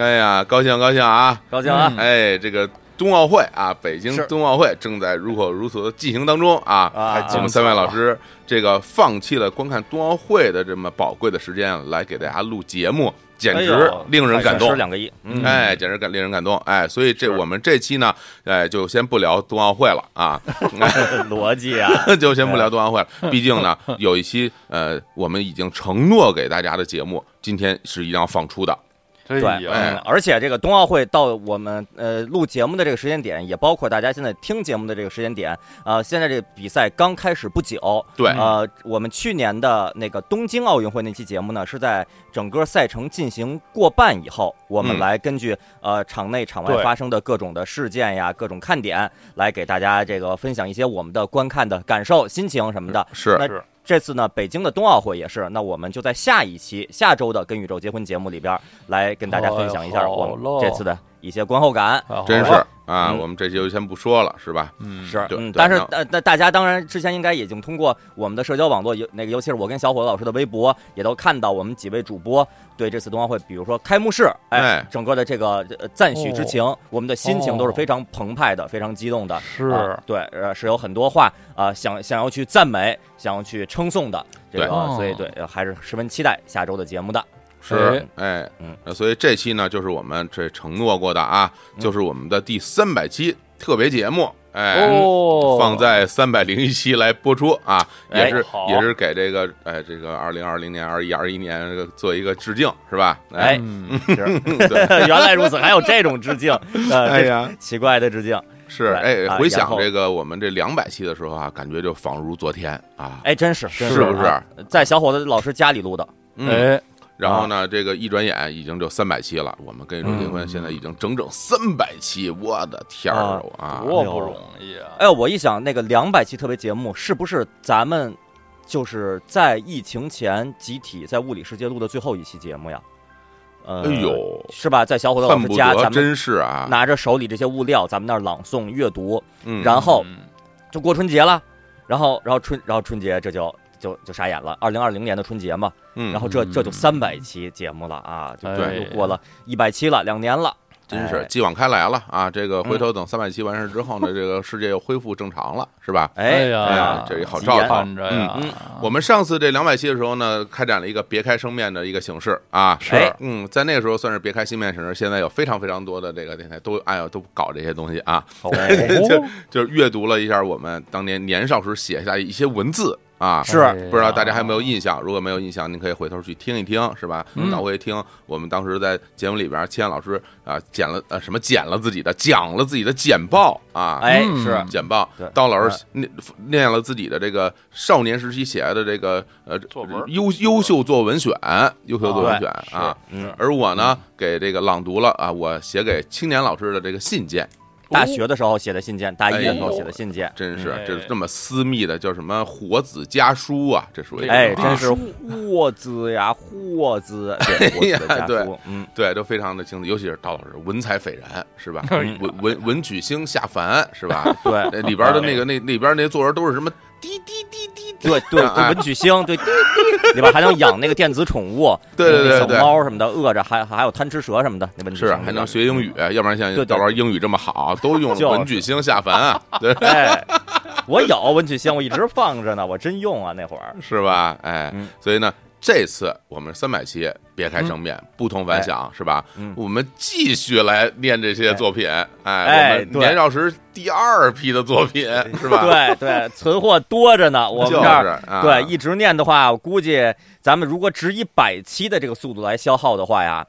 啊，高兴高兴啊！高兴啊！哎，这个冬奥会啊，北京是冬奥会正在如火如荼的进行当中啊。啊我们三位老师这个放弃了观看冬奥会的这么宝贵的时间来给大家录节目，简哎直呦令人感确实动。两 个亿，嗯，哎，简直感令人感动！哎，所以这是我们这期呢，哎，就先不聊冬奥会了啊， 逻辑啊，就先不聊冬奥会 哎了。毕竟呢，有一期呃，我们已经承诺给大家的节目，今天是一定要放出的。对对，哎嗯而且这个冬奥会到我们呃录节目的这个时间点，也包括大家现在听节目的这个时间点，啊，现在这个比赛刚开始不久，对呃，我们去年的那个东京奥运会那期节目呢，是在整个赛程进行过半以后，我嗯们来根据呃场内场外对发生的各种的事件呀、各种看点，来给大家这个分享一些我们的观看的感受、心情什么的。是那是这次呢，北京的冬奥会也是，那我们就在下一期下周的《跟宇宙结婚》节目里边儿来跟大家分享一下我好们喽这次的一些观后感。真是好吧啊，嗯我们这期就先不说了，是吧？嗯是，对嗯，对但是那但但大家当然之前应该已经通过我们的社交网络，尤那个尤其是我跟小伙老师的微博，也都看到我们几位主播对这次冬奥会，比如说开幕式，哎哎，整个的这个呃赞许之情，我们的心情都是哦非常澎湃的，非常激动的。是啊，对，呃，是有很多话啊、想想要去赞美，想要去称颂的，这个，对哦所以对、呃还是十分期待下周的节目 的。是，哎嗯，那所以这期呢，就是我们这承诺过的啊，就是我们的第三百期特别节目，哎，哦，放在三百零一期来播出啊，也哎是好也是给这个哎这个二零二零年、二一二一年这个做一个致敬，是吧？哎，嗯是对， 原来如此，还有这种致敬，呃，哎这呀，奇怪的致敬，是对哎，啊回然想后这个我们这两百期的时候啊，感觉就仿如昨天啊，哎，真是，真是不是？啊在小伙子老师家里录的，嗯，哎，啊然后呢，这个一转眼已经就三百期了。我们跟宇宙结嗯婚现在已经整整三百期，我的天儿啊！多不容易啊！哎，我一想，那个两百期特别节目，是不是咱们就是在疫情前集体在物理世界录的最后一期节目呀？呃，哎呦，是吧？在小伙子老恨师不家，得咱们真是啊！拿着手里这些物料，咱们那儿朗诵阅读，嗯，然后嗯就过春节了，然后然后春然后春节这就就就傻眼了，二零二零年的春节嘛，嗯，哎然后这这就嗯三百期节目了啊，就对又过了一百期了，两年了，真是哎嗯继往开来了啊！这个回头等三百期完事之 后呢，这个世界又恢复正常了，是吧？哎哎呀哎呀，这一好吉兆言头。嗯看着呀，我们上次这两百期的时候呢，开展了一个别开生面的一个形式啊，是哎嗯，在那个时候算是别开新面形式，现在有非常非常多的这个电台都哎呦都搞这些东西啊，哎 就就是阅读了一下我们当年年少时写下的一些文字啊，是哎呀不知道大家还有没有印象？如果没有印象，您可以回头去听一听，是吧？嗯倒回听我们当时在节目里边，千老师啊剪了呃什么剪了自己的，讲了自己的简报啊，哎嗯是简报对，刀老师念念了自己的这个少年时期写来的这个呃作文优优秀作文选，优秀作文选是啊。嗯而我呢，给这个朗读了啊，我写给青年老师的这个信件，大学的时候写的信件，大一的时候哎呦写的信件，真是嗯哎这这么私密的，叫什么活子家书啊，这属于哎，啊哎真是霍兹呀，霍兹， 对，霍兹的家对书，嗯，对，都非常的精致，尤其是刀老师文采斐然，是吧？哎呀文文文曲星下凡，是吧？对那里边的那个那里边那作文都是什么滴滴滴滴滴，哎对对， 哎对文曲星，对，滴滴里边还能养那个电子宠物， 对对那对小对猫什么的，饿着还还有贪吃蛇什么的，那文曲星是啊里还边能学英语，要不然像对对刀老师英语这么好，都用就是文曲星下凡啊，对，哎，我有文曲星，我一直放着呢，我真用啊那 会 儿。是吧？哎嗯，所以呢，这次我们三百期别开生面，不同凡响，是吧嗯？我们继续来念这些作品，哎，哎我们对年少时第二批的作品，是吧？对对，存货多着呢，我们啊就这是儿。啊对，一直念的话，我估计咱们如果只以百期的这个速度来消耗的话呀，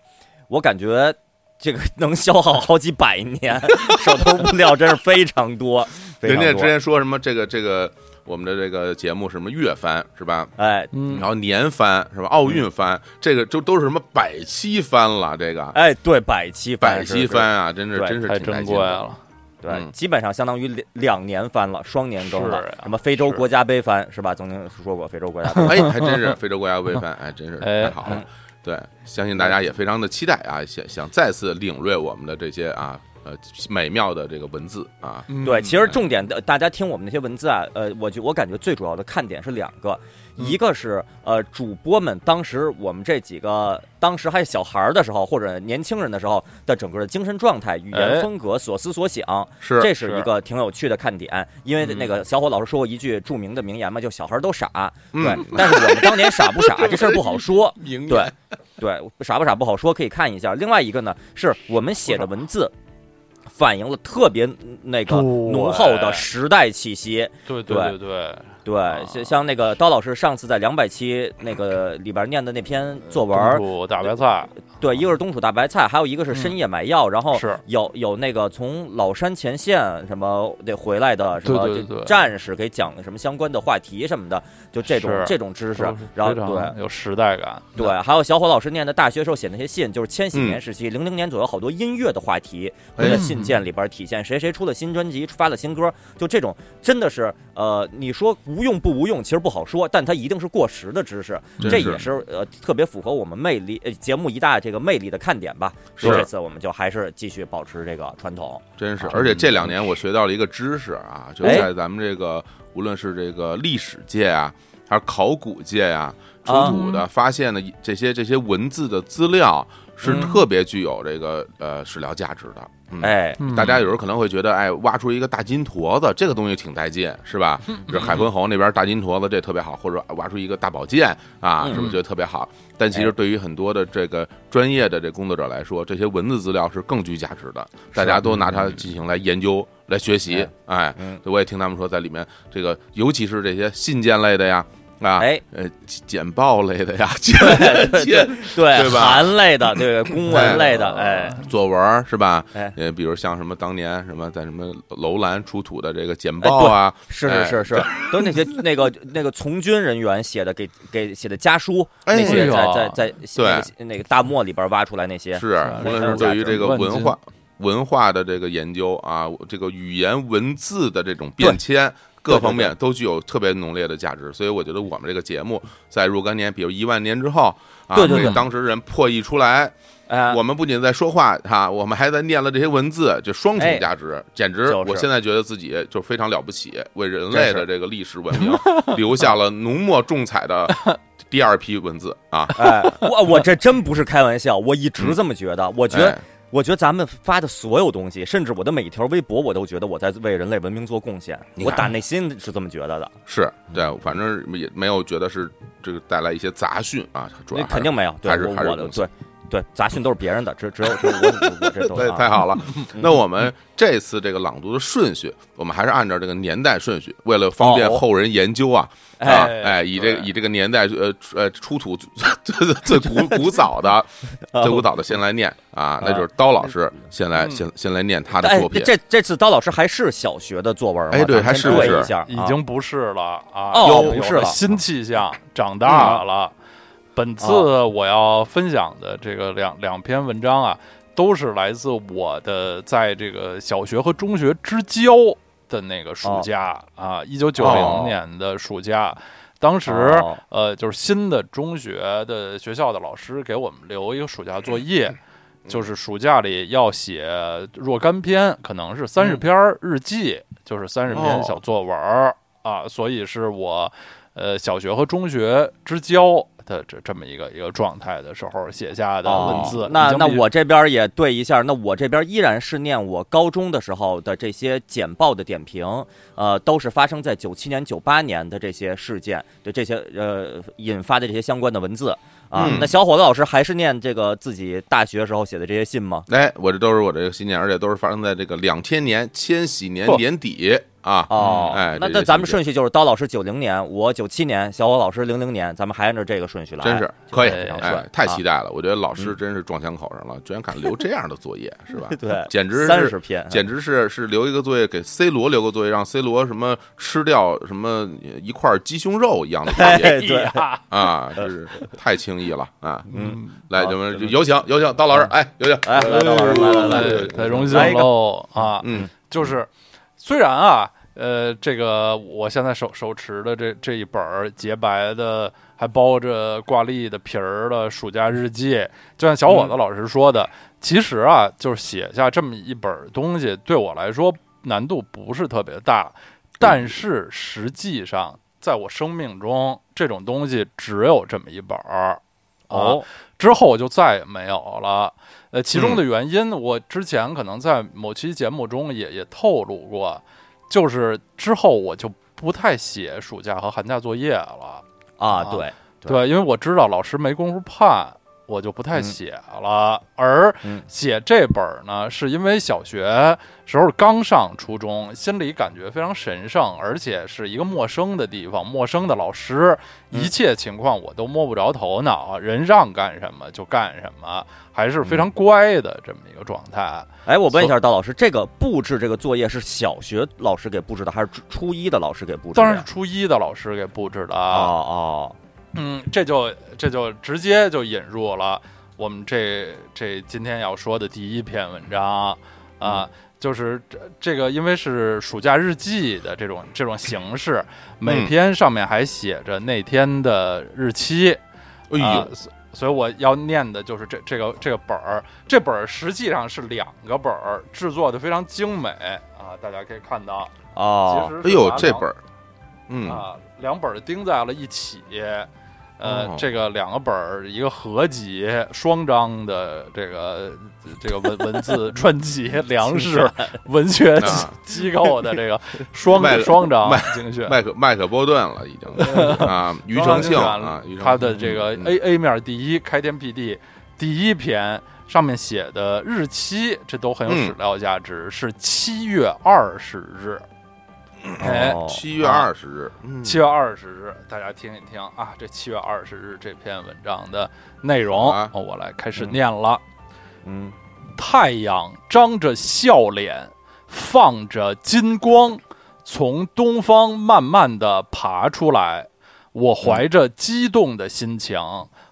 我感觉这个能消耗好几百年， 手头物料真是非常多，非人常家之多。前说什么这个这个我们的这个节目是什么月番是吧？哎嗯然后年番是吧？奥运番这个就都是什么百期番了，这个嗯哎，对，百期翻百是期是番啊，真是对真是太挺带珍劲贵的。了，对，嗯基本上相当于两两年翻了，双年更了。是啊什么非洲是国家杯翻是吧？曾经说过非洲国家杯。 哎，还真 是非洲国家杯番，哎，真是哎太嗯好了。对，相信大家也非常的期待啊，想想再次领略我们的这些啊呃美妙的这个文字啊，对，其实重点的，大家听我们那些文字啊，呃，我就我感觉最主要的看点是两个，嗯一个是呃主播们当时我们这几个当时还小孩儿的时候或者年轻人的时候的整个的精神状态、语哎言风格、所思所想，是这是是一个挺有趣的看点。因为嗯那个小伙老师说过一句著名的名言嘛，就小孩儿都傻，对嗯，。但是我们当年傻不傻这事儿不好说，明对，对，傻不傻不好说，可以看一下。另外一个呢，是我们写的文字。反映了特别嗯那个对浓厚的时代气息，对对对，对，啊像像那个刀老师上次在两百期那个里边念的那篇作文呃东儿，楚大白菜对，一个是冬储大白菜，还有一个是深夜买药，然后嗯是有有那个从老山前线什么得回来的什么对对这对战士给讲的什么相关的话题什么的，就这种是这种知识都是，然后非常对，有时代感，嗯对，还有小伙老师念的大学时候写那些信，就是千禧年时期，零零、年左右好多音乐的话题会在哎信件里边体现，谁谁出了新专辑，发了新歌，就这种真的是呃，你说无用不无用，其实不好说，但它一定是过时的知识，真这是也是呃特别符合我们魅力、呃、节目一大这个魅力的看点吧。所以是这次我们就还是继续保持这个传统，真是啊，而且这两年我学到了一个知识啊，就哎在咱们这个无论是这个历史界啊，还是考古界啊，出啊土的发现的这些这些文字的资料是嗯特别具有这个呃史料价值的。嗯，哎，嗯大家有时候可能会觉得，哎，挖出一个大金坨子，这个东西挺带劲，是吧？嗯这海昏侯那边大金坨子这特别好，或者挖出一个大宝剑啊，嗯是不是觉得特别好？但其实对于很多的这个专业的这工作者来说，这些文字资料是更具价值的，大家都拿它进行来研究、来学习。哎嗯，我也听他们说，在里面这个，尤其是这些信件类的呀。啊，哎，呃，简报类的 呀，简简对对吧韩类的， 对公文类的，哎，作文儿是吧？哎呃，比如像什么当年什么在什么楼兰出土的这个简哎报啊，是是是 是，都那些那个那个从军人员写的给给写的家书，哎那些呦在在在那个那个大漠里边挖出来那些，是无论是对于这个万金文化文化的这个研究啊，这个语言文字的这种变迁。各方面都具有特别浓烈的价值，所以我觉得我们这个节目在若干年，比如一万年之后啊，对对被对当时人破译出来，哎，我们不仅在说话哈、我们还在念了这些文字，这双重价值，简直哎就是我现在觉得自己就非常了不起，为人真类是的这个历史文 明留下了浓墨重彩的第二批文字啊！哎，我我这真不是开玩笑，我一直这么觉得，我觉嗯得哎我觉得咱们发的所有东西，甚至我的每一条微博，我都觉得我在为人类文明做贡献，你我看打内心是这么觉得的，是对，反正也没有觉得是这个带来一些杂讯啊，主要肯定没有，对还是我还是我的贡献对。对，杂讯都是别人的，只只有只有我我我这 都对，啊太 好了。那我们这次这个朗读的顺序，我们还是按照这个年代顺序，为了方便哦后人研究啊，哎啊，哎哎，以这个对以这个年代呃出呃出土最 最古古早的哦 呃最古早的先来念啊，那就是刀老师先来嗯先先来念他的哎作，品，这这次刀老师还是小学的作文吗？哎对咱还先是不对是一下啊，已经不是了啊，哦有不是有了嗯新气象，长大了。本次我要分享的这个两两篇文章啊，都是来自我的在这个小学和中学之交的那个哦暑假啊，一九九哦零年的暑假，当时。哦呃，就是新的中学的学校的老师给我们留一个暑假作业，嗯就是暑假里要写若干篇，可能是嗯三十篇儿日记，就是三十篇哦小作文儿、啊，所以是我呃小学和中学之交的这这么一个一个状态的时候写下的文字。哦那已经那比我这边也对一下，那我这边依然是念我高中的时候的这些简报的点评，呃，都是发生在九七年、九八年的这些事件的这些呃引发的这些相关的文字啊。嗯那小伙子老师还是念这个自己大学时候写的这些信吗？哎，我这都是我这个新年，而且都是发生在这个两千年千禧年嚯年底啊，哦，哎，那这那些咱们信顺序就是刀老师九零年，我九七年，小伙老师零零年，咱们还按照这个顺序来。真是可以，非常哎顺，太啊？期待了！我觉得老师真是撞枪口上了，居然敢留这样的作业，是吧对， 简直三是十。篇，简直是是留一个作业给 C 罗留个作业，让 C 罗什么吃掉什么一块鸡胸肉一样的作业哎对呀啊，真是太轻易了啊！嗯，来，好咱们咱就们有请有请刀老师，哎，有请， 哎，来，刀老师，来来来对对太荣幸来一个喽啊！嗯就是虽然啊，呃，这个我现在手手持的这这一本儿洁白的，还包着挂历的皮儿的暑假日记，就像小伙子老师说的，其实啊，就是写下这么一本儿东西，对我来说难度不是特别大，但是实际上在我生命中，这种东西只有这么一本儿。啊，哦，之后我就再也没有了。呃，其中的嗯原因，我之前可能在某期节目中也也透露过，就是之后我就不太写暑假和寒假作业了。啊，啊哦对，对对，因为我知道老师没工夫判，我就不太嗯写了。而嗯写这本儿呢，是因为小学时候刚上初中，心里感觉非常神圣，而且是一个陌生的地方，陌生的老师，嗯一切情况我都摸不着头脑，人让干什么就干什么，还是嗯非常乖的这么一个状态。哎，我问一所下道老师，这个布置这个作业是小学老师给布置的，还是初初一的老师给布置的当呀？然是初一的老师给布置的哦啊，哦，嗯，这就这就直接就引入了我们这这今天要说的第一篇文章啊，嗯就是这这个因为是暑假日记的这种这种形式，嗯每篇上面还写着那天的日期，哎啊呦，所所以我要念的就是这这个这个本儿，这本儿实际上是两个本儿，制作的非常精美啊，大家可以看到，其哦，实哎是呦拿，这两本儿，嗯，啊，两本儿钉在了一起。呃，哦这个两个本儿一个合集，双张的这个这个文文 字串集，粮食文学机啊机构的这个双卖了双张卖精选，麦克麦克波顿了已经啊，庾双张澄精庆选啊，庾澄庆他的这个哎嗯 A A 面第一开天辟地第一篇上面写的日期，这都很有史嗯料价值，是七月二十日。哎，哦七月二十日，嗯七月二十日，大家听一听啊，这七月二十日这篇文章的内容，啊哦我来开始念了。嗯，太阳张着笑脸，放着金光，从东方慢慢的爬出来。我怀着激动的心情，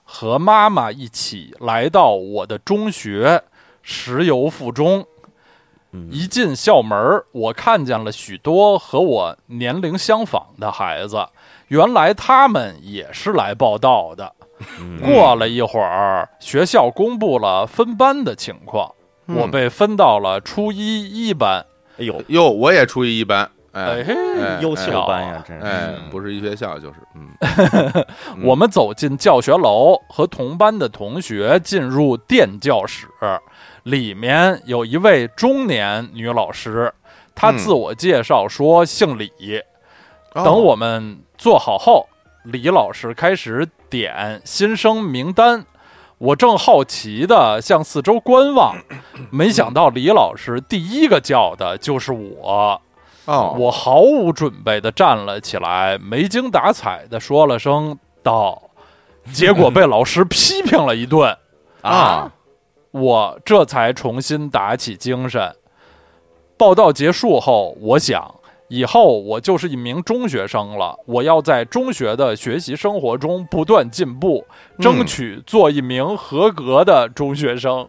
和妈妈一起来到我的中学石油附中。嗯一进校门儿，我看见了许多和我年龄相仿的孩子，原来他们也是来报道的。过了一会儿，学校公布了分班的情况，嗯我被分到了初一一班。哎呦，哟，我也初一一班，哎哎嘿，哎优秀班呀，真是，哎嗯，不是一学校就是， 嗯，嗯我们走进教学楼，和同班的同学进入电教室，里面有一位中年女老师，她嗯自我介绍说姓李。哦等我们坐好后，李老师开始点新生名单。我正好奇的向四周观 望，没想到李老师第一个叫的就是我。哦，我毫无准备的站了起来，没精打采的说了声“到”，结果被老师批评了一顿。啊，我这才重新打起精神。报道结束后，我想，以后我就是一名中学生了。我要在中学的学习生活中不断进步，嗯争取做一名合格的中学生。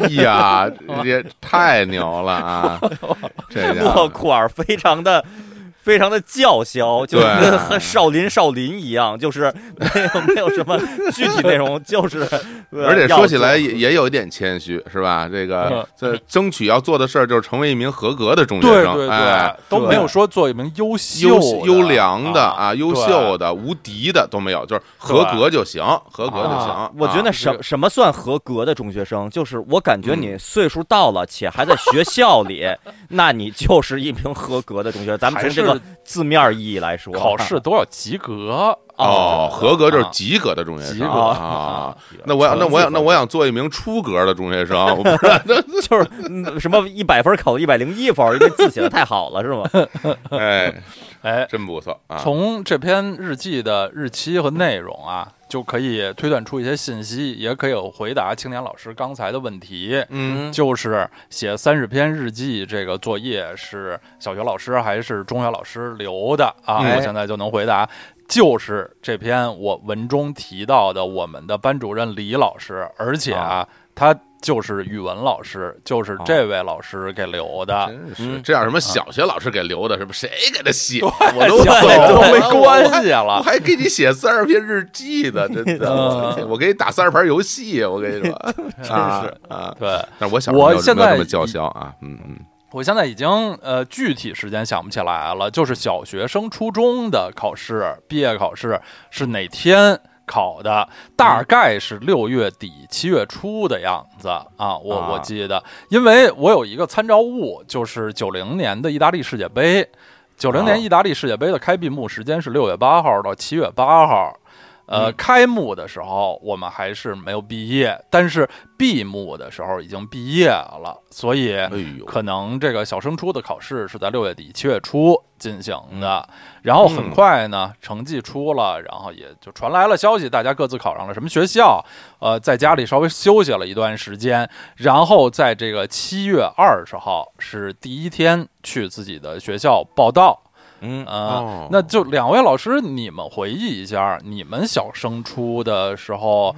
哎呀，也太牛 了啊！这家落伙款儿非常的。非常的叫嚣，就是对跟和少林少林一样，就是没有没有什么具体内容，就是呃而且要说起来做也也有一点谦虚，是吧？这嗯个这争取要做的事儿就是成为一名合格的中学对生，对对，哎，都对没有说做一名优秀优的优良的啊，优秀的、无敌的都没有，就是合格就行，合格就行啊。我觉得啊什这个什么算合格的中学生？就是我感觉嗯你岁数到了，且还在学 校里，那你就是一名合格的中学生。咱们从这还个是字面意义来说，考 试都要及格。哦，合格就是啊及格的中学及生格 啊。那我想，那我想，那我想做一名出格的中学生，我不是？就是嗯什么一百分考一百零一分，因为字写的太好了，是吗？ 哎，哎，真不错啊！从这篇日记的日期和内容啊，就可以推断出一些信息，也可以回答青年老师刚才的问题。嗯就是写三十篇日记这个作业是小学老师还是中学老师留的啊？哎我现在就能回答，就是这篇我文中提到的我们的班主任李老师，而且啊，他就是语文老师，就是这位老师给留的。真嗯是这样，什么小学老师给留的，什么谁给他写，我哎都小懂 啊磊都没我关系我了，还给你写字儿篇日记呢，真的，嗯我给你打三十盘游戏，我跟你说， 真是啊。对。但是我小时候没有我现没有这在么叫嚣啊，嗯嗯，我现在已经呃具体时间想不起来了，就是小学升初中的考试，毕业考试是哪天考的？大嗯概是六月底七月初的样子啊，我啊我记得，因为我有一个参照物，就是九零年的意大利世界杯，九零啊年意大利世界杯的开闭幕时间是六月八号到七月八号。呃，嗯开幕的时候我们还是没有毕业，但是闭幕的时候已经毕业了，所以哎呦，可能这个小升初的考试是在六月底七月初进行的，然后很快呢，成绩出了，然后也就传来了消息，大家各自考上了什么学校，呃，在家里稍微休息了一段时间，然后在这个七月二十号是第一天去自己的学校报到，嗯，呃，哦那就两位老师，你们回忆一下，你们小升初的时候，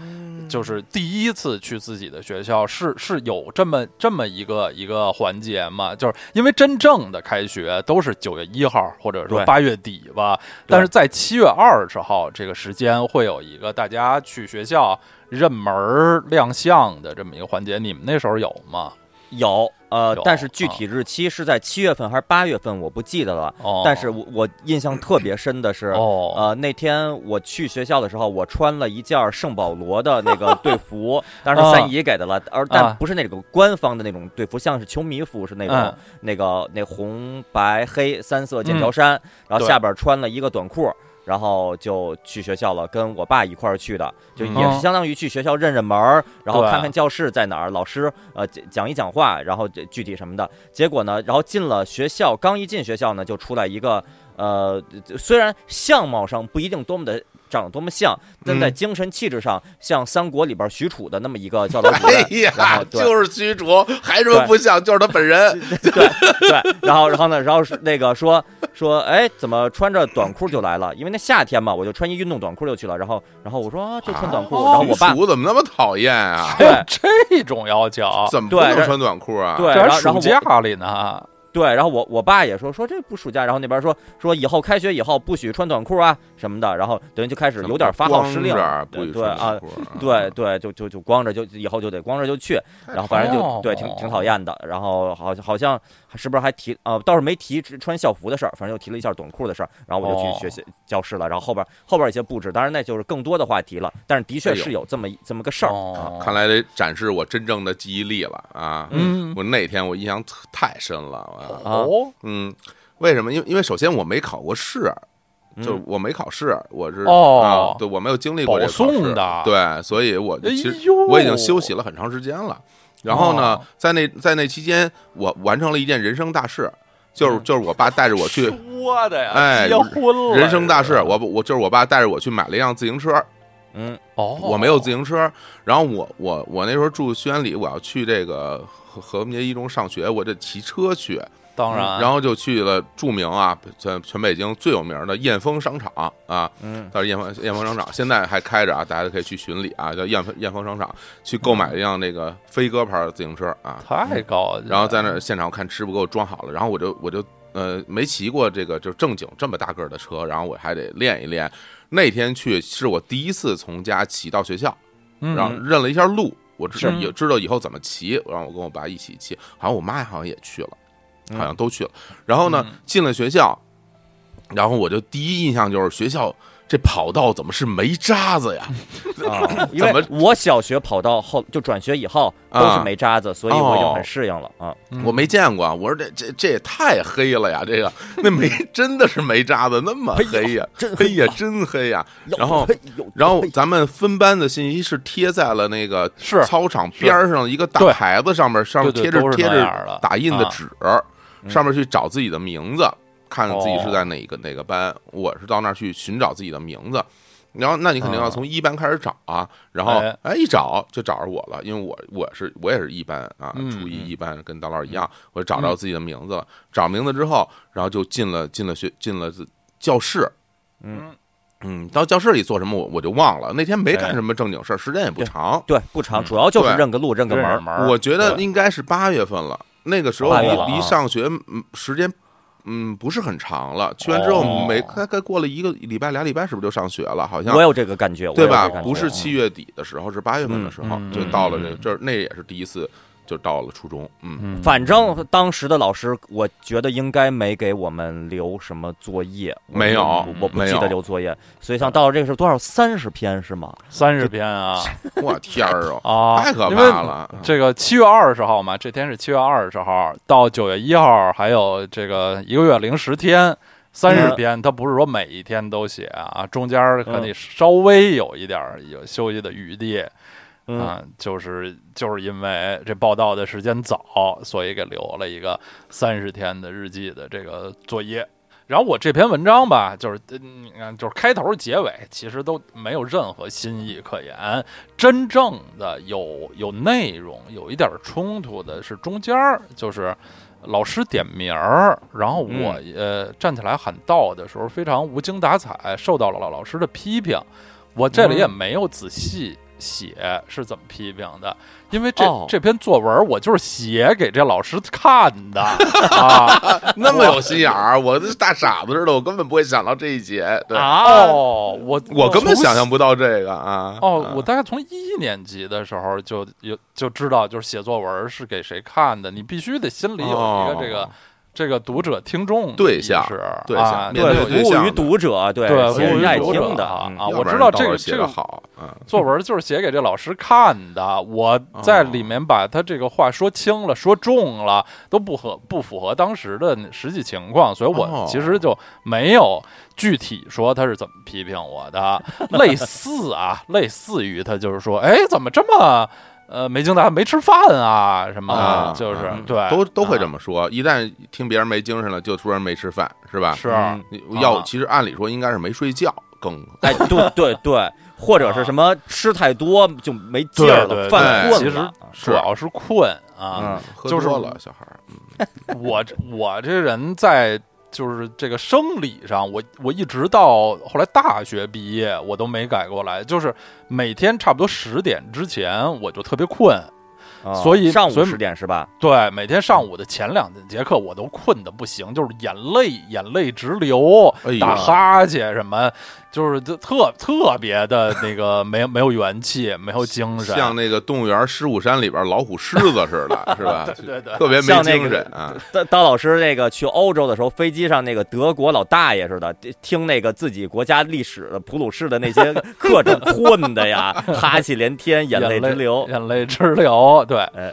就是第一次去自己的学校，是是有这么这么一个一个环节吗？就是因为真正的开学都是九月一号或者说对八月底吧，但是在七月二十号这个时间会有一个大家去学校认门儿亮相的这么一个环节，你们那时候有吗？有呃有，啊但是具体日期是在七月份还是八月份，我不记得了。哦，但是我我印象特别深的是，哦呃，那天我去学校的时候，我穿了一件圣保罗的那个队 服，当然是三姨给的了，而但啊不是那种官方的那种队服，像是球迷服是那种、嗯那个那红白黑三色剑条嗯衫，然后下边穿了一个短裤。然后就去学校了，跟我爸一块儿去的，就也嗯是相当于去学校认认门儿，然后对看看教室在哪儿，老师呃讲讲一讲话，然后这具体什么的。结果呢，然后进了学校，刚一进学校呢，就出来一个呃，虽然相貌上不一定多么的长得多么像，但嗯在精神气质上像三国里边许褚的那么一个教导主哎 任。然呀后，对就是驱逐，还什么对不像，就是他本人，对，然后然后呢， 然后是那个说说，哎，怎么穿着短裤就来了？因为那夏天嘛，我就穿一运动短裤就去了。然后然后我说、啊、就穿短裤，啊然后我爸驱逐哦怎么那么讨厌啊？还有这种要求，怎么不哦对能然穿短裤啊？对，这然还后然后暑我假里呢。对，然后我我爸也说说这不暑假，然后那边说说以后开学以后不许穿短裤啊什么的，然后等于就开始怎么有点发号施令光着啊，不对许对穿啊短，裤啊， 对对，就就就光着就以后就得光着就去，然后反正就对挺哦挺讨厌的，然后好像好像是不是还提呃倒是没提只穿校服的事儿，反正就提了一下短裤的事儿，然后我就哦去学习教室了，然后后边后边一些布置，当然那就是更多的话题了，但是的确哎呦是有这么一这么个事儿啊，哦看来得展示我真正的记忆力了啊！嗯我那天我印象特太深了啊，啊哦嗯，为什么？因为因为首先我没考过试，嗯就是我没考试，我是哦啊对我没有经历过保这个考试送的对，所以我哎其实呦我已经休息了很长时间了。然后呢哦，在那在那期间，我完成了一件人生大事，嗯就是就是我爸带着我去说的呀，哎结婚了，人生大事这，是我我就是我爸带着我去买了一辆自行车， 嗯哦，我没有自行车，然后我我我那时候住宣安里，我要去这个和和平街一中上学，我这骑车去，当然，嗯然后就去了著名啊，全全北京最有名的燕峰商场啊，嗯到燕峰燕峰商场现在还开着啊，大家可以去巡礼啊，叫燕峰燕峰商场去购买一辆那个飞鸽牌的自行车啊，太高级了，然后在那儿现场看师傅给我装好了，然后我就我就呃没骑过这个就正经这么大个儿的车，然后我还得练一练。那天去是我第一次从家骑到学校，嗯然后认了一下路，我知是也知道以后怎么骑，然后我跟我爸一起骑，好像我妈好像也去了，好嗯像都去了。然后呢，进了学校，然后我就第一印象就是学校这跑道怎么是煤渣子呀？啊，因怎么为我小学跑到后就转学以后都是啊没渣子，所以我已经哦很适应了啊。嗯我没见过啊，我说这这这也太黑了呀！这个那 煤真的是煤渣子，那么哎黑呀，真黑呀， 真黑呀！然后嘿有然后嘿咱们分班的信息是贴在了那个是操场边儿上的一个大对牌子上面，上面对贴对着都是贴那样着的打印的啊纸，上面去找自己的名字，看自哦己是在哪个哪个班。我是到那儿去寻找自己的名字。然后，那你肯定要啊从一班开始找啊，然后哎哎一找就找着我了，因为我我是我也是一班啊，嗯初一一班跟刀老师一样，我找着自己的名字了，找名字之后，然后就进了进了学进了自教室，嗯，嗯，到教室里做什么我我就忘了，那天没干什么正经事儿，时间也不长。对，不长，嗯主要就是对认个路、认个门门儿。门，我觉得应该是八月份了，那个时候八离月了啊离上学嗯时间嗯不是很长了，去完之后哦没大概过了一个礼拜俩礼拜，是不是就上学了？好像我有这个感觉，对我吧有这个感？觉不是七月底的时候，是八月份的时候嗯嗯就到了嗯这嗯这儿，那也是第一次就到了初中，嗯，嗯反正当时的老师，我觉得应该没给我们留什么作业，我没有我我不没记有得留作业，所以像到了这个是多少三十篇是吗？三十篇啊 我天儿哦，啊，太可因为怕了，这个七月二十号嘛，这天是七月二十号到九月一号，还有这个一个月零十天，三十嗯天，它不是说每一天都写啊，中间儿可嗯得稍微有一点儿有休息的余地嗯，啊，就是就是因为这报道的时间早，所以给留了一个三十天的日记的这个作业。然后我这篇文章吧，就是嗯你看，就是开头结尾其实都没有任何新意可言，真正的有有内容、有一点儿冲突的是中间儿，就是老师点名儿，然后我、呃站起来喊到的时候非常无精打采，受到了老老师的批评。我这里也没有仔细写是怎么批评的，因为这、哦这篇作文我就是写给这老师看的啊那么有心眼儿，我这大傻子似的，我根本不会想到这一节。对，啊，哦，我我根本从想象不到这个啊。哦啊，我大概从一年级的时候就有就知道，就是写作文是给谁看的，你必须得心里有一哦个这个、这个读者听众的对意象识对象啊，面对对服务象于的读者，对对其实服务于人爱读者听的啊嗯啊要我不然知道到这个时候写这的个好，嗯，作文就是写给这老师看的，我在里面把他这个话说轻了、说重了，都不合不符合当时的实际情况，所以哦我其实就没有具体说他是怎么批评我 的。类似啊，类似于他就是说，哎，怎么这么呃没精打采、没吃饭啊什么的，啊就是、嗯对，啊都都会这么、么说。一旦听别人没精神了，就突然没吃饭，是吧？是。嗯你要啊其实按理说应该是没睡觉更哎，对对对，或者是什么吃太多就没劲对儿了，对犯对，困其了啊实。主要是困啊，嗯喝就是多了小孩儿，我这我这人在就是这个生理上，我我一直到后来大学毕业，我都没改过来。就是每天差不多十点之前，我就特别困。啊所以上午所以十点是吧？对，每天上午的前两节课，我都困得不行，就是眼泪眼泪直流，哎呦打哈欠什么，就是就特特别的那个没有没有元气，没有精神。像那个动物园狮虎山里边老虎狮子似 的，是吧？对对特别没像那精个神啊。当当老师那个去欧洲的时候，飞机上那个德国老大爷似的，听那个自己国家历史的普鲁士的那 些课程，困的呀，哈气连天，眼泪直流。眼泪直流。对，哎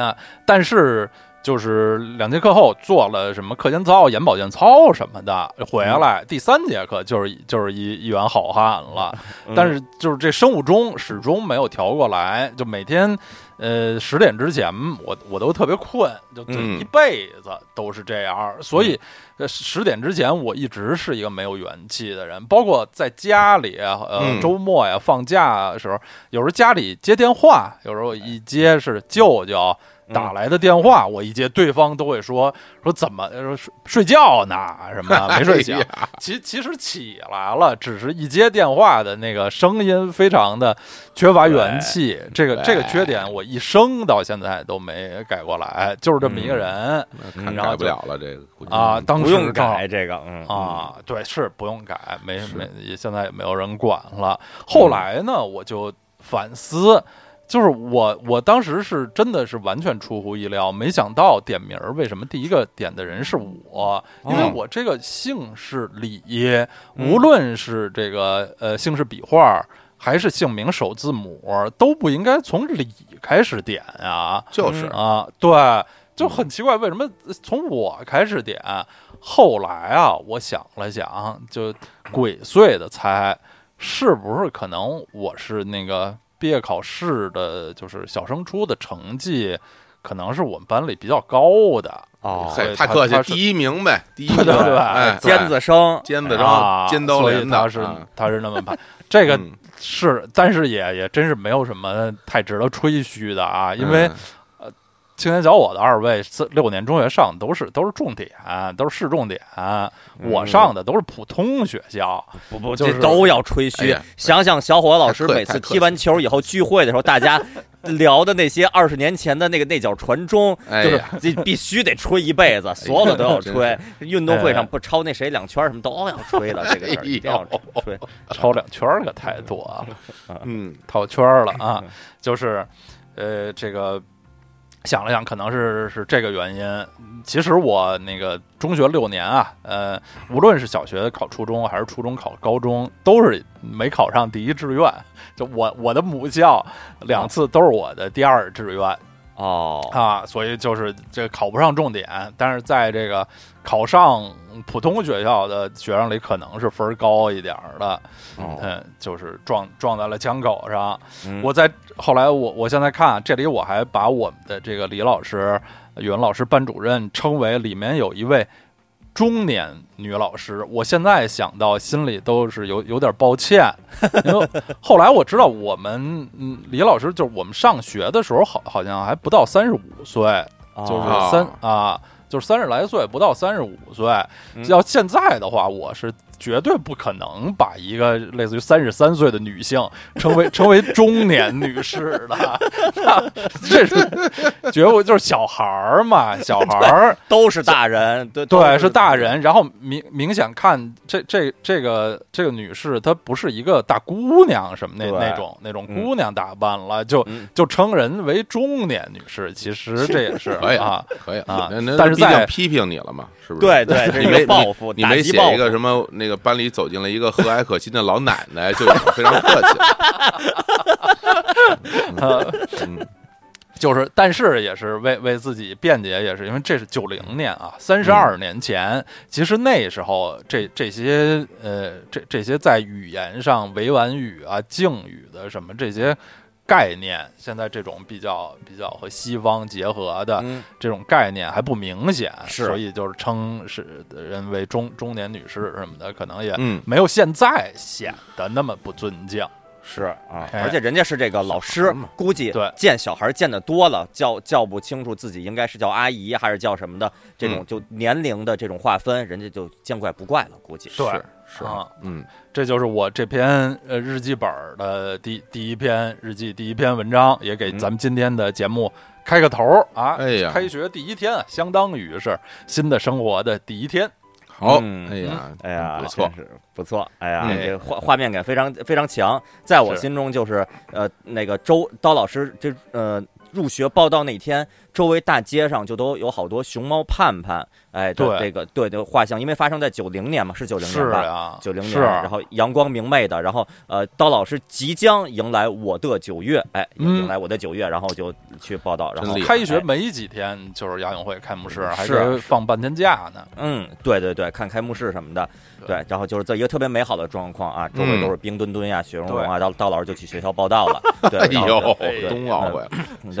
啊，但是就是两节课后做了什么课间操、眼保健操什么的，回来、第三节课就是就是一一员好汉了。嗯但是就是这生物钟始终没有调过来，就每天呃十点之前我我都特别困，就就嗯一辈子都是这样儿，所以呃十点之前我一直是一个没有元气的人，包括在家里呃嗯周末呀放假的时候，有时候家里接电话，有时候一接是舅舅。嗯打来的电话，我一接，对方都会说说怎么说睡睡觉呢？什么没睡醒 哎呀？其其实起来了，只是一接电话的那个声音非常的缺乏元气，这个对这个缺点我一生到现在都没改过来，就是这么一个人、看然嗯改后不就了了，这个估计嗯啊。当时不用正好改这个，嗯，啊，对，是不用改，没是没，也现在也没有人管了。后嗯来呢，我就反思，就是我我当时是真的是完全出乎意料，没想到点名儿为什么第一个点的人是我，因为嗯哦我这个姓是李，无论是这个呃姓氏笔画儿还是姓名首字母儿，都不应该从李开始点啊。就是啊，对，就很奇怪，为什么从我开始点？后来啊，我想了想，就鬼祟的猜，是不是可能我是那个毕业考试的，就是小升初的成绩，可能是我们班里比较高的哦嘿，对太他客气他，是第一名呗，第一 名，对对对哎，尖子生，尖子啊生，，尖刀所连以的他是啊他是那么判，这个嗯是，但是也也真是没有什么太值得吹嘘的啊，因为嗯青年小伙子二位四六年中学上的都是都是重点，都是市重点，我上的都是普通学校。不不，就是这都要吹哎嘘呀。想想小伙老太师客每次太客气踢完球以后聚会的时候，大家聊的那些二十年前的那个那叫传中，哎就是呀这必须得吹一辈哎子，所有的都要吹。运动会哎上不超那谁两圈什么都要吹的，这个事哎呦儿一定要吹。超两圈儿可太多了， 嗯，套圈儿了啊！就是，呃，这个想了想，可能是是这个原因。其实我那个中学六年啊，呃，无论是小学考初中，还是初中考高中，都是没考上第一志愿。就我我的母校两次都是我的第二志愿，哦，啊，所以就是这考不上重点，但是在这个考上普通学校的学生里，可能是分儿高一点儿的，哦嗯，就是撞撞在了枪口上。嗯我在后来我我现在看这里，我还把我们的这个李老师、语文老师、班主任称为里面有一位中年女老师，我现在想到心里都是有 有点抱歉，因为后来我知道我们嗯李老师就是我们上学的时候好好像还不到三十五岁，就是哦三啊，就是三十来岁，不到三十五岁。嗯要现在的话，我是绝对不可能把一个类似于三十三岁的女性称为 称为中年女士的， 那这是觉悟就是小孩儿嘛，小孩儿。都是大人，对对，是大人。然后明明显看这这这个这个女士，她不是一个大姑娘什么那对那种那种嗯姑娘打扮了，就嗯就称人为中年女士。其实这也 是哎可以啊，可以啊那那但是毕竟在批评你了嘛，是不是？对对，这你是没一个报复，你没打击写报一个复什么那个班里走进了一个和蔼可亲的老奶奶，就已经非常客气了。呃，嗯就是，但是也是为为自己辩解，也是因为这是九嗯零年啊，三十二年前，其实那时候这这些呃这这些在语言上委婉语啊、敬语的什么这些概念，现在这种比较比较和西方结合的嗯这种概念还不明显，是所以就是称是人为中中年女士什么的，可能也嗯，没有现在显得那么不尊敬。是啊，哎而且人家是这个老小师孩嘛，估计对见小孩见的多了，叫叫不清楚自己应该是叫阿姨还是叫什么的，这嗯种就年龄的这种划分，人家就见怪不怪了，估计对是是啊，嗯这就是我这篇呃日记本儿的第第一篇日记第一篇文章，也嗯给咱们今天的节目开个头儿啊！哎呀开学第一天啊，相当于是新的生活的第一天。好，嗯哎呀，哎呀，不错真，是不错，哎呀，嗯这个画画面感非常非常强，在我是心中就是呃那个周刀老师这呃入学报到那天，周围大街上就都有好多熊猫盼盼，哎，对这个对对画像，因为发生在九零年嘛，是九零是年吧？啊，九零年，是啊然后阳光明媚的，然后呃，刀老师即将迎来我的九月，哎，嗯迎来我的九月，然后就去报道，然后真厉害开学哎没几天就是亚运会开幕式，还是啊得放半天假呢。嗯，对对对，看开幕式什么的，对对，然后就是在一个特别美好的状况啊，周嗯围都是冰墩墩呀、雪融融啊，刀刀老师就去学校报道了， 对，哎然后呦对，冬奥会对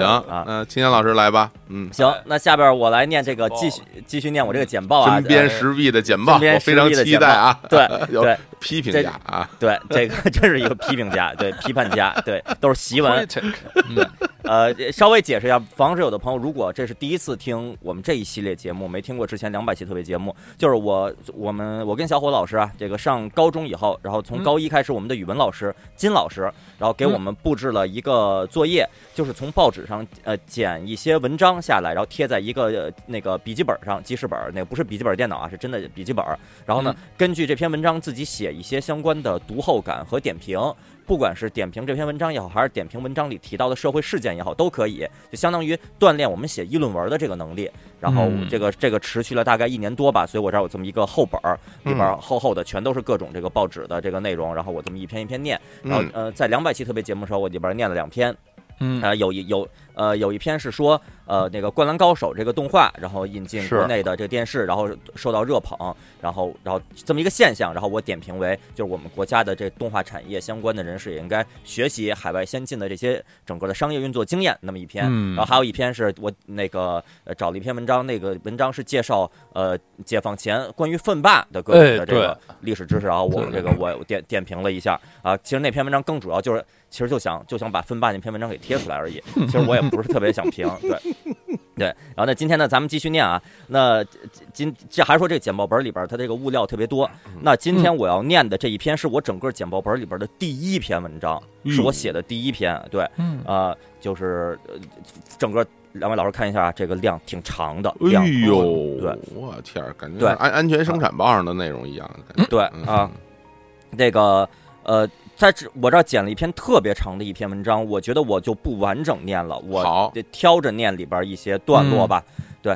行嗯啊，那青年老师来吧，嗯，行，那下边我来念这个，简报继续继续念我这个简报啊，针砭时弊的简报，针砭我时弊非常的期简待啊，对有对批评这家啊，对， 这个真是一个批评家，对，批判 家，对，都是檄文， Critic，呃，稍微解释一下，防止有的朋友如果这是第一次听我们这一系列节目，没听过之前两百期特别节目，就是我我们我跟小伙老师啊，这个上高中以后，然后嗯从高一开始，我们的语文老师金老师，然后给我们布置了一个作业，就是从报纸上呃剪一些文章下来，然后贴在一个、呃那个笔记本上，记事本那个不是笔记本电脑啊，是真的笔记本。然后呢，嗯根据这篇文章自己写一些相关的读后感和点评，不管是点评这篇文章也好，还是点评文章里提到的社会事件也好，都可以，就相当于锻炼我们写议论文的这个能力。然后嗯这个这个持续了大概一年多吧，所以我这儿有这么一个厚本儿，里边儿厚厚的全都是各种这个报纸的这个内容，然后我这么一篇一篇念。然后嗯呃，在两百期特别节目的时候，我里边儿念了两篇，嗯，啊，有一有呃有一篇是说呃那个《灌篮高手》这个动画，然后引进是国内的这个电视，然后受到热捧，然后然后这么一个现象，然后我点评为就是我们国家的这动画产业相关的人士也应该学习海外先进的这些整个的商业运作经验那么一篇，嗯然后还有一篇是我那个呃找了一篇文章，那个文章是介绍呃解放前关于奋霸的各哎种的这对个历史知识，然后我对这个我我点点评了一下啊，其实那篇文章更主要就是其实就想就想把分霸那篇文章给贴出来而已。其实我也不是特别想评，对，对，然后呢，今天呢，咱们继续念啊。那今这还是说这个简报本里边它这个物料特别多。那今天我要念的这一篇是我整个简报本里边的第一篇文章，是我写的第一篇。对，嗯啊，就是呃整个两位老师看一下，啊这个量挺长的，量哎呦，对我天儿，感觉对啊安安全生产报上的内容一样的感觉。对嗯啊，，这个呃，在这我这儿捡了一篇特别长的一篇文章，我觉得我就不完整念了，我好得挑着念里边一些段落吧。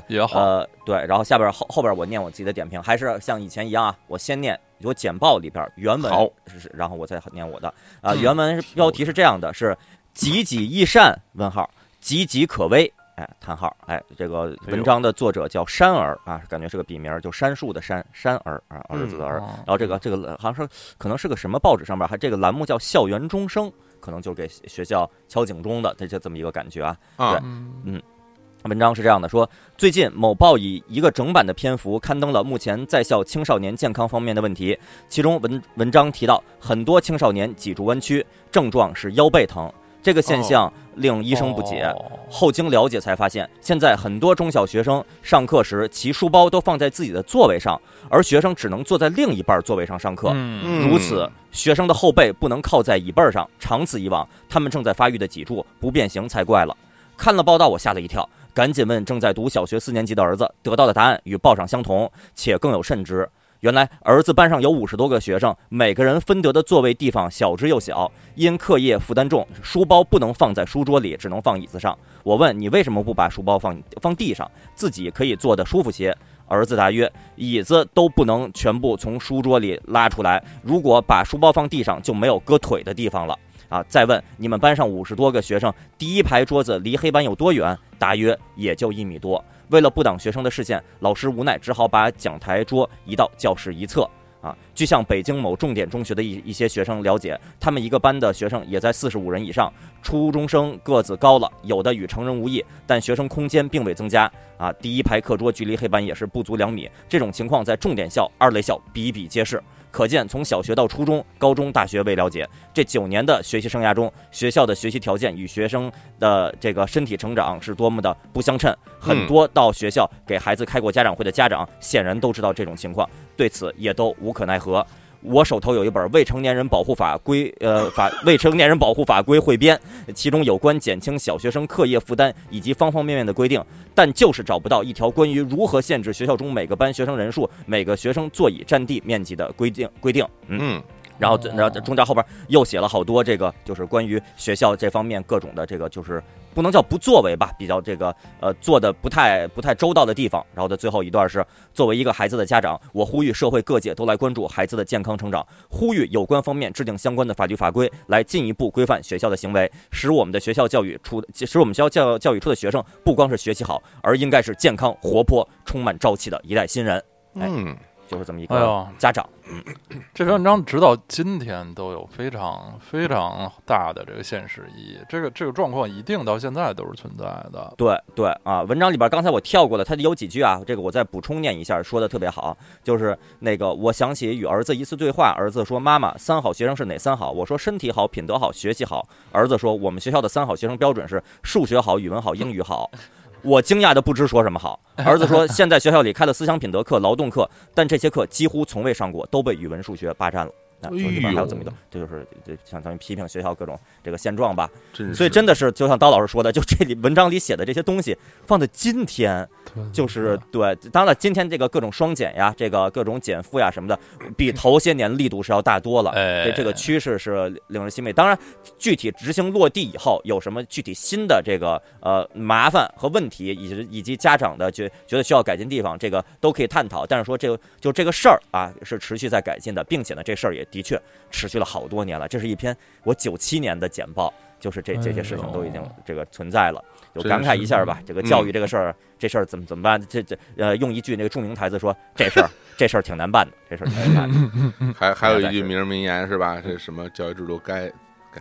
也好，呃，对，然后下边后后边我念我自己的点评，还是像以前一样啊，我先念我简报里边原文好是，是然后我再念我的啊、嗯原文是标题是这样的，是“己己益善”问号，“岌岌可危”哎，叹号哎，这个哎呦文章的作者叫山儿啊，感觉是个笔名，就杉树的杉，山儿啊，儿子的儿。哦然后这个这个好像是可能是个什么报纸上面，还这个栏目叫“校园钟声”，可能就是给学校敲警钟的，这就这么一个感觉啊。啊，嗯文章是这样的，说最近某报以一个整版的篇幅刊登了目前在校青少年健康方面的问题，其中文文章提到很多青少年脊柱弯曲，症状是腰背疼，这个现象令医生不解。哦后经了解才发现，现在很多中小学生上课时，其书包都放在自己的座位上，而学生只能坐在另一半座位上上课。嗯嗯如此，学生的后背不能靠在椅背儿上，长此以往，他们正在发育的脊柱不变形才怪了。看了报道，我吓了一跳，赶紧问正在读小学四年级的儿子，得到的答案与报上相同，且更有甚之。原来儿子班上有五十多个学生，每个人分得的座位地方小之又小，因课业负担重，书包不能放在书桌里，只能放椅子上。我问你为什么不把书包放放地上，自己可以坐得舒服些？儿子答曰：“椅子都不能全部从书桌里拉出来，如果把书包放地上，就没有搁腿的地方了。啊，再问你们班上五十多个学生，第一排桌子离黑板有多远？大约也就一米多。为了不挡学生的视线，老师无奈只好把讲台桌移到教室一侧。啊，据向北京某重点中学的一一些学生了解，他们一个班的学生也在四十五人以上，初中生个子高了，有的与成人无异，但学生空间并未增加。啊，第一排课桌距离黑板也是不足两米，这种情况在重点校、二类校比比皆是。可见，从小学到初中、高中、大学为了解，这九年的学习生涯中，学校的学习条件与学生的这个身体成长是多么的不相称。很多到学校给孩子开过家长会的家长，显然都知道这种情况，对此也都无可奈何。我手头有一本《未成年人保护法规》呃法《未成年人保护法规汇编》，其中有关减轻小学生课业负担以及方方面面的规定，但就是找不到一条关于如何限制学校中每个班学生人数、每个学生座椅占地面积的规定规定。嗯，嗯，然后哦然后中间后边又写了好多这个就是关于学校这方面各种的这个就是不能叫不作为吧，比较这个呃做的不太不太周到的地方。然后的最后一段是，作为一个孩子的家长，我呼吁社会各界都来关注孩子的健康成长，呼吁有关方面制定相关的法律法规，来进一步规范学校的行为，使我们的学校教育出使我们学校教教育出的学生不光是学习好，而应该是健康、活泼、充满朝气的一代新人。哎嗯，就是这么一哎个呦家长，这篇文章直到今天都有非常非常大的这个现实意义，这个这个状况一定到现在都是存在的。对对啊，文章里边刚才我跳过了，它有几句啊，这个我再补充念一下，说的特别好，就是那个我想起与儿子一次对话，儿子说妈妈三好学生是哪三好？我说身体好、品德好、学习好。儿子说我们学校的三好学生标准是数学好、语文好、英语好。我惊讶的不知说什么好。儿子说现在学校里开了思想品德课、劳动课，但这些课几乎从未上过，都被语文、数学霸占了。那说里边还有这么一段，这就是这相当于批评学校各种这个现状吧。真嗯是，所以真的是，就像刀老师说的，就这里文章里写的这些东西，放在今天就是对。当然了，今天这个各种双减呀，这个各种减负呀什么的，比头些年力度是要大多了。哎对这个 趋势是令人欣慰。当然，具体执行落地以后有什么具体新的这个呃麻烦和问题，以及以及家长的觉觉得需要改进地方，这个都可以探讨。但是说这个就这个事儿啊，是持续在改进的，并且呢，这事儿也的确持续了好多年了。这是一篇我九七年的简报，就是这这些事情都已经哎呦这个存在了。就真感慨是一下吧，这个嗯教育这个事儿，这事儿怎么怎么办？这这呃，用一句那个著名台词说，这事儿这事 儿挺难办的，这事儿挺难办的。还还有一句名人名言是吧？这什么教育制度该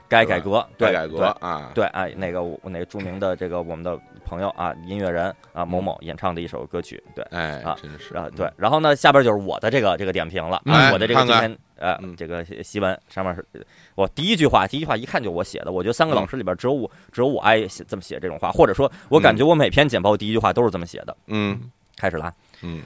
该改革，该对改革对啊，对，哎，那个我那个著名的这个我们的朋友啊，音乐人啊某某演唱的一首歌曲，对，哎啊，真嗯是然后对，然后呢，下边就是我的这个这个点评了，嗯我的这哎个看今看天呃嗯这个新闻上面是，我第一句话，第一句话一看就我写的，我觉得三嗯个老师里边只有我只有我爱写这么写这种话，或者说，我感觉我每篇简报第一句话都是这么写的。嗯开始啦，嗯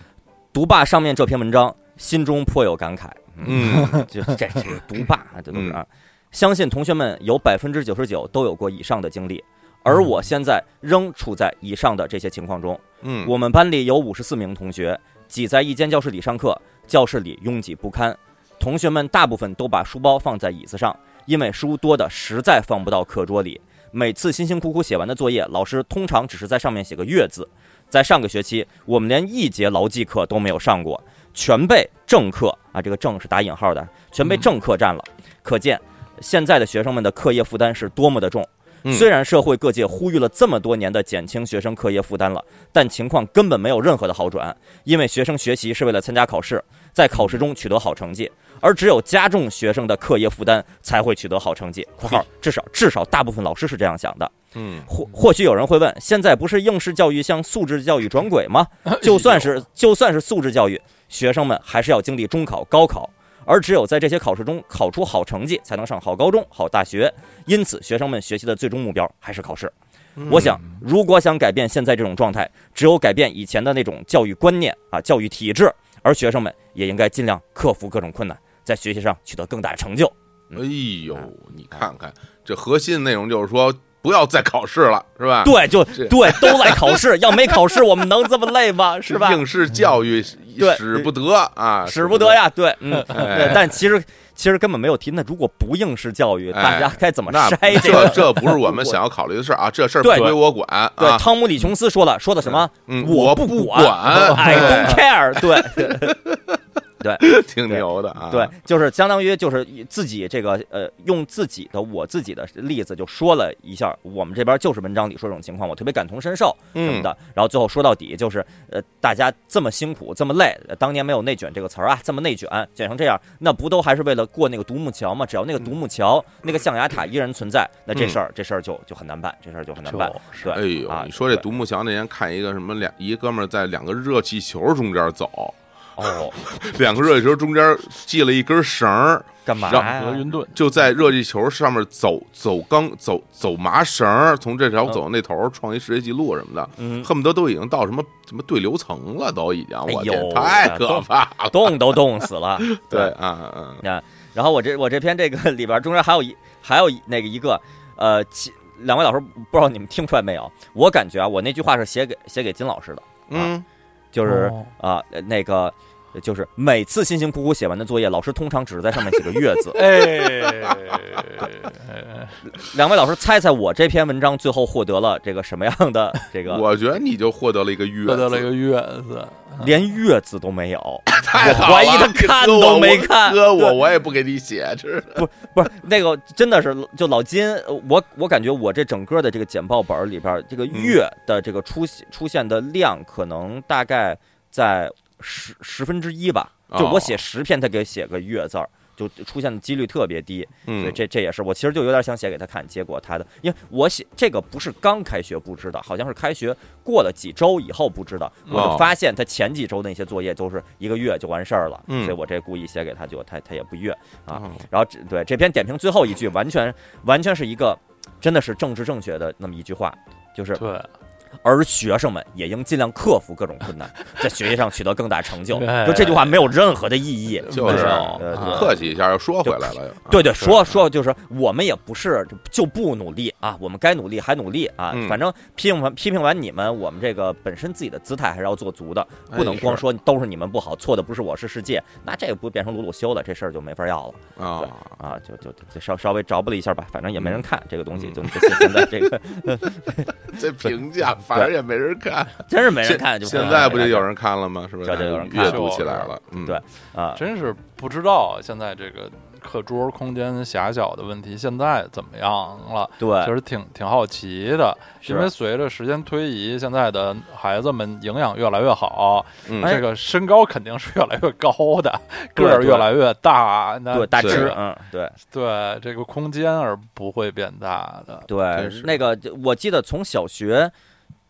读罢上面这篇文章，心中颇有感慨，嗯，就这这个读霸啊，这都是嗯啊。相信同学们有百分之九十九都有过以上的经历，而我现在仍处在以上的这些情况中。嗯，我们班里有五十四名同学挤在一间教室里上课，教室里拥挤不堪，同学们大部分都把书包放在椅子上，因为书多的实在放不到课桌里。每次辛辛苦苦写完的作业，老师通常只是在上面写个“月”字。在上个学期，我们连一节劳技课都没有上过，全被政课啊，这个“政”是打引号的，全被嗯政课占了。可见，现在的学生们的课业负担是多么的重。嗯虽然社会各界呼吁了这么多年的减轻学生课业负担了，但情况根本没有任何的好转，因为学生学习是为了参加考试，在考试中取得好成绩，而只有加重学生的课业负担才会取得好成绩。（括号至少至少大部分老师是这样想的。嗯或或许有人会问，现在不是应试教育向素质教育转轨吗？就算是就算是素质教育，学生们还是要经历中考、高考，而只有在这些考试中考出好成绩，才能上好高中、好大学。因此，学生们学习的最终目标还是考试。我想，如果想改变现在这种状态，只有改变以前的那种教育观念啊、教育体制，而学生们也应该尽量克服各种困难，在学习上取得更大成就。哎呦，嗯你看看这核心内容就是说不要再考试了，是吧？对，就是对，都来考试，要没考试，我们能这么累吗？是吧？嗯应试教育对使不得啊，使不得。呀，对，嗯， 哎对，但其实其实根本没有提。那如果不应试教育，哎大家该怎么那筛这这个？这不是 我们想要考虑的事儿啊，这事儿不对归我管对，啊。汤姆·李琼斯说了，说的什么？嗯，我不不管， 嗯，I don't care。对，哎挺牛的啊。对，就是相当于就是自己这个呃，用自己的我自己的例子就说了一下，我们这边就是文章里说这种情况，我特别感同身受什么嗯，的。然后最后说到底就是呃，大家这么辛苦这么累，呃当年没有内卷这个词儿啊，这么内卷卷成这样，那不都还是为了过那个独木桥吗？只要那个独木桥、嗯那个象牙塔依然存在，那这事儿、这事儿就就很难办，这事儿就很难办。是对，哎呦，啊你说这对独木桥那天看一个什么两一哥们儿在两个热气球中间走，哦，两个热气球中间系了一根绳儿，干嘛呀和？云顿，就在热气球上面走走钢走走麻绳儿，从这条走到那头儿创一世界纪录什么的，嗯，恨不得都已经到什么什么对流层了，都已经，我哎天，呦太可怕 了。冻都冻死了。 对啊，嗯然后我这我这篇这个里边中间还有一还有一那个一个呃，其两位老师不知道你们听出来没有？我感觉啊，我那句话是写给写给金老师的，嗯 就是哦。啊、呃那个就是每次辛辛苦苦写完的作业，老师通常只是在上面写个月字哎，两位老师猜猜我这篇文章最后获得了这个什么样的这个？我觉得你就获得了一个月字，获得了一个月字，连月字都没有，太好了，我怀疑他看你搁都我没看搁我我也不给你写，真是不是那个，真的是就老金，呃我我感觉我这整个的这个简报本儿里边儿，这个月的这个出现出现的量可能大概在十十分之一吧，就哦我写十篇，他给写个月字儿，就出现的几率特别低，所以嗯这这也是我其实就有点想写给他看，结果他的，因为我写这个不是刚开学布置的，好像是开学过了几周以后布置的，我哦就发现他前几周那些作业都是一个月就完事儿了，嗯所以我这故意写给他，就他他也不阅。啊嗯然后这对这篇点评最后一句，完全完全是一个真的是政治正确的那么一句话，就是对，而学生们也应尽量克服各种困难，在学习上取得更大 成就。对就这句话没有任何的意义，就是啊是呃对客气一下，又说回来了，又对对，啊说说就是我们也不是就不努力啊，我们该努力还努力啊嗯，反正批评完批评完你们，我们这个本身自己的姿态还是要做足的，不能哎光说都是你们不好，错的不是我是世界，那这个不变成鲁鲁修了，这事儿就没法要了是啊，啊，就就就稍稍微着不了一下吧，反正也没人看这个东西，嗯就就现在这个 这评价反正也没人看，真是没人看，就现现在不就有人人看了吗？是不是？这就有人看阅读起来了，嗯，对啊，真是不知道现在这个课桌空间狭小的问题现在怎么样了？其对，实挺挺好奇的，是因为随着时间推移，现在的孩子们营养越来越好，嗯这个身高肯定是越来越高的， 对个儿对越来越大，那对大对只，嗯，对对这个空间而不会变大的，对真是，那个我记得从小学。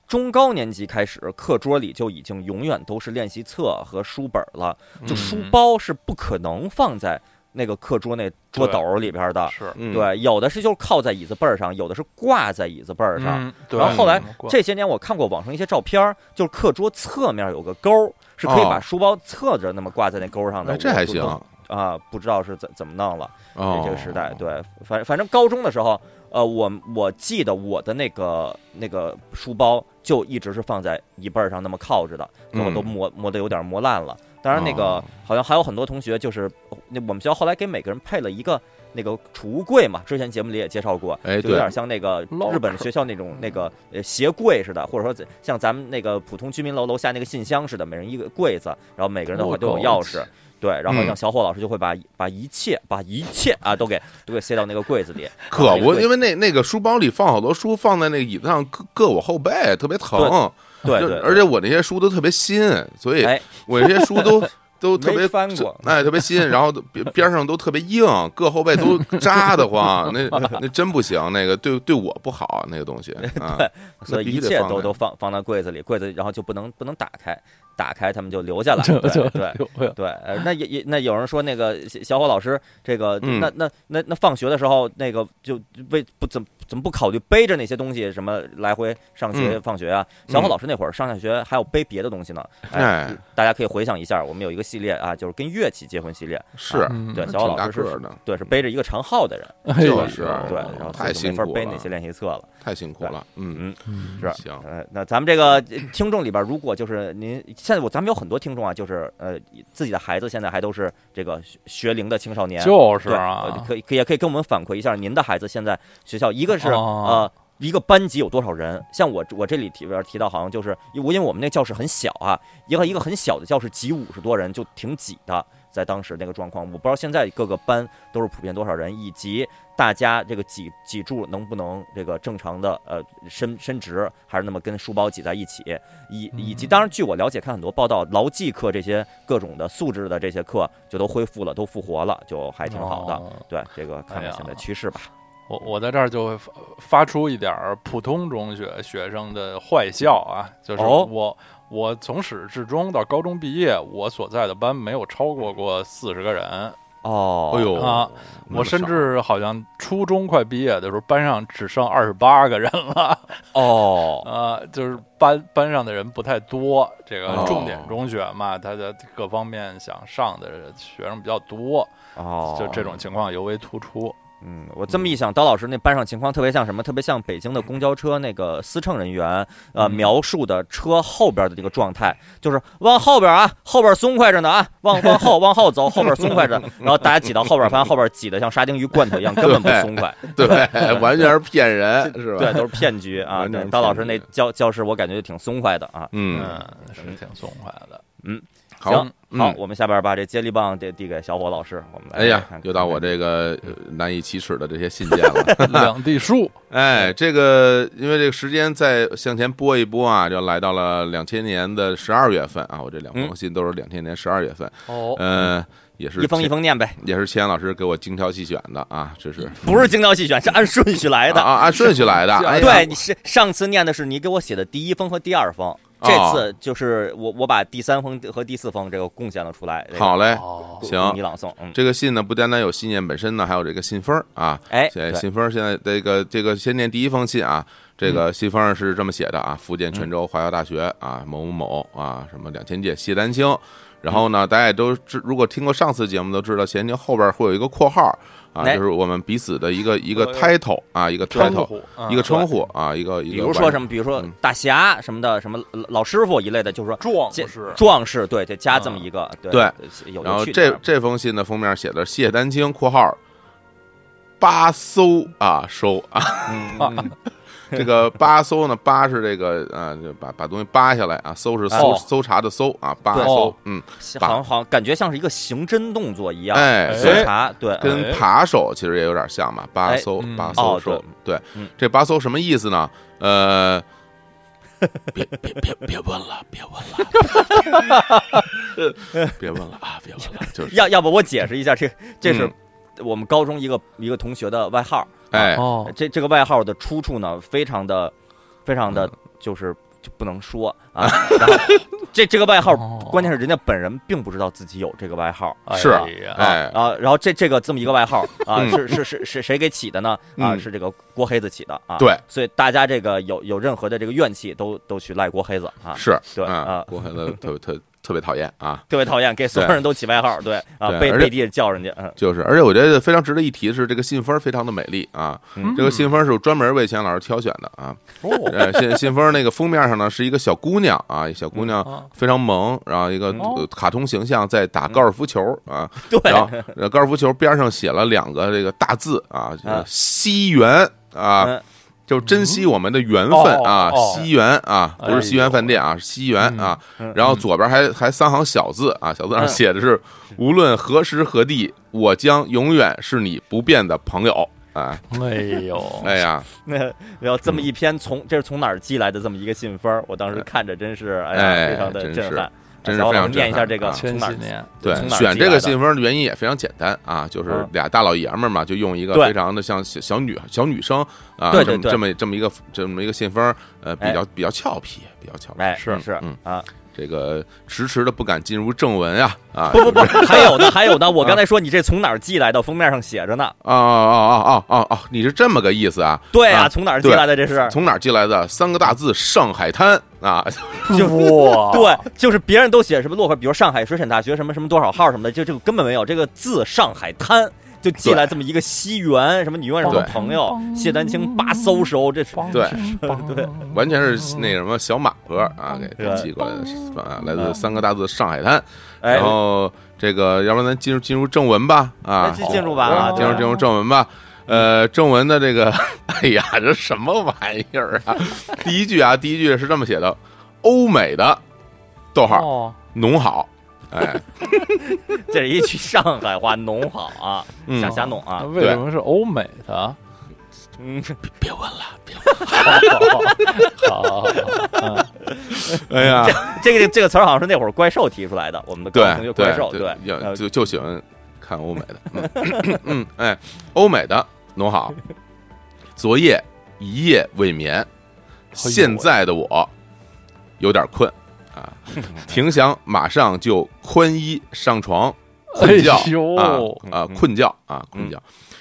中高年级开始，课桌里就已经永远都是练习册和书本了，就书嗯包是不可能放在那个课桌那桌对斗里边的。是嗯，对，有的是就是靠在椅子背儿上，有的是挂在椅子背儿上。嗯对然后后来嗯这些年我看过网上一些照片儿，就是课桌侧面有个钩儿，是可以哦把书包侧着那么挂在那钩儿上的。哎，这我还就行都啊、不知道是怎怎么弄了。哦，这个时代，对，反反正高中的时候，呃，我我记得我的那个那个书包就一直是放在椅背儿上那么靠着的，最后都嗯磨磨得有点磨烂了。当然，那个哦好像还有很多同学就是，那我们学校后来给每个人配了一个那个储物柜嘛，之前节目里也介绍过，哎就有对点像那个 Locker 日本学校那种那个呃鞋柜似的，或者说在像咱们那个普通居民楼楼下那个信箱似的，每人一个柜子，然后每个人都会都有钥匙。对，然后嗯让小伙老师就会把把一切把一切啊都给都给塞到那个柜子里，可不，对因为那那个书包里放好多书，放在那个椅子上硌硌我后背，特别疼。对就对，而且我那些书都特别新，所以哎我这些书 都都特别没翻过哎，特别新，然后都边边上都特别硬，硌后背都扎得慌，那那真不行，那个对对我不好，那个东西 啊，所以那必一须得切放都在都放放到柜子里，柜子然后就不能不能打开，打开他们就留下来，就 对就对。就对，呃那也也那有人说那个小小伙老师，这个、嗯那那那那放学的时候，那个就就为不怎么怎么不考虑背着那些东西什么来回上学、嗯放学啊？小伙嗯老师那会儿上下学还要背别的东西呢，哎，大家可以回想一下，我们有一个系列啊，就是跟乐器结婚系列，是嗯对，挺小伙老大师个是儿的，对是背着一个长号的人，哎呦就是对，哦然后所太以就辛没法苦背那些了，练习册了。太辛苦了，嗯，嗯是行，呃，那咱们这个呃听众里边儿，如果就是您现在我咱们有很多听众啊，就是呃自己的孩子现在还都是这个学学龄的青少年，就是对啊呃，可以可以也可以跟我们反馈一下您的孩子现在学校，一个是、哦呃一个班级有多少人？像我我这里提边提到，好像就是因为因为我们那教室很小啊，一个一个很小的教室挤五十多人就挺挤的，在当时那个状况，我不知道现在各个班都是普遍多少人，以及大家这个挤挤住能不能这个正常的呃伸伸直，还是那么跟书包挤在一起，以以嗯及当然据我了解，看很多报道，劳技课这些各种的素质的这些课就都恢复了，都复活了，就还挺好的。哦对，这个看哎呀看现在趋势吧。我我在这儿就会发发出一点儿普通中学学生的坏笑啊，就是哦我、我从始至终到高中毕业，我所在的班没有超过过四十个人。哦，哎呦，啊那么我甚少至好像初中快毕业的时候，班上只剩二十八个人了， 哦，啊，就是班班上的人不太多。这个哦重点中学嘛，它的各方面想上的学生比较多，哦，就这种情况尤为突出。嗯，我这么一想，刀老师那班上情况特别像什么？特别像北京的公交车那个司乘人员呃嗯描述的车后边的这个状态，就是往后边啊，后边松快着呢啊，往往后往后走，后边松 快着，然后大家挤到后边，发现后边挤得像沙丁鱼罐头一样，根本不松快。对，完全是骗人，是吧？对，都是骗局啊！完全对是，骗刀老师那局教教室我感觉就挺松快的啊。嗯，嗯，是挺松快的。好，嗯好，我们下边把这接力棒递递给小伙老师，我们来哎呀看看，又到我这个呃难以启齿的这些信件了。两地树， 哎，这个因为这个时间再向前拨一拨啊，就来到了两千年的十二月份啊。我这两封信都是两千年十二月份，哦，嗯、也是一封一钱封念呗，也是钱老师给我精挑细选的啊，这是不是精挑细选，是按顺序来的啊。啊按顺序来的。是哎呀、对，你是上次念的是你给我写的第一封和第二封，这哦次就是我我把第三封和第四封这个贡献了出来。这个好嘞，哦行你朗诵，嗯，这个信呢不单单有信件本身呢，还有这个信封儿啊。哎，对，对信封儿现在这个这个先念第一封信啊，这嗯个信封儿是这么写的啊：福建泉州华侨大学啊某某某啊什么两千届谢丹青。然后呢，大家也都知，如果听过上次节目都知道，谢丹青后边会有一个括号啊，哎就是我们彼此的一个一个哎 title 啊，一个 title，一个称呼啊，一个一个。比如说什么？么，比如说嗯大侠什么的，什么老师傅一类的，就是说壮这士，壮士，对，得加这么一个，对对，有然后有趣这点儿这封信的封面写的谢丹青（括号八搜啊收啊嗯嗯 嗯这个扒搜呢，扒是这个啊，就把把东西扒下来啊，搜是搜、哦搜查的搜啊，扒哎对哦搜，嗯，好像好像感觉像是一个刑侦动作一样，哎，哎搜对查对，跟扒手其实也有点像嘛，扒哎搜嗯扒搜哦对搜，对嗯，这扒搜什么意思呢？呃，别别别别问了，别问 了，别问了啊，别问了，就是要要不我解释一下，这这是嗯我们高中一个一个同学的外号，哎，哦，这这个外号的出处呢，非常的非常嗯的就是就不能说啊，然后这这个外号哦关键是人家本人并不知道自己有这个外号。是哎呀哎，啊，然后这这个这么一个外号啊，嗯是是是是谁给起的呢？啊，嗯是这个郭黑子起的啊。对，所以大家这个有有任何的这个怨气，都都去赖郭黑子啊。是，对啊啊，郭海子特别特特别讨厌啊，特别讨厌，给所有对人都起外号，对啊，对背而且背地里叫人家，嗯，就是，而且我觉得非常值得一提的是，这个信封非常的美丽啊，嗯这个信封是专门为钱老师挑选的啊，哦呃，信信封那个封面上呢是一个小姑娘啊，一小嗯姑娘哦啊非常萌，然后一个哦呃卡通形象在打高尔夫球啊，对，然后呃高尔夫球边上写了两个这个大字啊，就是啊惜缘啊，嗯，就珍惜我们的缘哦分哦啊，哦惜缘啊，不哎是西呦园饭店啊，是惜缘啊嗯嗯。然后左边还还三行小字啊，小字上嗯写的是无论何时何地，我将永远是你不变的朋友。啊，哎呦，哎呀， 那然后这嗯么一篇从这是从哪儿寄来的这么一个信封儿，我当时看着真是哎哎呀非常的真震是撼，真是然后非我常们念一下震撼这个啊从千哪禧儿年，对从，哪儿选寄这个来的信封的原因也非常简单啊，就是嗯俩大老爷们儿嘛，就用一个对非常的像小小女小女生啊，对这对么对这么这么一个这么一个信封，呃，比较比较俏皮，比较俏皮，哎是是嗯啊，这个迟迟的不敢进入正文啊啊，不不 不就是，还有呢还有呢，我刚才说你这从哪儿寄来的，封面上写着呢，哦哦哦哦哦哦，你是这么个意思啊？对啊，啊从哪儿寄来的这是，从哪儿寄来的？三个大字“上海滩”啊，哇，对，就是别人都写什么落款，比如上海水产大学什么什么多少号什么的，就这个根本没有这个字“上海滩”，就寄来这么一个西园什么你永远是我对朋友，谢丹青八搜收，这是嗯对 对，完全是那什么小马哥啊给哦是寄过来的，啊，来自三个大字“上海滩”。哎然，后这个，要不然咱进入进入正文吧啊那，就进入吧啊，啊，进入进入正文吧。呃，正文的这个， 哎呀，这什么玩意儿啊？第一句啊，第一句是这么写的：欧美的，逗号哦，农好，哎， 这是一句上海话，农好啊，嗯想瞎弄啊，为什么是欧美 的？嗯， 别问了，别问好，好好好了，哎呀，这个这个词儿好像是那会儿怪兽提出来的，我们的高中同学对怪兽，对，要呃就就喜欢看欧美的，嗯嗯，哎，欧美的弄好，昨夜一夜未哎眠，喂现在的我有点困啊，嗯挺想马上就宽衣上床困觉哎呦啊啊嗯困觉啊困觉，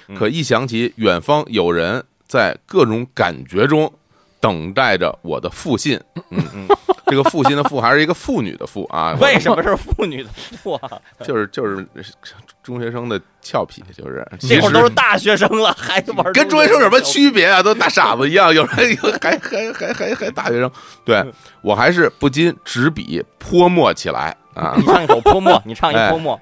嗯可一想起远方有人在各种感觉中等待着我的复信，嗯嗯。这个复信的复还是一个妇女的妇啊？我 为什么是妇女的妇啊？就是就是中学生的俏皮，就是这会儿都是其实大学生了， 还玩跟中学生有什么区别啊？都大傻子一样，有人有还还还还还大学生。对嗯我还是不禁执笔泼墨起来啊 你！唱一首泼墨，你唱一哎泼墨。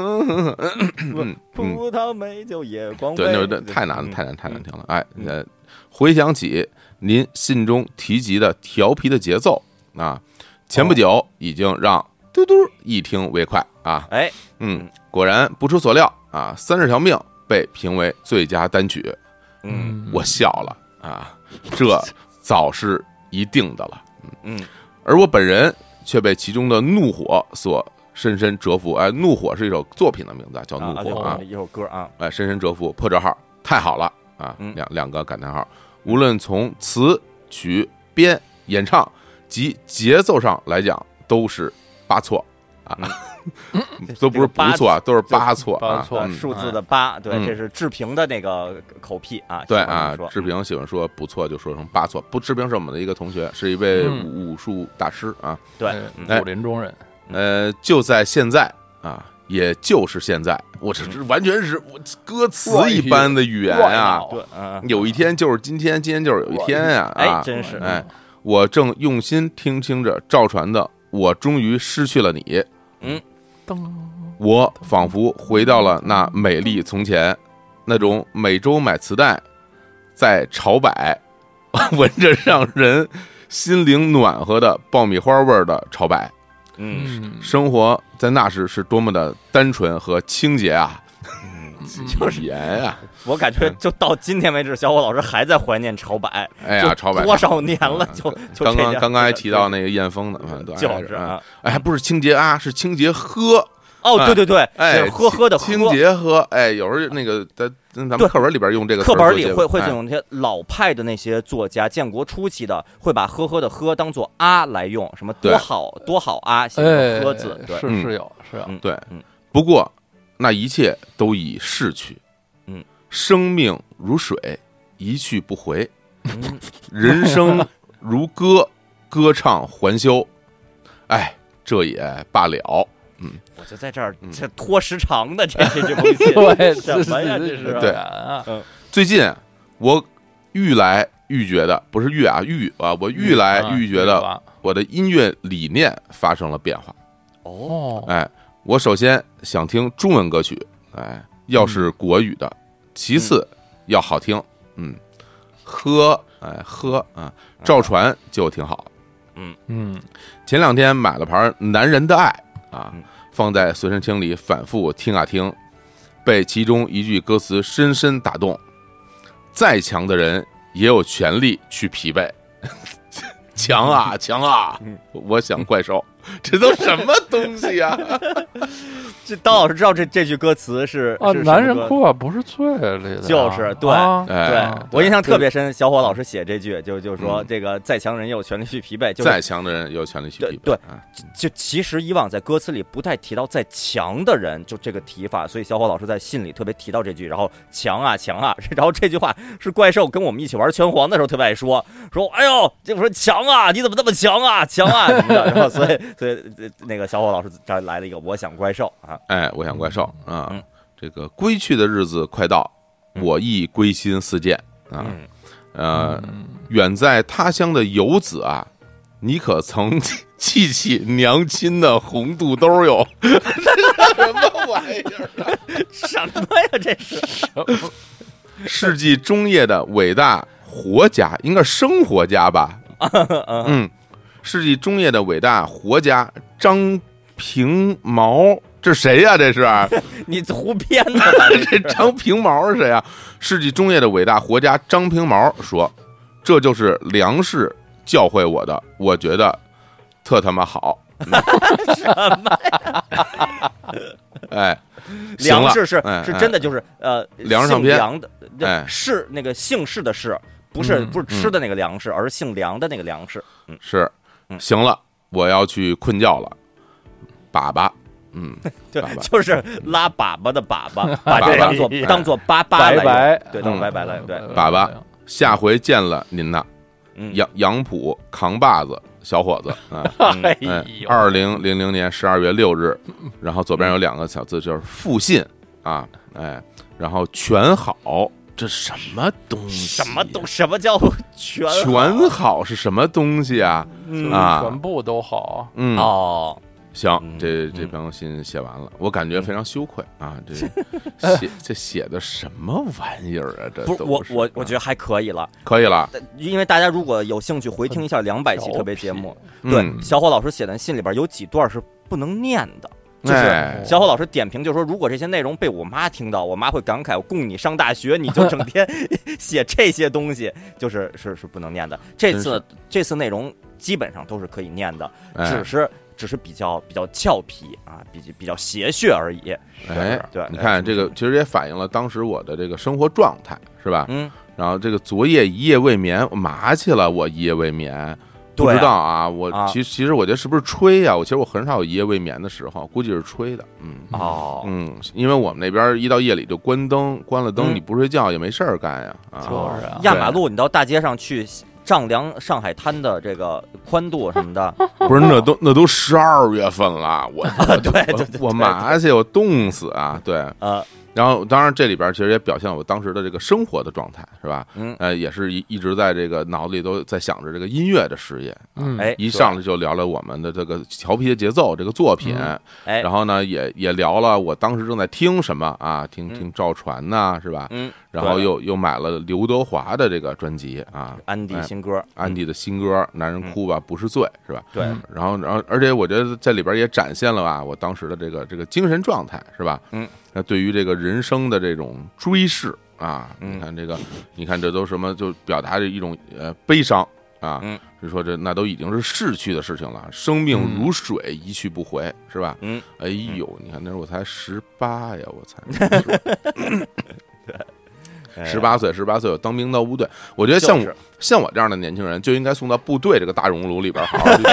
嗯葡萄美酒夜光对，那那太难了，嗯太难，太难听了。哎，呃，回想起您信中提及的调皮的节奏啊，前哦不久已经让嘟嘟一听为快啊。哎，嗯，果然不出所料啊，《三十条命》被评为最佳单曲，嗯我笑了啊，这早是一定的了。嗯，而我本人却被其中的怒火所深深折服。哎，怒火是一首作品的名字啊，叫怒啊，火就啊，一首歌啊，哎，深深折服，破折号，太好了啊嗯，两两个感叹号。无论从词曲编演唱及节奏上来讲，都是八错啊，都不是不错啊，都是八错八啊，错嗯呃数字的八，对，嗯这是志平的那个口癖啊，对喜欢啊这么，说志平喜欢说不错就说成八错。不，志平是我们的一个同学，是一位嗯武术大师啊。对，嗯哎武林中人，呃，就在现在啊，也就是现在，我这嗯这完全是我歌词一般的语言啊哇。对，嗯，有一天就是今天，今天就是有一天呀哎啊，！真是，哎，我正用心听听着赵传的《我终于失去了你》，噔，我仿佛回到了那美丽从前，那种每周买磁带，在朝摆 闻着让人心灵暖和的爆米花味儿的朝摆。嗯，嗯，生活在那时是多么的单纯和清洁啊！嗯语言 啊，我感觉就到今天为止，小伙老师还在怀念朝摆。哎呀，就朝摆多少年了，就就刚这刚样刚刚还提到那个燕峰呢，嗯对还就是嗯啊哎，不是清洁啊，是清洁喝，哦，哎对对对，哎，是呵呵的清清呵。洁喝，哎，有时候那个咱咱咱们对课文里边用这个词课儿本做里结会尾会哎这种那些老派的那些作家，建国初期的会把“呵呵”的“呵”当做“啊”来用，什么对多好多好啊，写哎，个“呵”字，对，嗯是是有是有嗯，对嗯，不过那一切都已逝去，嗯，生命如水，一去不回，嗯 人生如歌，歌唱还休，哎，这也罢了。我就在这儿嗯这拖时长的这这这 东 西，对，什么呀这是？对啊，最近我愈来愈觉得，不是愈啊愈啊，我嗯愈来愈觉得啊我的音乐理念发生了变化。哦，哦，哎，我首先想听中文歌曲，哎，要是国语的，其次要好听，嗯，喝，哎喝啊，赵传就挺好。嗯，前两天买了盘《男人的爱》啊嗯，放在随身听里反复听啊听，被其中一句歌词深深打动。再强的人也有权利去疲惫， 强啊强啊！我想怪兽，这都什么东西啊？这当老师知道这这句歌词是啊，是什么男人歌哭啊不是罪里的啊，就是对啊哎对，我印象特别深，小伙老师写这句，就就说这个再强人也有权利去疲惫，就是再强的人也有权利去疲惫。对啊就其实以往在歌词里不太提到再强的人，就这个提法，所以小伙老师在信里特别提到这句，然后强啊强啊， 然后这句话是怪兽跟我们一起玩拳皇的时候特别爱说，说哎呦，这我说强啊，你怎么那么强啊，强啊什么的，然后所以所以呃那个小伙老师这儿来了一个我想怪兽啊，哎，我想怪兽啊，嗯这个归去的日子快到，嗯我亦归心似箭啊。嗯呃，远在他乡的游子啊，你可曾记起娘亲的红肚兜 哟？什么玩意儿？什么呀这是，世纪中叶的伟大活家，应该是生活家吧？ 嗯，世纪中叶的伟大活家张平毛，这谁呀、这是。啊你胡编的吧，这 这是张平毛是谁啊？世纪中叶的伟大活家张平毛说：“这就是粮食教会我的，我觉得特他妈好。 嗯” 哎，行粮了食是哎是哎真的就是呃粮食姓上篇梁的哎对是那个姓氏的氏，不是嗯不是吃的那个粮食，而是姓梁的那个粮食。哎是嗯行了，我要去困觉了，粑粑，嗯，对粑粑，就是拉粑粑的粑 粑，把粑这粑当做哎当做粑粑来拜用，拜，对，当嗯做拜拜来用，对，爸爸下回见了您呐，嗯，杨杨浦扛把子小伙子啊。嗯哎哎，呦，二零零零年十二月六日，然后左边有两个小字，就是复信啊，哎，然后全好，这什么东西？什么啊都？什么叫全嗯全好是什么东西啊？嗯啊全部都好，嗯，哦，行，嗯这这嗯篇信写完了，我感觉非常羞愧啊，这写这写的什么玩意儿啊？这嗯不都我是我啊我觉得还可以了，可以了，但因为大家如果有兴趣回听一下两百期特别节目，对嗯，小伙老师写的信里边有几段是不能念的。就是哎小伙老师点评就说，如果这些内容被我妈听到，我妈会感慨：我供你上大学，你就整天 写这些东西，就是是是不能念的。这真是次这次内容基本上都是可以念的，哎只是只是比较比较俏皮啊，比比较邪谑而已。哎，对你看这个其实也反映了当时我的这个生活状态，是吧？嗯，然后这个昨夜一夜未眠，我麻去了，我一夜未眠。不对啊知道啊，我啊其实其实我觉得是不是吹呀、我其实我很少有一夜未眠的时候，估计是吹的。嗯哦，嗯，因为我们那边一到夜里就关灯，关了灯嗯你不睡觉也没事儿干呀。啊，就是啊，压马路，你到大街上去丈量上海滩的这个宽度什 么的， 不是那都那都十二月份了，我 对对对我我麻去，我冻死啊！对，呃，然后，当然这里边其实也表现我当时的这个生活的状态，是吧？嗯呃，也是一一直在这个脑子里都在想着这个音乐的事业。嗯哎，一上来就聊了我们的这个调皮的节奏这个作品，嗯哎然后呢也也聊了我当时正在听什么啊，听嗯听赵传呐、是吧？嗯，然后对嗯又又买了刘德华的这个专辑啊，安迪哎新歌，安迪的新歌《男人哭吧不是罪》是吧？对，嗯然后，然后，而且我觉得在里边也展现了吧，我当时的这个这个精神状态，是吧？嗯，那对于这个人生的这种追视啊，嗯你看这个，你看这都什么，就表达着一种呃悲伤啊，嗯，就说这那都已经是逝去的事情了，生命如水，一去不回，是吧？嗯，哎呦，你看那时候我才十八呀，我 才十八岁，十八岁我当兵到部队，我觉得像我、就是像我这样的年轻人就应该送到部队这个大熔炉里边好好去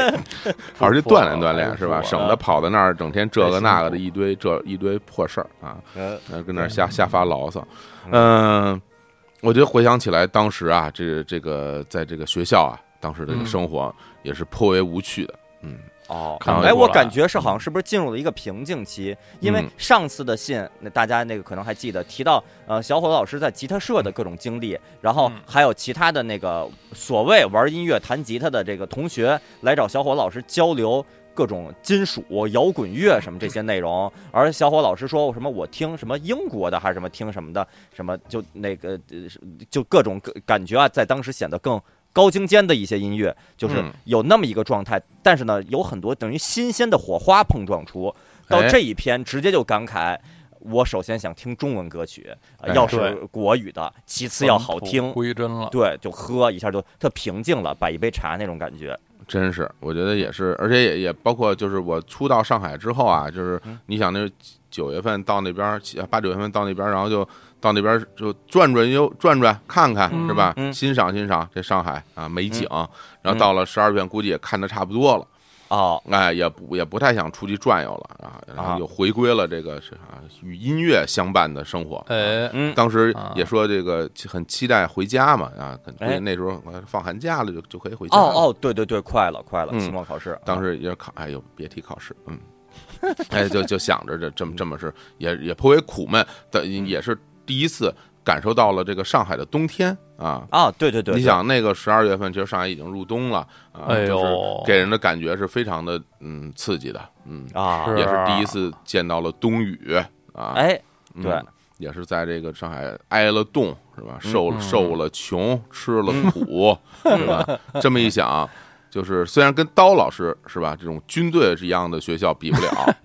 好好去锻炼锻炼是吧？省得跑到那儿整天这个那个的一堆这一堆破事儿啊，哎，呃跟那儿瞎瞎发牢骚。嗯，我觉得回想起来当时啊，这这个在这个学校啊，当时的这个生活也是颇为无趣的。嗯，哦，看不哎，出我来感觉是好像是不是进入了一个瓶颈期？因为嗯上次的信，那大家那个可能还记得提到，呃，小伙子老师在吉他社的各种经历，然后嗯还有其他的那个所谓玩音乐、弹吉他的这个同学来找小伙老师交流。各种金属、摇滚乐什么这些内容，而小伙老师说什么我听什么英国的还是什么听什么的，什么就那个呃是就各种各感觉啊，在当时显得更高精尖的一些音乐，就是嗯有那么一个状态。但是呢，有很多等于新鲜的火花碰撞出，到哎这一篇直接就感慨。我首先想听中文歌曲，呃哎嗯要是对国语的，其次要好听，归真了，对，就喝一下就特平静了，摆一杯茶那种感觉。真是，我觉得也是，而且也也包括就是我初到上海之后啊，就是嗯你想那九月份到那边儿，八九月份到那边儿，然后就到那边儿就转转悠转转看看嗯是吧？嗯欣赏欣赏这上海啊美景，然后到了十二月份估计也看的差不多了，哦，哎，也不也不太想出去转悠了啊，然啊后又回归了这个是啊与音乐相伴的生活。哎，嗯，当时啊也说这个很期待回家嘛啊，可能哎那时候呃放寒假了就就可以回家哦了。哦，对对对，快了快了，嗯期末考试，当时也是考，哎呦，别提考试，嗯， 哎，就就想着这这么这么是，也也颇为苦闷，但也是第一次感受到了这个上海的冬天啊。啊，对对对，你对，想那个十二月份，其实上海已经入冬了啊，哎就是呦给人的感觉是非常的嗯刺激的，嗯，啊，是也是第一次见到了冬雨啊，哎，嗯对，也是在这个上海挨了冻是吧？受嗯受了穷，吃了苦，是吧？这么一想，就是虽然跟刀老师是吧，这种军队是一样的学校比不 了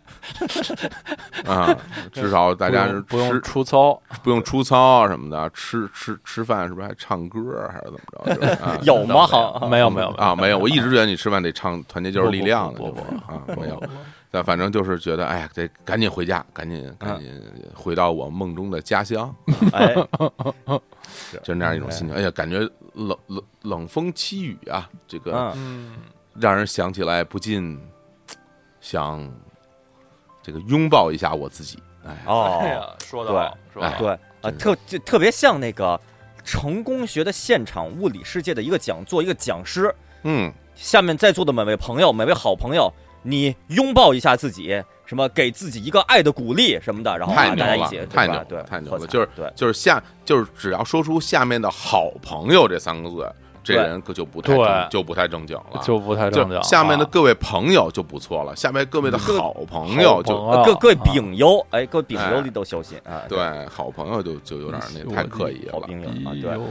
啊，至少大家是不用不用吃出操，哦不用出操啊什么的，吃吃吃饭是不是还唱歌啊还是怎么着就是？ 啊有吗？没好，有哦没有没有啊，没有，我一直觉得你吃饭得唱《团结就是力量》的，不就是不啊，没有。但反正就是觉得，哎呀，得赶紧回家，赶紧赶紧回到我梦中的家乡， 哎，就是那样一种嗯心情。哎呀，感觉冷冷冷风凄雨啊，这个嗯，嗯，让人想起来不禁想这个拥抱一下我自己。哎，哎哦，呀，说的好，说得好对啊，真是特就特别像那个成功学的现场物理世界的一个讲座，一个讲师。嗯，下面在座的每位朋友，每位好朋友，你拥抱一下自己，什么给自己一个爱的鼓励什么的，然后太啊牛大家一了起，对太吧牛了对，太牛喝了彩就是对，就是下就是只要说出下面的好朋友这三个字，这对人可就不太正对就不太正经了，就不太正就经。下面的啊各位朋友就不错了，下面各位的嗯好朋友就好朋友各各位啊丙友，哎，各位丙友哎里都小心啊，对好朋友就就有点那太刻意嗯好了。丙友啊，哎对呦。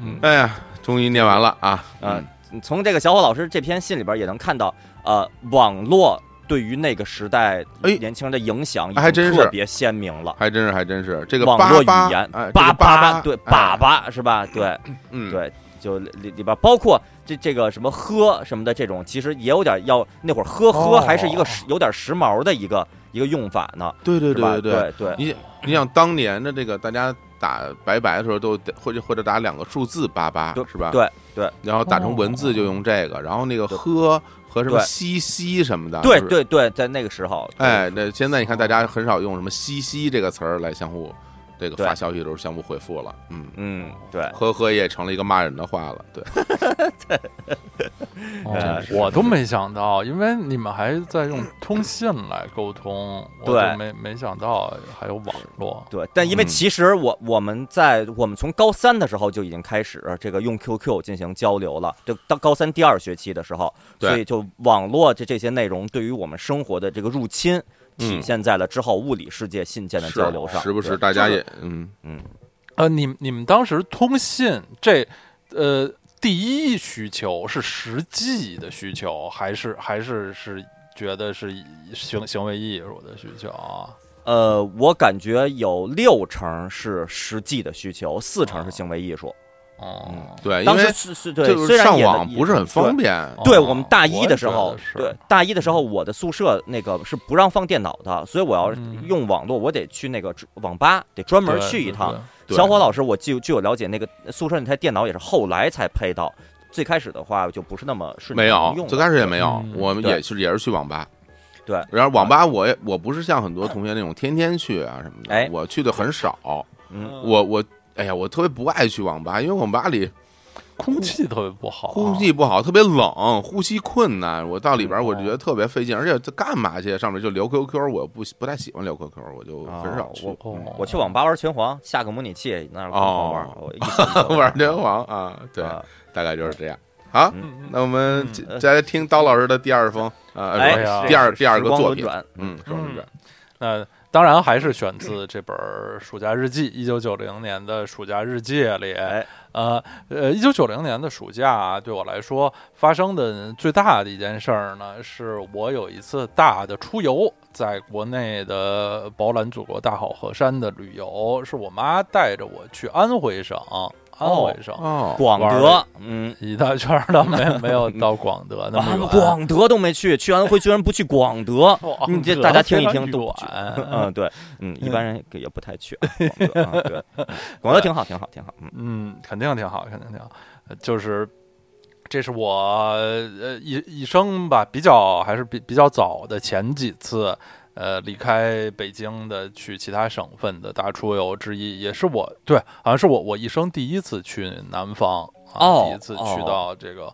嗯哎呀，终于念完了啊！嗯嗯，从这个小伙老师这篇信里边也能看到，呃，网络对于那个时代哎年轻人的影响已还经真是特别鲜明了。还真是还真是这个网八络八语言，哎，这叭个叭八对，粑八，哎粑是吧？对嗯，对，就里里边包括这这个什么喝什么的这种，其实也有点要那会儿喝喝哦还是一个时有点时髦的一个一个用法呢，对对是吧？对对，对对，你你想当年的这个大家打白白的时候都得或者或者打两个数字八八对是吧？对对，然后打成文字就用这个，然后那个对喝和什么对西西什么的，对就是。对对，在那个时候，哎哎，那现在你看，大家很少用什么“西西”这个词儿来相互这个对发消息的时候相互回复了，嗯，嗯，对，呵呵也成了一个骂人的话了，对，哦是我都没想到，因为你们还在用通信来沟通，我对都没没想到还有网络。对，但因为嗯其实我我们在我们从高三的时候就已经开始这个用 QQ 进行交流了，就到高三第二学期的时候，对所以就网络这这些内容对于我们生活的这个入侵，体嗯啊现在了之后物理世界信件的交流上，时不时对大家就是也嗯呃，你们你们当时通信这，呃，第一需求是实际的需求，还是还是是觉得是行行为艺术的需求啊？呃，我感觉有六成是实际的需求，四成是行为艺术。哦，对，啊因当为时是是对，就是虽然上也网不是很方。便，哦对对我们大一的时我候也觉得，是对大一的时候，我的宿舍那个是不让放电脑的，所以我要嗯用网络，我得去那个网吧，得专门对去一趟。。对小火老师，我据据我了解，那个宿舍那台电脑也是后来才配到，最开始的话就不是那么顺没利能有用，的。最开始也没有嗯，我们对也是也是去网吧。对然后网吧我也我不是像很多同学那种天天去啊什么的哎，我去的很少。嗯我我哎呀，我特别不爱去网吧，因为网吧里空气特别不好，啊空气不好，特别冷，呼吸困难。我到里边哦我就觉得特别费劲，而且这干嘛去？上面就聊 QQ，我不不太喜欢聊 QQ，我就很少去哦哦，我去网吧玩拳皇，下个模拟器那儿疯狂玩哦，我一宿 都玩天皇啊。对，啊大概就是这样。好，哦嗯那我们嗯接再来听刀老师的第二封啊，哎不是呀第二是第二时个光作轮品，转嗯，双人卷那当然还是选自这本儿《暑假日记》，一九九零年的暑假日记里。哎呃呃，一九九零年的暑假、啊、对我来说发生的最大的一件事儿呢，是我有一次大的出游，在国内的宝蓝祖国大好河山的旅游，是我妈带着我去安徽省，安徽省。哦，广德，嗯，一大圈儿都没没有到广德那么啊远，，广德都没去，去安徽居然不去广德广 你这德大家听一非 常听都远，嗯，对，嗯，一般人也不太去啊广德，啊对，广德挺好，挺好，挺好，嗯，嗯，肯定挺好，肯定挺好。呃就是这是我呃一一生吧，比较还是比比较早的前几次，呃，离开北京的去其他省份的大出游之一，也是我对，好像是我我一生第一次去南方，啊、哦第一次哦去到这个。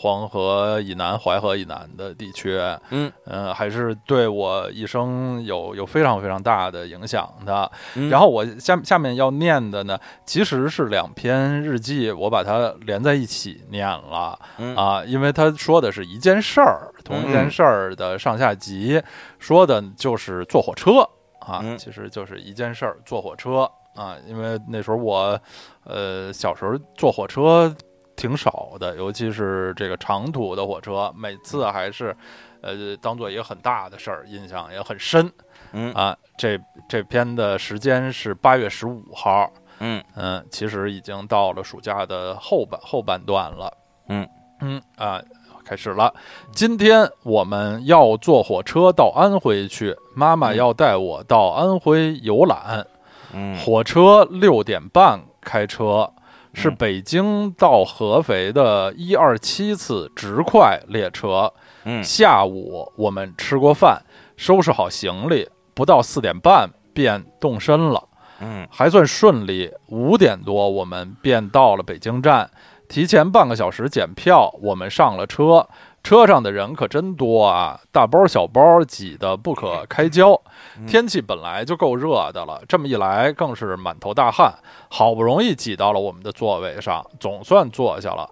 黄河以南、淮河以南的地区，嗯呃，还是对我一生有有非常非常大的影响的。嗯然后我下下面要念的呢，其实是两篇日记，我把它连在一起念了、嗯啊，因为他说的是一件事儿，同一件事儿的上下集，说的就是坐火车啊，嗯其实就是一件事儿，坐火车啊，因为那时候我呃小时候坐火车挺少的，尤其是这个长途的火车，每次还是呃当做一个很大的事儿，印象也很深。嗯 啊，这这篇的时间是八月十五号，嗯嗯，其实已经到了暑假的后半后半段了，嗯嗯啊，开始了。今天我们要坐火车到安徽去，妈妈嗯要带我到安徽游览。嗯火车六点半开车，是嗯北京到合肥的一二七次直快列车。 嗯下午我们吃过饭，收拾好行李，不到四点半便动身了，嗯还算顺利。五点多我们便到了北京站，提前半个小时检票，我们上了车。车上的人可真多啊，大包小包挤得不可开交。天气本来就够热的了，这么一来更是满头大汗。好不容易挤到了我们的座位上，总算坐下了。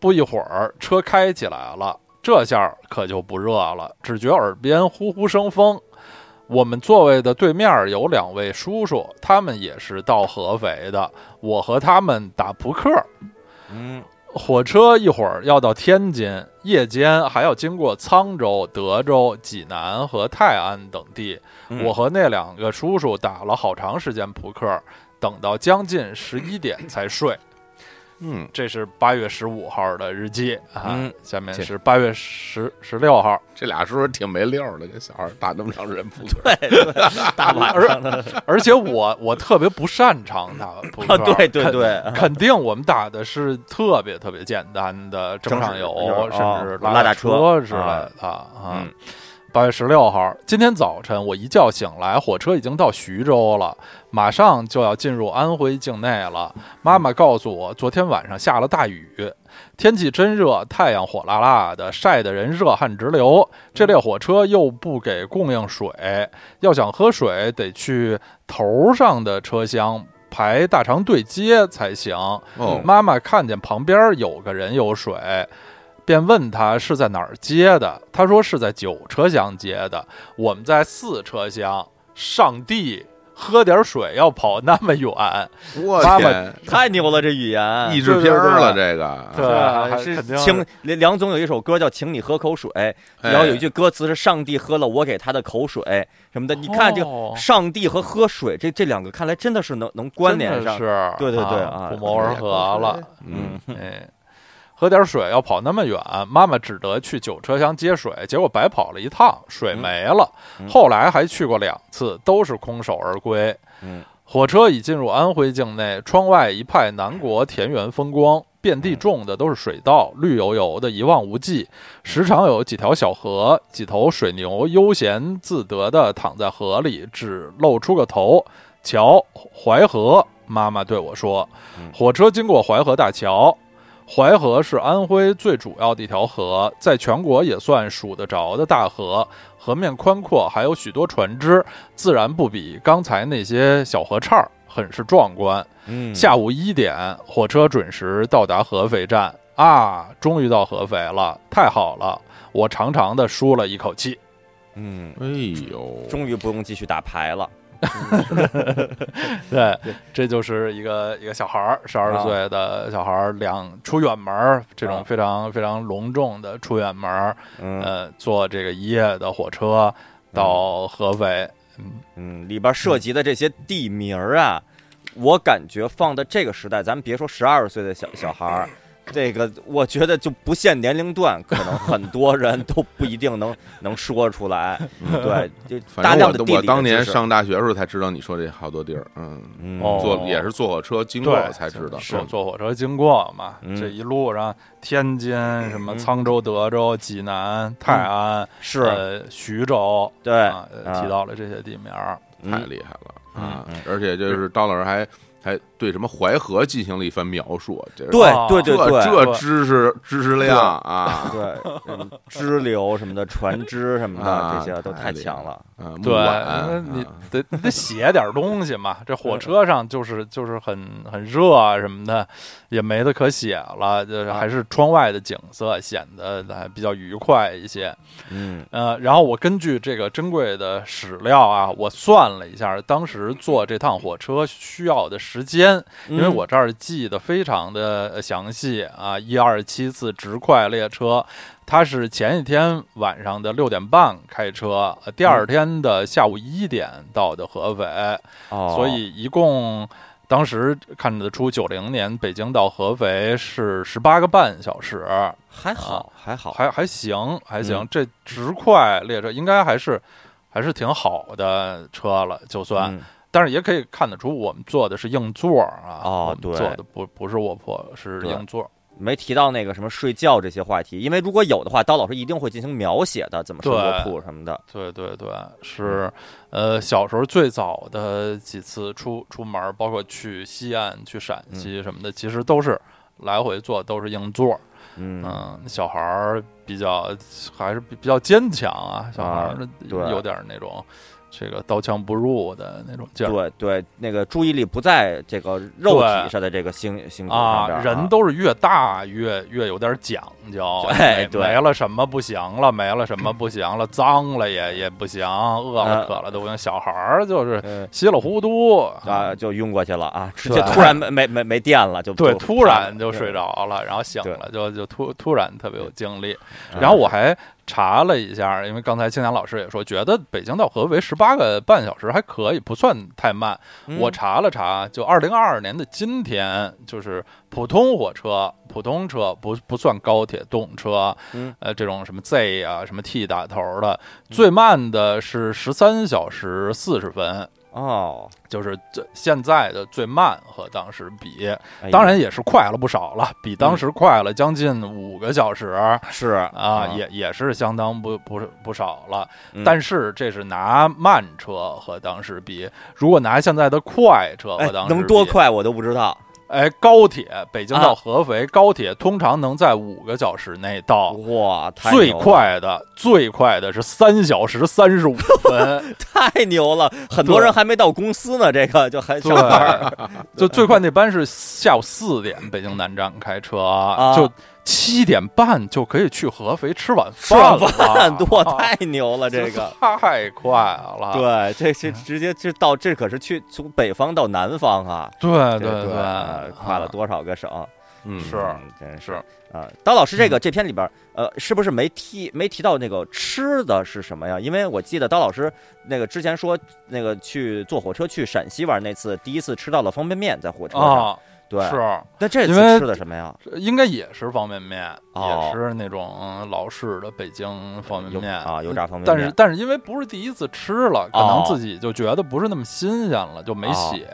不一会儿，车开起来了，这下儿可就不热了，只觉耳边呼呼生风。我们座位的对面有两位叔叔，他们也是到合肥的。我和他们打扑克，嗯火车一会儿要到天津，夜间还要经过沧州、德州、济南和泰安等地。嗯我和那两个叔叔打了好长时间扑克，等到将近十一点才 睡。嗯，这是八月十五号的日记啊，嗯下面这是八月十十六号，这俩是不是挺没溜儿的？这小孩打那么长时间扑 克，对对，大晚上的，而且我我特别不擅长打扑克，啊对对肯。对，肯定我们打的是特别特别简单的正正常式游游，甚哦至拉大大车之类的啊。嗯八月十六号，今天早晨我一觉醒来，火车已经到徐州了，马上就要进入安徽境内了。妈妈告诉我，昨天晚上下了大雨，天气真热，太阳火辣辣的，晒得人热汗直流。这列火车又不给供应水，要想喝水得去头上的车厢。排大长队接才行。哦妈妈看见旁边有个人有水，便问他是在哪儿接的。他说是在九车厢接的，我们在四车厢。上帝，喝点水要跑那么远，我妈妈哎天，太牛了，这语言。译制片儿了对这个， 对啊，还是肯定是请梁梁总有一首歌叫《请你喝口水》，哎然后有一句歌词是“上帝喝了我给他的口水”什么的。你看这哦个上帝和喝水这这两个，看来真的是能能关联真的上。是对对对啊啊，不谋而合了。哎嗯， 哎，喝点水要跑那么远，妈妈只得去九车厢接水，结果白跑了一趟，水没了。嗯后来还去过两次，都是空手而归。嗯，火车已进入安徽境内，窗外一派南国田园风光。遍嗯地种的都是水稻，绿油油的，一望无际。时常有几条小河，几头水牛悠闲自得地躺在河里，只露出个头。瞧，淮河！妈妈对我说，嗯火车经过淮河大桥，淮河是安徽最主要的一条河，在全国也算数得着的大河。河面宽阔，还有许多船只，自然不比刚才那些小河岔儿，很是壮观。嗯，下午一点，火车准时到达合肥站啊，终于到合肥了，太好了！我长长的舒了一口 气。嗯，哎呦，终于不用继续打牌了。对，这就是一个一个小孩儿，十二啊岁的小孩儿，两出远门儿，这啊种非常非常隆重的出远门儿，嗯呃，坐这个一夜的火车到合肥。嗯，里边涉及的这些地名儿啊，我感觉放到这个时代，咱们别说十二岁的小小孩儿。这个我觉得就不限年龄段，可能很多人都不一 定能能说出来。对，就大嗯反正量的地我理我当年知识上大学的时候才知道你说这好多地儿，嗯，嗯哦坐也是坐火车经过对，才知道，是嗯坐火车经过嘛？嗯这一路上，天津、什么沧州、德州、济南、泰安、嗯啊是，呃徐州，对啊，呃啊提到了这些地名儿。太嗯厉害了啊！而且就是刀老师还还对什么淮河进行了一番描述，这对哦对这对对，这知识知识量啊！ 对，嗯支流什么的，船只什么的，啊这些都太太厉害强了。啊，木对，碗那你啊得你得写点东西 嘛。这火车上就是就是很很热啊什么的，也没得可写了，啊就是还是窗外的景色显得还比较愉快一些。嗯呃，然后我根据这个珍贵的史料啊，我算了一下当时坐这趟火车需要的时间，因为嗯我这儿记得非常的详细啊，一二七次直快列车，它是前一天晚上的六点半开车，呃第嗯二天的下午一点到的合肥，哦，所以一共。当时看得出，九零年北京到合肥是十八个半小时，还啊好还好，还还行，还行。嗯这直快列车应该还是还是挺好的车了，就算。嗯但是也可以看得出，我们坐的是硬座啊，哦我们对坐的不不是卧铺，是对硬座。没提到那个什么睡觉这些话题，因为如果有的话，刀老师一定会进行描写的，怎么睡对卧铺什么的。对对对，是，嗯呃，小时候最早的几次出出门儿，包括去西安、去陕嗯西什么的，其实都是来回坐，都是硬座。嗯，嗯，小孩儿比较还是比比较坚强啊，小孩啊儿对有点儿那种这个刀枪不入的那种劲儿对对，那个注意力不在这个肉体对上的这个星星球上啊边儿，人都是越大越越有点儿讲 究，对没哎对没了什么不行了，没了什么不行了，脏了也也不行，饿嗯了渴了都不行，小孩儿就是嗯稀里糊涂啊，就晕过去了啊，直对接突然没没没没电了，就对，就突然就睡着了，然后醒对了就就突突然特别有精力。嗯然后我还查了一下，因为刚才青年老师也说，觉得北京到合肥十八个半小时还可以，不算太慢。嗯我查了查，就二零二二年的今天，就是普通火车、普通车不不算高铁、动车，嗯呃，这种什么 Z 啊、什么 T 打头的，最慢的是十三小时四十分。哦，就是最现在的最慢和当时比，哎当呀然也是快了不少了，比当时快了将近五个小时是啊，也也是相当不不不少了嗯。但是这是拿慢车和当时比，如果拿现在的快车和哎啊当时比能多？快我都不知道。哎，高铁北京啊到合肥，高铁通常能在五个小时内到。哇，哦太最牛了快的，最快的是三小时三十五分，太牛了！很多对人还没到公司呢，这个就还 上班儿对，就最快那班是下午四点北京南站开车，啊啊就七点半就可以去合肥吃晚吃饭晚了， 饭，多啊太牛了！这个，太快了，对，这这直接这到这可是去从北方到南方啊，对这对啊对，跨了多少个省？嗯，是嗯真是是啊！刀老师，嗯这个这篇里边儿，呃，是不是没提没提到那个吃的是什么呀？因为我记得刀老师那个之前说那个去坐火车去陕西玩那次，第一次吃到了方便面在火车上，啊，对，是那这因为次吃的什么呀？应该也是方便面，哦也是那种嗯老式的北京方便油面嗯啊，油炸方便但面，是但是因为不是第一次吃了，可能哦自己就觉得不是那么新鲜了，就没写、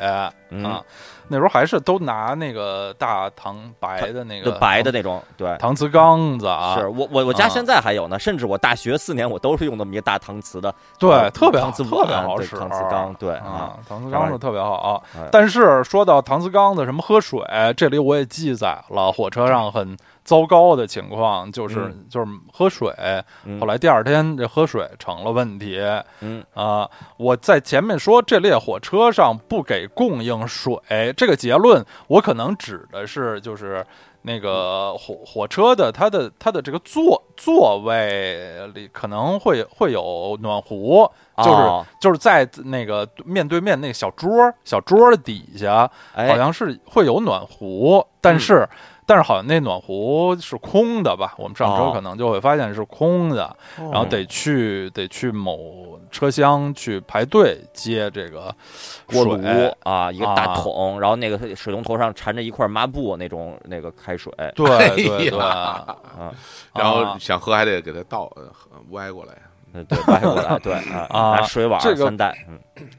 嗯啊。那时候还是都拿那个大糖白的那就个白的那种，对，搪瓷缸子啊，是我我我家啊现在还有呢，甚至我大学四年我都是用那么一个大搪瓷的，对，呃特别好搪瓷碗特别好对使，搪瓷缸对啊啊，搿搪瓷缸是特别好啊哎。但是说到搪瓷缸子什么喝水，这里我也记载了火车上很糟糕的情况，就是就是喝水，嗯后来第二天这喝水成了问题。嗯啊，我在前面说这列火车上不给供应水这个结论，我可能指的是就是。那个火火车的它的它的这个座座位里可能会会有暖壶，就是、哦就是在那个面对面那个小桌小桌底下，好哎，嗯像是会有暖壶，但是、但是好像那暖壶是空的吧？我们上哦周可能就会发现是空的，然然后得去得去某车厢去排队接这个锅炉水啊，一个大啊桶，然后那个水龙头上缠着一块抹布那种那个开水对哎对呀对，啊，然啊后想喝还得给它倒呃歪过来，呃对，歪过来 对啊，啊拿水碗这个三袋，嗯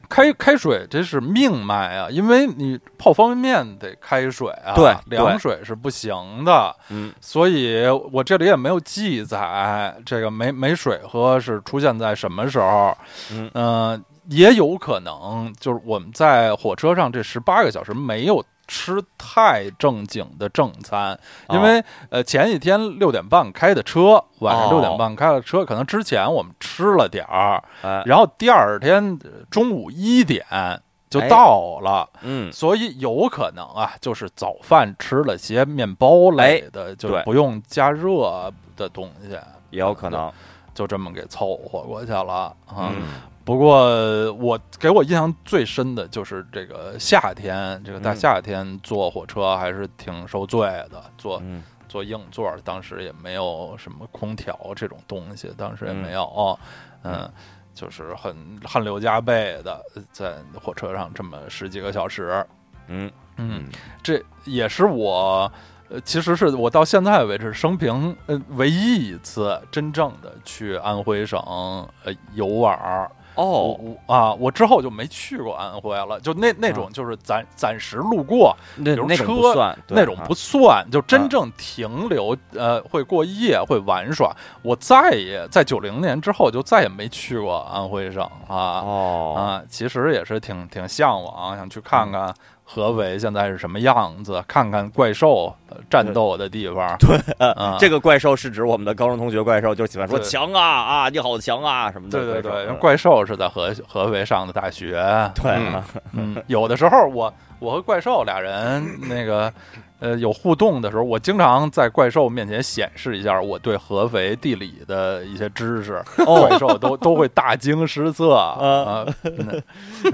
开开水这是命脉啊，因为你泡方便面得开水啊，对对凉水是不行的，嗯，所以我这里也没有记载这个没没水喝是出现在什么时候，嗯呃也有可能就是我们在火车上这十八个小时没有。吃太正经的正餐，哦因为、呃前几天六点半开的车，晚上哦六点半开了车，可能之前我们吃了点儿，哎然后第二天呃中午一点就哎到了，嗯所以有可能啊，就是早饭吃了些面包类的，就是哎对不用加热的东西，也有可能，就这么给凑合过去了啊。嗯不过呃我给我印象最深的就是这个夏天，这个大嗯夏天坐火车还是挺受罪的，坐嗯坐硬座儿，当时也没有什么空调这种东西，当时也嗯没有，嗯。就是很汗流浃背的，在火车上这么十几个小时，嗯嗯，这也是我，呃，其实是我到现在为止生平呃唯一一次真正的去安徽省呃游玩儿。我哦，我啊，我之后就没去过安徽了，就那那种就是暂暂时路过，那比如那种不车算，对那种啊不算，就真正停留，呃，会过夜，会玩耍。我再也在九零年之后就再也没去过安徽省了哦，嗯啊。其实也是挺挺向往，想去看看合肥现在是什么样子，看看怪兽呃战斗的地方。对啊，这个怪兽是指我们的高中同学怪兽，就喜欢说对强啊啊，你好强啊什么的对对兽，对，因为嗯怪兽是在合合肥上的大学。对嗯啊嗯， 有的时候我我和怪兽俩人那个呃有互动的时候，我经常在怪兽面前显示一下我对合肥地理的一些知识，怪兽都都会大惊失色啊。嗯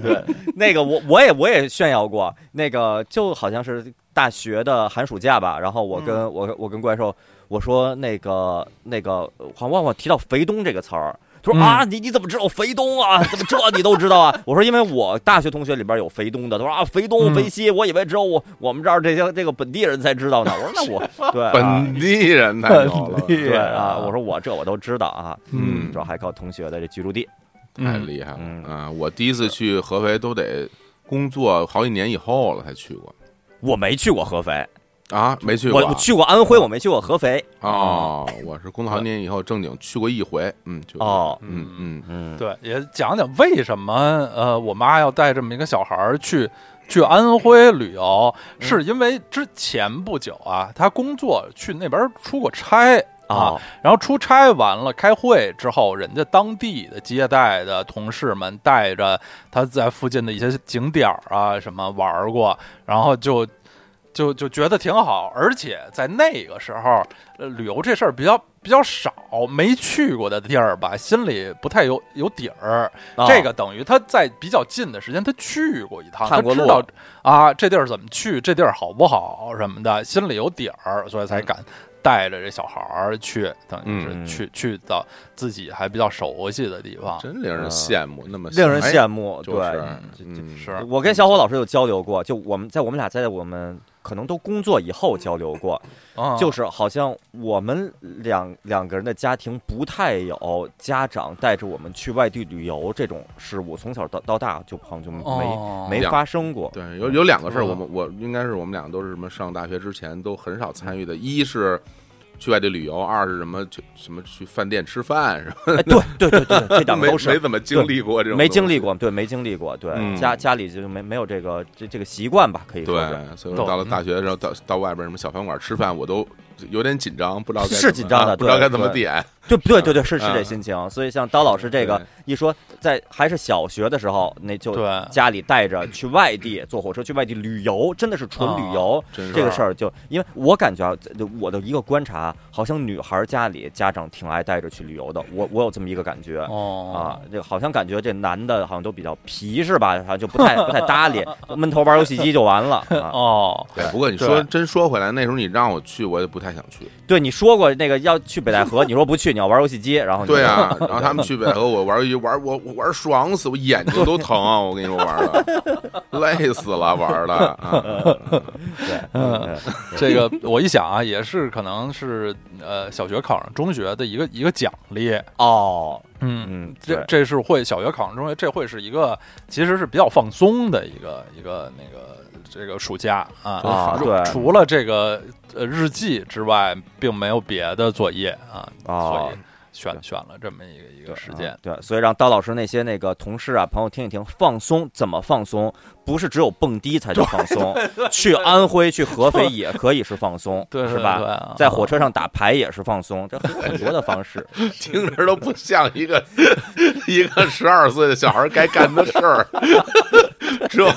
对，那个我我也我也炫耀过，那个就好像是大学的寒暑假吧，然后我嗯跟、我我跟怪兽我说那个那个好像忘了提到肥东这个词儿。他嗯说啊，你你怎么知道肥东啊？怎么这你都知道啊？ 我说因为我大学同学里边有肥东的。他说啊，肥东、嗯肥西，我以为只有我我们这儿这些这个本地人才知道呢。我说 那我对、啊、啊本地人太牛了，本地对啊，我说我这我都知道啊，嗯主要还靠同学的这居住地。太厉害了嗯啊！我第一次去合肥都得工作好几年以后了才去过我没去过合肥，啊，没去过我啊我去过安徽，我没去过合肥。哦，我是工作好几年以后正经去过一回，嗯，去过，哦，嗯嗯，嗯，对，也讲讲为什么呃，我妈要带这么一个小孩儿去去安徽旅游，是因为之前不久啊，她工作去那边儿出过差啊哦，然后出差完了开会之后，人家当地的接待的同事们带着她在附近的一些景点儿啊什么玩儿过，然后就。就就觉得挺好，而且在那个时候，呃，旅游这事儿比较比较少，没去过的地儿吧，心里不太有有底儿。哦这个等于他在比较近的时间，他去过一趟，看他过知路道啊这地儿怎么去，这地儿好不好什么的，心里有底儿，所以才敢带着这小孩儿去，等于嗯是去、去到自己还比较熟悉的地方。真令人羡慕，那么嗯令人羡慕，慕。哎就对是，这嗯是我跟小伙老师有交流过，就我们在我们俩在我们可能都工作以后交流过，嗯啊，就是好像我们两两个人的家庭不太有家长带着我们去外地旅游这种事物，从小到到大就好像就没哦没两发生过。对，有有两个事儿，嗯我们我应该是我们俩都是什么上大学之前都很少参与的，一是去外地旅游，二是什么去什么去饭店吃饭，是吧？哎，对对对对，这两没个都没是。怎么经历过这种，没经历。过，对，没经历过，对，嗯家家里就没没有这个这这个习惯吧，可以说是，对，所以说到了嗯大学的时候，到到外边什么小饭馆吃饭，我都有点紧张，不知道该是怎么紧张的啊不知道对该怎么对点。对对对对，是是这嗯心情。所以像刀老师这个对一说，在还是小学的时候，那就对家里带着去外地坐火车去外地旅游，真的是纯旅游。真是这个事儿就因为我感觉啊，这我的一个观察，好像女孩家里家长挺爱带着去旅游的，我我有这么一个感觉。哦啊，这个好像感觉这男的好像都比较皮是吧？好像就不太不太搭理，就闷头玩游戏机就完了。啊、哦，哎不过你说对真说回来，那时候你让我去，我也不太想去。对，你说过那个要去北戴河，你说不去，你要玩游戏机，然后你 对啊，然后他们去北戴河，我玩一玩，我我玩爽死，我眼睛都疼啊！我跟你说玩的，累死了，玩 的啊！ 对，嗯这个我一想啊，也是可能是呃小学考上中学的一个一个奖励。哦，嗯嗯，这对这是会小学考上中学，这会是一个其实是比较放松的一个一个那个这个暑假啊对啊，反正对，除了这个呃日记之外，并没有别的作业啊，哦所以选对选了这么一个一个时 啊间。对，所以让刀老师那些那个同事啊、朋友听一听，放松怎么放松？不是只有蹦迪才叫放松，去安徽、去合肥也可以是放松，对是对对吧？啊在火车上打牌也是放松，这有很多的方式。听着都不像一个 一个十二岁的小孩该干的事儿。 只有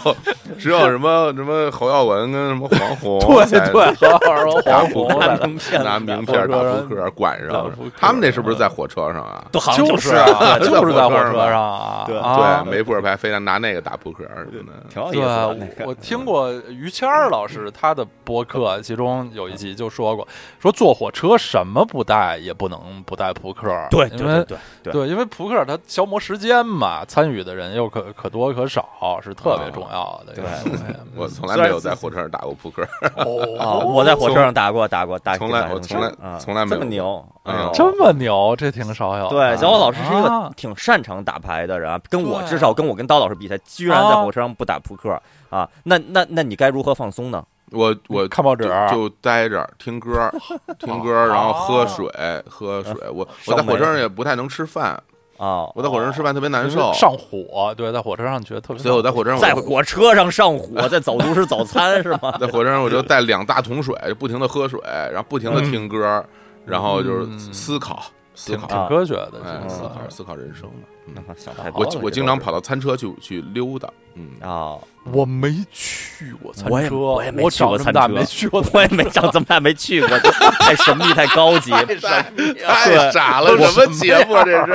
只有什么什么侯耀文跟什么黄宏对才对，和 二楼 打黄扑 宏克在拿名片拿名片打扑 克管上打扑克，他们那是不是在火车上啊？都好像就是啊，就是在火车上啊，对啊对，没扑克牌，非得拿那个打扑克什么的。挺有意对，思的。我那个我听过于谦儿老师他的播客，其中有一集就说过，说坐火车什么不带也不能不带扑克，对因为对对对对，因为扑克它消磨时间嘛，参与的人又可可多可少，是特啊别重要的一个东西。我从来没有在火车上打过扑克， 哦，哦，我在火车上打过打过打，从来打过我从来啊从来没有这么牛，哎呦嗯这么牛，这挺少哦有的。对，小伙老师是一个啊挺擅长打牌的人啊，跟我对至少跟我跟刀老师比赛，居然在啊火车上不打扑克啊，那那那你该如何放松呢？我我看报纸就就待着听 歌，听歌，然后喝水，喝水。我我在火哦嗯车上也不太能吃饭，啊，我在火车上吃饭特别难受，上火，对，在火车上觉得特别。所以我在火车上在我就火车上上火，在走读是早餐是 吗？在火车上我就带两大桶水，不停的喝水，然后不停的听歌，然后就是思考思挺考，挺科学的，哎，其实思考思考人生嘛。嗯，想太我多了我经常跑到餐车去去溜达，嗯，啊，我没去过餐我也车，我也没去长过这么餐大车，没去过餐车。我也没长这么大没去过， 太神秘太高 级，太傻了，什么节目啊这是？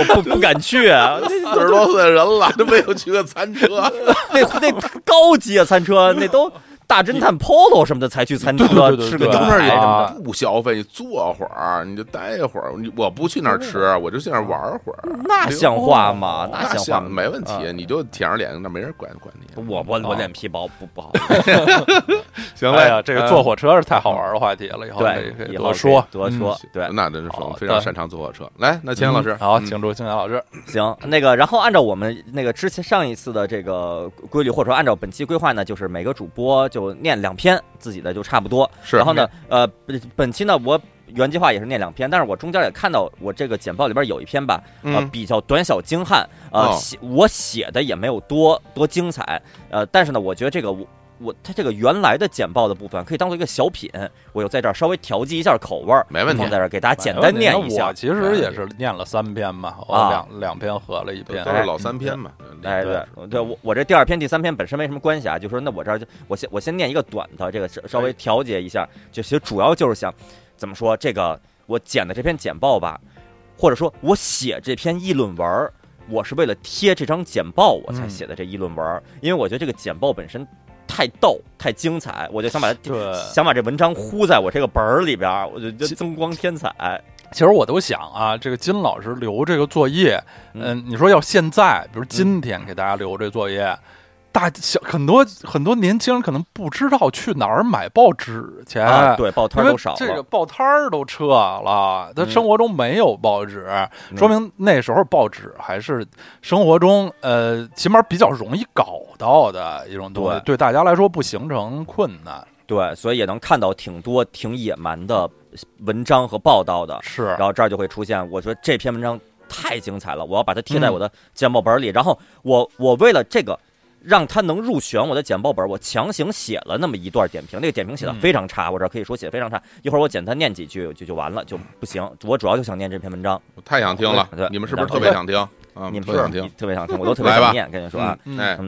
我不不敢去啊，四十多岁的人了，都没有去过餐车。那那那高级啊餐车那都。大侦探 Polo 什么的才去餐厅对对对对吃对个牛到那儿排什么啊也不消费，你坐会儿，你就待会儿。你我不去那儿吃，我就去那儿玩会儿。的，那像话哦吗？那像话想吗？没问题啊，你就舔着脸，那没人管管你。我我我啊脸皮薄，不不好。 行嗯哎呀，这个坐火火车是太好玩的话题了，以后可以对可，以以多后说可以多嗯说。对，那真是好非常的擅长坐火车。来，那钱老师，好，嗯请出青年老师。行，那个，然后按照我们那个之前上一次的这个规律，或者说按照本期规划呢，就是每个主播就念两篇自己的就差不多。是然后呢，呃，本本期呢我原计划也是念两篇，但是我中间也看到我这个简报里边有一篇吧，呃，嗯比较短小精悍，呃，哦写我写的也没有多多精彩，呃，但是呢，我觉得这个我。我它这个原来的简报的部分可以当做一个小品，我又在这儿稍微调剂一下口味儿，没问题放在这儿给大家哎简单念一我下。哎其实也是念了三篇嘛，我啊两两篇合了一都篇都。是老三篇嘛。哎，对嗯对，对我我这第二篇、第三篇本身没什么关系啊，就说那我这儿就我先我先念一个短的，这个稍稍微调节一下，就其实主要就是想怎么说这个我剪的这篇简报吧，或者说我写这篇议论文儿，我是为了贴这张简报我才嗯写的这议论文儿，因为我觉得这个简报本身太逗、太精彩，我就想把它对，想把这文章糊在我这个本儿里边儿，我就就其哎增光添彩。其实我都想啊，这个金老师留这个作业，嗯嗯，你说要现在，比如今天给大家留这作业，大小很多很多年轻人可能不知道去哪儿买报纸去，啊，对，报因摊为儿都少了，这个报摊儿都撤了，他嗯生活中没有报纸，嗯说明那时候报纸还是生活中呃起码比较容易搞到的一种东西，对大家来说不形成困难。对，所以也能看到挺多挺野蛮的文章和报道的。是然，后这儿就会出现，我觉得这篇文章太精彩了，我要把它贴在嗯我的简报本里。然后我我为了这个让它能入选我的简报本，我强行写了那么一段点评，那个点评写的嗯非常差，我这儿可以说写的非常差。一会儿我简单念几句就就完了，就不行。我主要就想念这篇文章，我太想听了对，你们是不是然特后别想听啊？你们特别想听，特别想听，我都特别来吧想念，跟你说啊。嗯哎，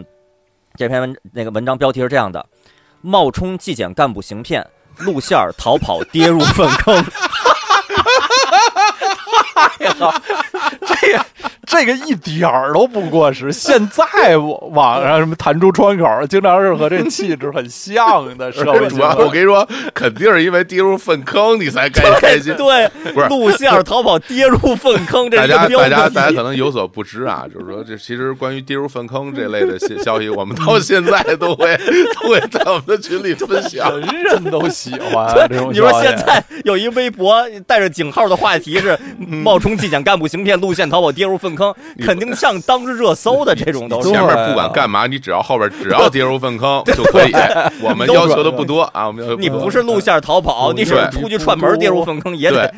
这篇文那个文章标题是这样的：冒充纪检干部行骗，露馅儿逃跑跌入粪坑。这个 这个一点儿都不过时。现在网上什么弹出窗口，经常是和这气质很像的社会 主新要我闻。跟你说，肯定是因为跌入粪坑，你才开开心。 对不是，露馅儿逃跑跌入粪坑，这大是一家个标大家题。大家可能有所不知啊，就是说，这其实关于跌入粪坑这类的 信消息，我们到现在都会都会在我们的群里分享。人人都喜 欢这种消息。你说现在有一微博带着井号的话题是嗯冒充纪检干部行骗，路线逃跑跌入粪坑，肯定上当日热搜的这种都是前。面对啊不管干嘛，你只要后边只要跌入粪坑就可以。我们要求的不多啊，我们要求你多不是露馅儿逃跑，对你是出去串门跌入粪坑也得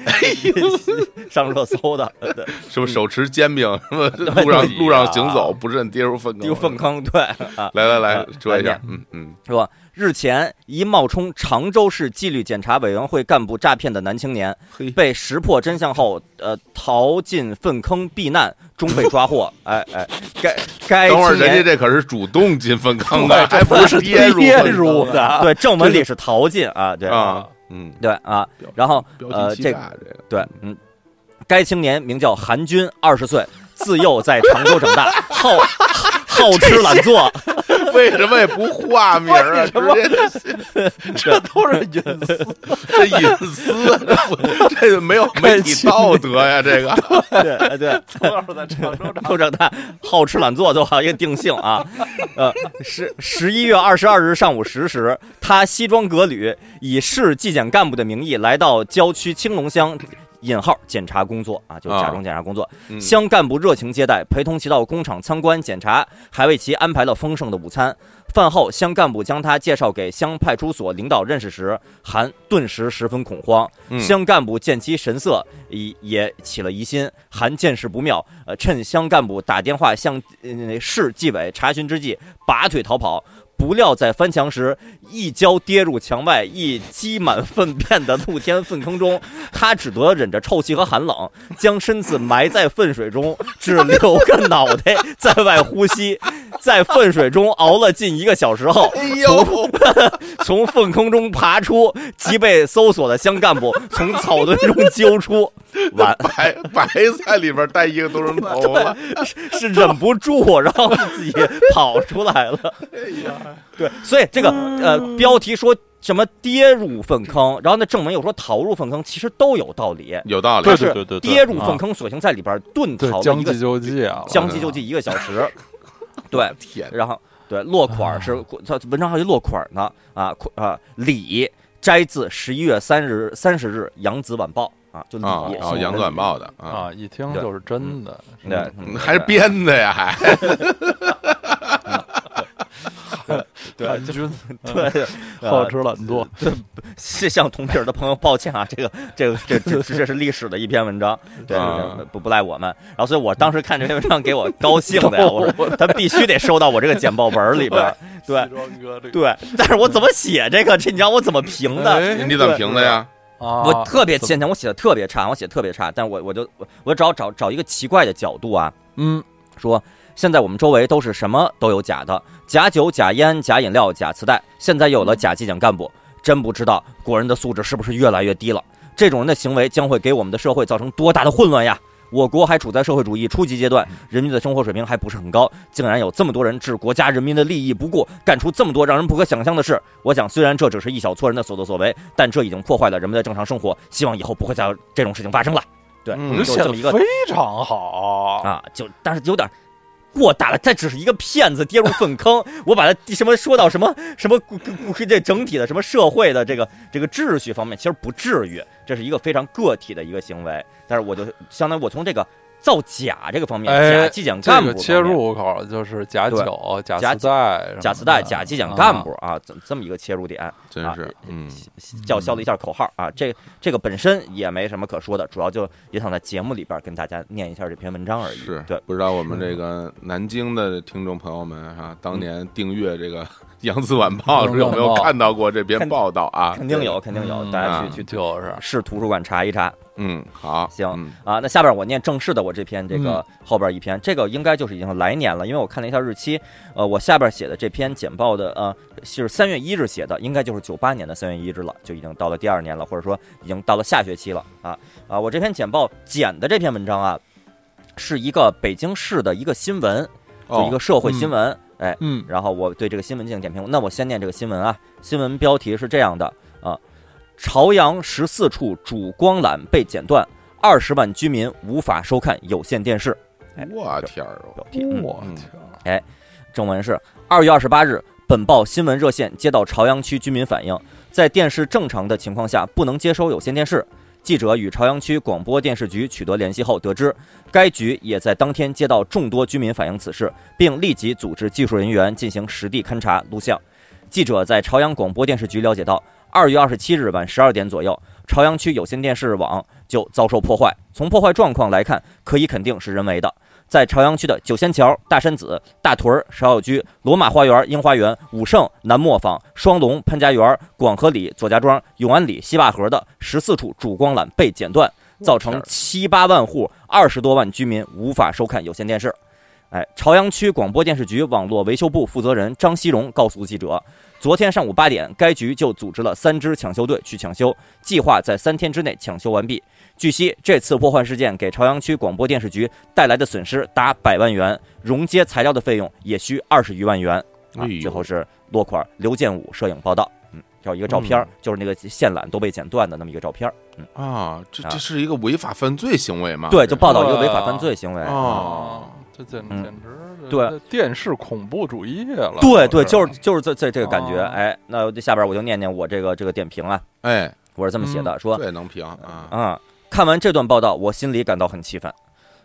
上热搜的， 对是不是手持煎饼什么路上路上行走不慎跌入粪丢粪坑？坑，对啊。来来来，说一下来，嗯嗯，说日前一冒充常州市纪律检查委员会干部诈骗的男青年嘿，被识破真相后，呃，逃进粪坑避难，终被 抓获。哎哎，该该等会儿青人家年这可是主动进粪坑的，还不 是跌入跌粪入坑 的，对正文里是逃进啊，对啊，嗯，对啊，然后标呃题欺这诈这个对嗯，该青年名叫韩军，二十岁，自幼在常州长大，好好吃懒做， 为什么也不化名啊？直接这都是隐私。这隐私，这个没有媒体道德 呀，这个对呃对。 从小在常州长 都长大，好吃懒做，就好一个定性啊。呃，十十一月二十二日上午十时，他西装革履，以市纪检干部的名义来到郊区青龙乡（引号检查工作）啊，就假装检查工作。嗯乡干部热情接待，陪同其到工厂参观检查，还为其安排了丰盛的午餐。饭后，乡干部将他介绍给乡派出所领导认识时，韩顿时十分恐慌。嗯乡干部见其神色，也也起了疑心。韩见势不妙，呃，趁乡干部打电话向呃市纪委查询之际，拔腿逃跑。不料在翻墙时，一跤跌入墙外一积满粪便的露天粪坑中，他只得忍着臭气和寒冷，将身子埋在粪水中，只留个脑袋在外呼吸。在粪水中熬了近一个小时后，哎呦，从粪坑中爬出，即被搜索的乡干部从草堆中揪出。完白白菜里边带一个多钟头 了，是忍不住，然后自己跑出来了。 对，所以这个呃标题说什么跌入粪坑，然后那郑文又说逃入粪坑，其实都有道理。有道理对。是对对对跌入啊粪坑，索性在里边遁对逃，了将一个计就计啊，将计就计一个小时。 对，天，然后对落款儿是啊他文章还有落款儿呢啊款啊李摘自十一月三日三十日《扬子晚报》啊，就李啊，是哦，我杨们子晚报的啊，啊，一听就是真的，是吧对嗯还是编的呀，还叛军对对 好吃懒做，啊是向同皮儿的朋友抱歉啊，这个这个这这这是历史的一篇文章， 对，啊这不不赖我们。然后所以我当时看这篇文章给我高兴 的呀，我说他必须得收到我这个简报本儿里 边儿，对西装哥这个对。但是我怎么写这个？这你让我怎么评的？哎你怎么评的呀？啊，我特别怎么欠强，我写的特别差，我写的特别差，但我我就我我找找找一个奇怪的角度啊，嗯，说现在我们周围都是什么都有假的，假酒、假烟、假饮料、假磁带，现在又有了假纪检干部，真不知道国人的素质是不是越来越低了？这种人的行为将会给我们的社会造成多大的混乱呀！我国还处在社会主义初级阶段，人民的生活水平还不是很高，竟然有这么多人置国家人民的利益不顾，干出这么多让人不可想象的事。我想，虽然这只是一小撮人的所作所为，但这已经破坏了人们的正常生活，希望以后不会再有这种事情发生了。对，嗯我就就写有这的么一个非常好，啊，就但是有点过大了，他只是一个骗子跌入粪坑，我把他什么说到什么什么故故故这整体的什么社会的这个这个秩序方面，其实不至于，这是一个非常个体的一个行为，但是我就相当于我从这个造假这个方面，哎假纪检这干部个切方面。入口就是假对酒、假假磁带什么的、假磁带、假纪检干部啊，这这么一个切入点，真啊是，嗯，叫嚣了一下口号啊，这这个本身也没什么可说的，主要就也想在节目里边跟大家念一下这篇文章而已。是对，嗯不知道我们这个南京的听众朋友们啊，当年订阅这个《扬子晚报》嗯时有没有看到过这篇看报道啊？肯定有，肯定有，大家啊去去嗯就是市图书馆查一查。嗯，好，行嗯啊，那下边我念正式的，我这篇这个后边一篇，这个应该就是已经来年了，因为我看了一下日期，呃，我下边写的这篇简报的呃是三月一日写的，应该就是九八年的三月一日了，就已经到了第二年了，或者说已经到了下学期了啊啊，我这篇简报简的这篇文章啊，是一个北京市的一个新闻，就一个哦社会新嗯闻，哎，嗯然后我对这个新闻进行点评。那我先念这个新闻啊，新闻标题是这样的啊：朝阳十四处主光缆被剪断，二十万居民无法收看有线电视。哎我天儿哦，标题，嗯我嗯天，正文是二月二十八日，本报新闻热线接到朝阳区居民反映，在电视正常的情况下不能接收有线电视。记者与朝阳区广播电视局取得联系后得知，该局也在当天接到众多居民反映此事，并立即组织技术人员进行实地勘查录像。记者在朝阳广播电视局了解到，二月二十七日晚十二点左右，朝阳区有线电视网就遭受破坏。从破坏状况来看，可以肯定是人为的。在朝阳区的九仙桥、大山子、大屯儿、芍药居、罗马花园、樱花园、武圣、南磨坊、双龙、潘家园、广和里、左家庄、永安里、西坝河的十四处主光缆被剪断，造成七八万户、二十多万居民无法收看有线电视。哎，朝阳区广播电视局网络维修部负责人张希荣告诉记者，昨天上午八点，该局就组织了三支抢修队去抢修，计划在三天之内抢修完毕。据悉，这次破坏事件给朝阳区广播电视局带来的损失达百万元，溶接材料的费用也需二十余万元。啊哎呦，最后是落款刘建武摄影报道，嗯，有一个照片儿，就是那个线缆都被剪断的那么一个照片儿。啊，这啊这是一个违法犯罪行为吗？对，就报道一个哇违法犯罪行为。啊哦，啊这简嗯简直对这电视恐怖主义了，对这对，就是就是这这这个感觉。哦哎，那我就下边我就念念我这个这个点评啊，哎，我是这么写的，说这能评啊？啊，看完这段报道，我心里感到很气愤。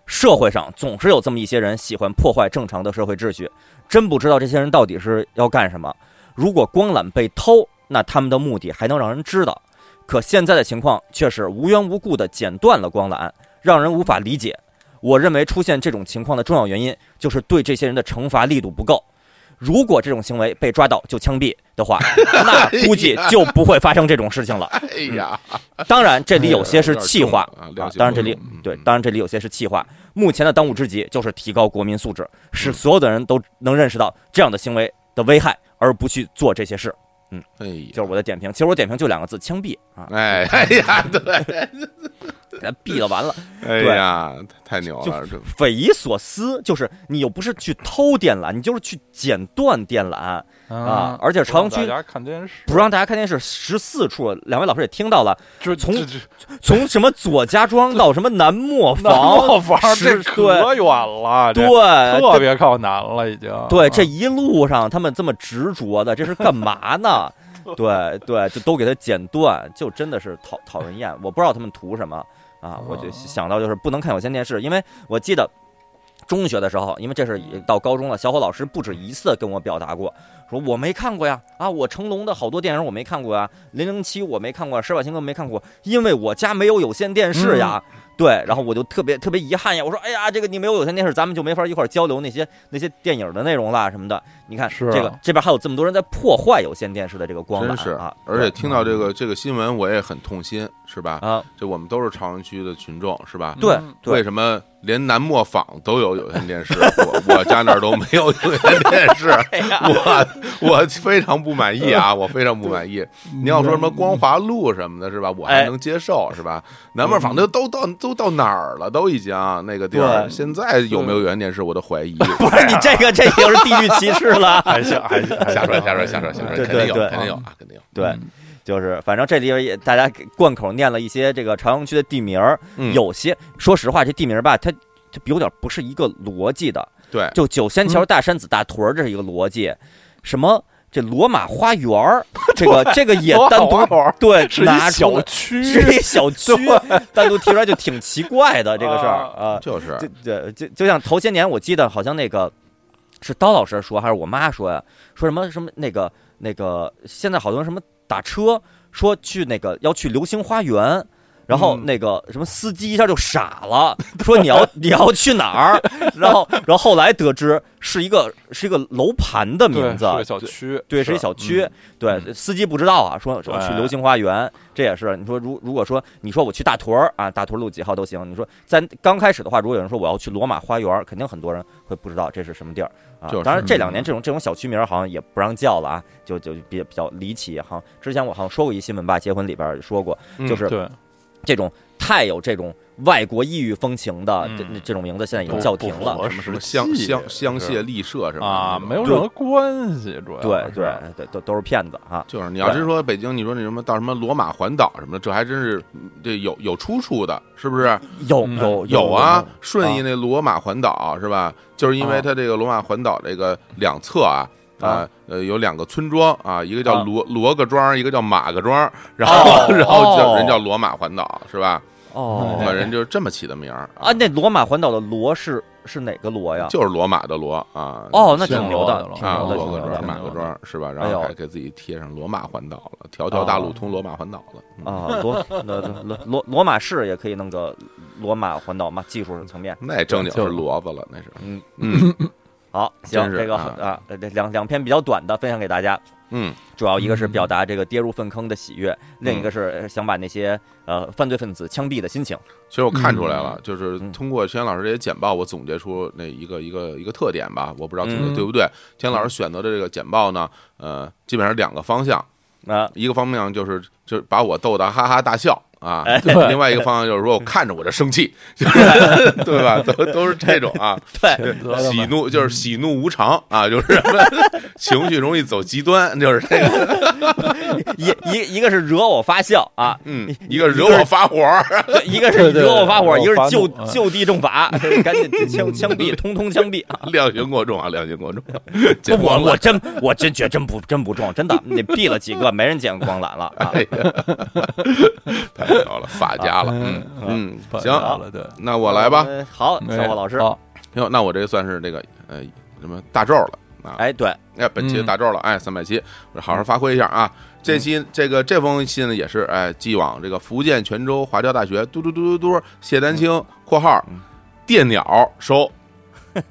社会上总是有这么一些人喜欢破坏正常的社会秩序，真不知道这些人到底是要干什么。如果光缆被偷，那他们的目的还能让人知道。可现在的情况却是无缘无故的剪断了光缆，让人无法理解。我认为出现这种情况的重要原因就是对这些人的惩罚力度不够。如果这种行为被抓到就枪毙的话，那估计就不会发生这种事情了。哎呀，当然，这嗯里有些是气话哎呀有点重啊啊了解当然这里不容易对嗯，当然这里有些是气话。目前的当务之急就是提高国民素质，使嗯所有的人都能认识到这样的行为的危害，而不去做这些事。哎呀就是我的点评，其实我点评就两个字：枪毙啊！哎哎呀，对，咱毙了完了，哎呀，太牛了！这匪夷所思。就是你又不是去偷电缆，你就是去剪断电缆啊！而且朝阳大区家看电视，不让大家看电视十四处，两位老师也听到了，就从这这从什么左家庄到什么南磨南磨房，房这是可远了，这对特对别靠南了，已经。啊对，这一路上他们这么执着的，这是干嘛呢？对对，就都给他剪断，就真的是讨讨人厌。我不知道他们图什么啊！我就哦想到就是不能看有线电视，因为我记得中学的时候，因为这是也到高中了，小伙老师不止一次跟我表达过，说我没看过呀，啊，我成龙的好多电影我没看过呀，啊零零七我没看过，啊施瓦辛格没看过，因为我家没有有线电视呀。对，然后我就特别特别遗憾呀，我说哎呀，这个你没有有线电视，咱们就没法一块儿交流那些那些电影的内容啦什么的。你看是啊这个这边还有这么多人在破坏有线电视的这个光真缆是啊，，而且听到这个这个新闻，我也很痛心，是吧？啊，这我们都是朝阳区的群众，是吧？对嗯为对，什么连南磨坊都有有线电视，我 我家那儿都没有有线电 视，哎我我非常不满意嗯啊，我非常不满意。你要说什么光华路什么的，是吧？我还哎能接受，是吧？南磨坊都都到都到哪儿了？都已经啊那个地儿，对现在有没有有线电视，我都怀 疑。不是你 这个这个又是地域歧视了。还行还行，还行瞎说瞎说瞎说瞎说，对肯定有对对肯定有啊，肯定有。对嗯，就是反正这里边也大家给贯口念了一些这个朝阳区的地名儿，嗯有些说实话，这地名儿吧，它它有点不是一个逻辑的。对就九仙嗯桥、大山子、大屯儿，这是一个逻辑。什么这罗马花园 儿，这个这个也多好单独玩儿对是拿一出小来区，是一小 区，单独提出来就挺奇怪的这个事儿啊。就是这这就就像头些年，我记得好像那个是刀老师说还是我妈说呀，说什么什么那个那个，现在好多人什么打车说去那个要去流星花园。然后嗯那个什么司机一下就傻了，说 你要你要去哪儿？然后然后后来得知是一个是一个楼盘的对名字是，嗯个小区，对，是一小区。对，司机不知道啊，说说去对流星花园，这也是你说如如果说你说我去大屯儿啊，大屯路几号都行。你说在刚开始的话，如果有人说我要去罗马花园，肯定很多人会不知道这是什么地儿啊就。是当然这两年这种这种小区名儿好像也不让叫了啊，就就比比较离奇。好像之前我好像说过一新闻吧，结婚里边儿也说过，嗯就是对，这种太有这种外国异域风情的这嗯这种名字，现在已经不叫不停符了合。什么什么实香际香香是榭丽舍什么啊，的没有对任何关系，主要对是对，对，都都是骗子啊。就是你要真说北京，你说那什么到什么罗马环岛什么的，这还真是嗯这有有出处的，是不是？有嗯有有啊，顺啊义那罗马环岛是吧？就是因为啊它这个罗马环岛这个两侧啊。啊啊，呃，有两个村庄啊，一个叫啊罗罗各庄，一个叫马各庄，然后哦 然后叫哦人叫罗马环岛是吧？哦把人就是这么起的名儿啊，那罗马环岛的罗是是哪个罗呀？就是罗马的罗啊。哦，那是挺牛的，罗挺啊，牛的，罗挺各牛庄、马的各庄是吧？哎然呦哦后还给自己贴上罗马环岛了，条条大路通罗马环岛了。嗯啊！罗那罗罗罗马市也可以弄个罗马环岛嘛，技术层面。那正经是就骡子了，那是。嗯嗯好，真行，是这个啊很啊，这两两篇比较短的分享给大家，嗯，主要一个是表达这个跌入粪坑的喜嗯悦，另一个是想把那些呃犯罪分子枪毙的心情。其实我看出来了，就是嗯通过天老师这些简报，我总结出那一个一个一个特点吧，我不知道总结嗯对不对。天老师选择的这个简报呢，呃，基本上两个方向，啊，一个方面就是就是把我逗得哈哈大笑啊，哎对另外一个方向就是说我看着我这生气，就是 对吧？都都是这种啊，对，喜怒嗯就是喜怒无常啊，就是 情绪容易走极端，就是这个，一一一个是惹我发笑啊，嗯，一个惹我发火儿，对，一个是对对惹我发火，惹我一个发是就怒啊就地正法，赶紧枪枪毙，通通枪毙啊！ 量刑过重啊，量刑过 重。不剪我光了我真我真觉得真不真不中，真的，你毙了几个没人见光缆了啊哎！呀，太好了，发家了，啊嗯嗯，不行，好了，对，哎那我来吧。哎呃。好，小伙老师，好哟，那我这算是这个呃什么大咒了啊？哎，对，哎，本期的大咒了，哎，三百期，我好好发挥一下啊。这嗯期这个这封信呢，也是哎，寄往这个福建泉州华侨大学嘟嘟嘟嘟嘟谢丹青（括号嗯电鸟收）。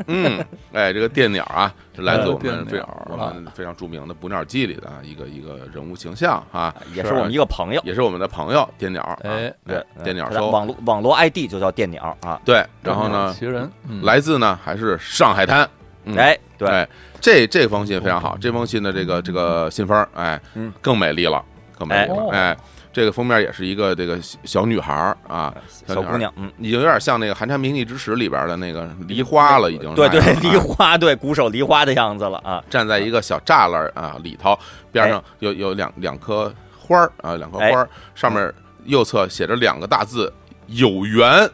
嗯，哎，这个电鸟啊，是来自我电们非常鸟我啊们非常著名的《捕鸟记》里的啊一个一个人物形象啊，也是我们一个朋友，嗯也是我们的朋友电鸟啊，哎对，电鸟他的收网络网络 ID 就叫电鸟啊，对，然后呢，奇人嗯来自呢还是上海滩，嗯哎，对，哎，这这封信非常好，这封信的这个这个信封儿，哎嗯，更美丽了，更美丽了，哎哎，这个封面也是一个这个小小女孩儿啊，小姑娘，嗯，已经有点像那个《寒蝉鸣泣之时》里边的那个梨花了，已经是对对那，样梨啊花，对，鼓手梨花的样子了啊，站在一个小栅栏儿啊里头，边哎上有有两两棵花儿啊，两棵花儿，上面右侧写着两个大字“有缘”，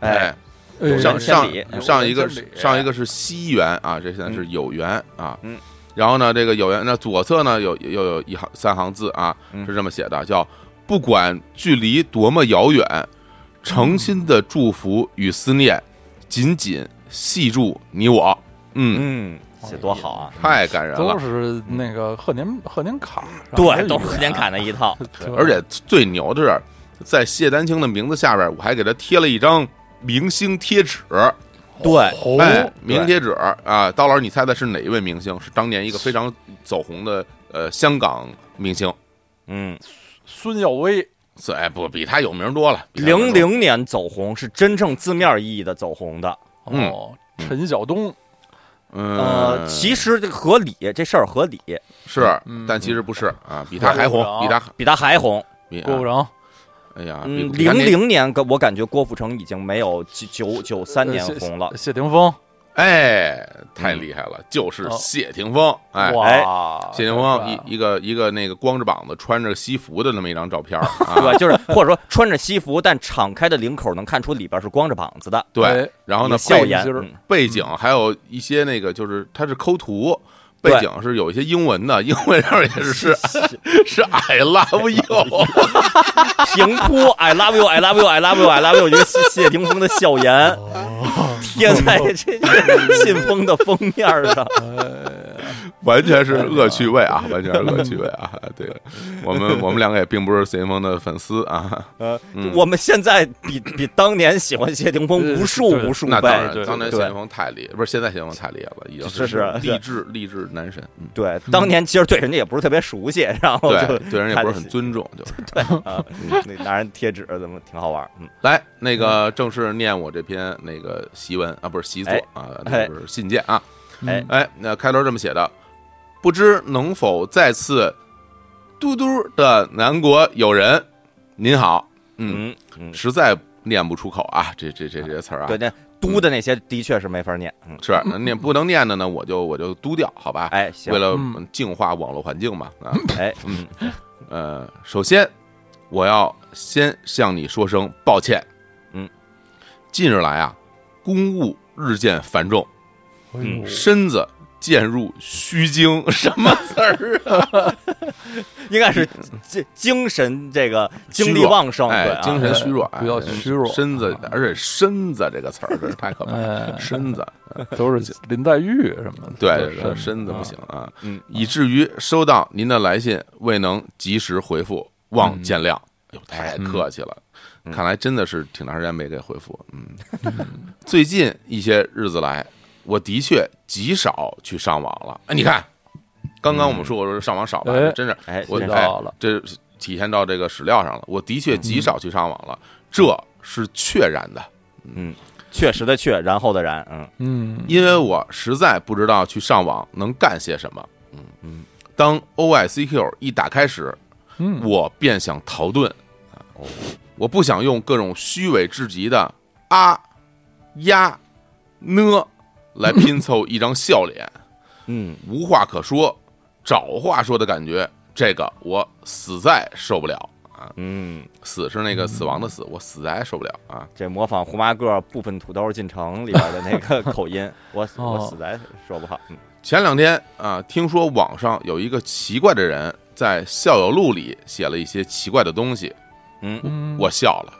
哎哎，有上上缘千里上一个是有缘千里上一个是西园啊，这现在是有缘啊，嗯，然后呢，这个有缘，那左侧呢有又有一行三行字啊，嗯是这么写的，叫“不管距离多么遥远，诚心的祝福与思念，紧紧系住你我”，嗯，嗯，写多好啊，太感人了都。是那个贺年贺年卡，对，都是贺年卡那一套，对，而且最牛的是，在谢丹青的名字下边，我还给他贴了一张明星贴纸，对，红哎，明星贴纸啊，刀老师，你猜猜是哪一位明星？是当年一个非常走红的呃香港明星，嗯，孙耀威，所以哎不比他有名多了，比他有名零多了零年走红是真正字面意义的走红的，嗯哦，陈晓东，嗯呃，其实这合理，这事儿合理，是嗯，但其实不是啊，比他还红，比他比他还红。比啊郭富城，哎呀，比嗯，比他零年零年，我感觉郭富城已经没有九九九三年呃谢红了，谢霆锋，哎嗯太厉害了，就是哦谢霆锋，哎。哇，谢这霆锋个一一个一个那个光着膀子穿着西服的那么一张照 片儿对吧？啊，就是或者说穿着西服，但敞开的领口能看出里边是光着膀子的，对哎，然后有呢笑背颜，就是嗯背景还有一些那个就是它是抠图，背对景是有一些英文的，英文上面也是是是 I love you，平铺，I love you，I love you，I love you，I love you，一个谢谢霆锋的笑颜贴在这 个信封的封面上，完全是恶趣味啊，完全是恶趣味啊！对我们我们两个也并不是谢霆锋的粉丝啊，呃嗯，呃我们现在比比当年喜欢谢霆锋无数对对无数那当倍，然，对当年对谢霆锋太厉，不是现在谢霆锋太厉害了，已经是是励志励志男神，嗯对，当年其实对人家也不是特别熟悉，然后就对对人也不是很尊重，就是 啊，那拿人贴纸怎么挺好玩儿？嗯，来那个正式念我这篇那个檄文啊，不是习作哎啊，那就是信件啊，哎哎，那开头这么写的，不知能否再次嘟嘟的南国友人，您好，嗯，嗯嗯，实在念不出口啊，这这这这些词儿啊对，，那嘟的那些的确是没法念。嗯，是那念不能念的呢，我就我就嘟掉，好吧？哎，行为，了嗯净化网络环境嘛，啊，哎，嗯，呃，首先我要先向你说声抱歉，嗯，近日来啊，公务日渐繁重，嗯身子渐入虚惊，什 么词儿啊？ 应该是精精神这个虚精力弱旺盛，对哎啊，，精神虚弱， 比较哎虚弱啊身子，而且身子这个词儿真是太可怕 了，哎，身子，都是林黛玉什么的，对，身身子不行，啊，嗯，以至于收到您的来信未能及时回复，望见谅。哎呦，太客气了，看来真的是挺长时间没给回复。嗯， 最近一些日子来，我的确极少去上网了。哎，你看，刚刚我们说我说上网少吧，哎真是哎，我真知是道了这体现到这个史料上了。我的确极少去上网了，这是确然的，确实的确，然后的然，嗯嗯，因为我实在不知道去上网能干些什么。嗯嗯，当 OICQ 一打开时，嗯，我便想逃遁。啊我不想用各种虚伪至极的啊、呀、呢来拼凑一张笑脸，嗯，无话可说，找话说的感觉，这个我死在受不了。嗯，死是那个死亡的死，我死在受不了啊！这模仿胡麻个部分土豆进城里边的那个 口音，我死我哦死在说不好，嗯前两天啊，听说网上有一个奇怪的人在校友录里写了一些奇怪的东西，嗯嗯我笑了。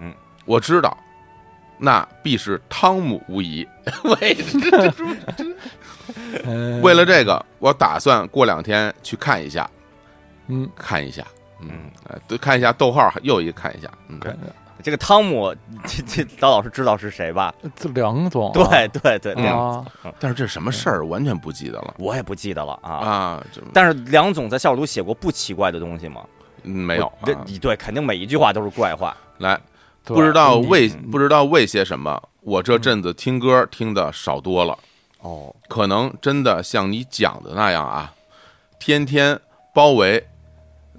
嗯，我知道，那必是汤姆无疑。 为 哎为了这个，我打算过两天去看一下，嗯，看一下，嗯，呃，对，看一下逗号，又一个看一下，嗯，对这个汤姆，这这刀老师知道是谁吧？这梁总啊，对对对，嗯梁啊，但是这是什么事儿完全不记得了我也不记得了嗯啊。啊，这但是梁总在校读写过不奇怪的东西吗？嗯没有这啊，对，肯定每一句话都是怪话。来，对不知道为嗯不知道为些什么，我嗯这阵子听歌听的少多了，哦，可能真的像你讲的那样啊，天天包围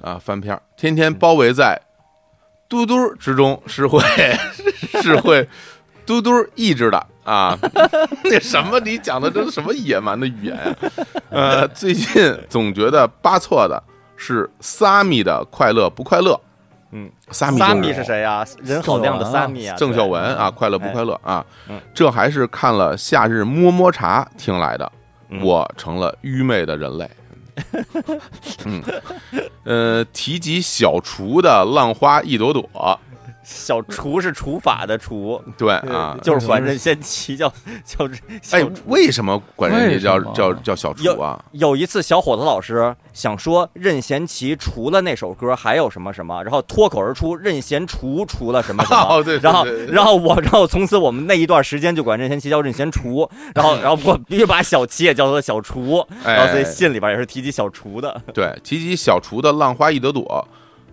啊，翻篇儿，天天包围在嘟嘟之中，是会 是会嘟嘟抑制的啊。 那什么，你讲的这是什么野蛮的语言啊？呃，最近总觉得八错的是萨米的快乐不快乐？嗯，萨米萨就米是谁呀？人好亮的萨米啊，郑对秀文啊，快乐不哎快乐啊嗯？这还是看了《夏日摸摸茶》听来的，嗯我成了愚昧的人类。嗯，呃，提及小厨的浪花一朵朵，小厨是除法的厨，对啊， 就是管任贤齐叫叫哎小厨。，为什么管人家叫为什么叫叫小厨啊？有一次，小伙子老师想说任贤齐除了那首歌还有什么什么，然后脱口而出任贤除除了什么什么， 哦对对然后对对然后我然后从此我们那一段时间就管任贤齐叫任贤除，然后然后我必须把小齐也叫做小厨，然后所以哎，信里边也是提及小厨的，对，提及小厨的浪花一朵朵，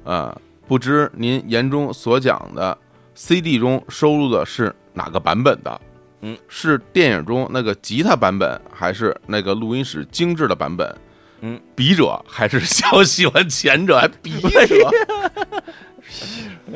呃，不知您言中所讲的 CD 中收录的是哪个版本的？嗯，是电影中那个吉他版本，还是那个录音室精致的版本？嗯，笔者还是小 喜欢前者，还笔者，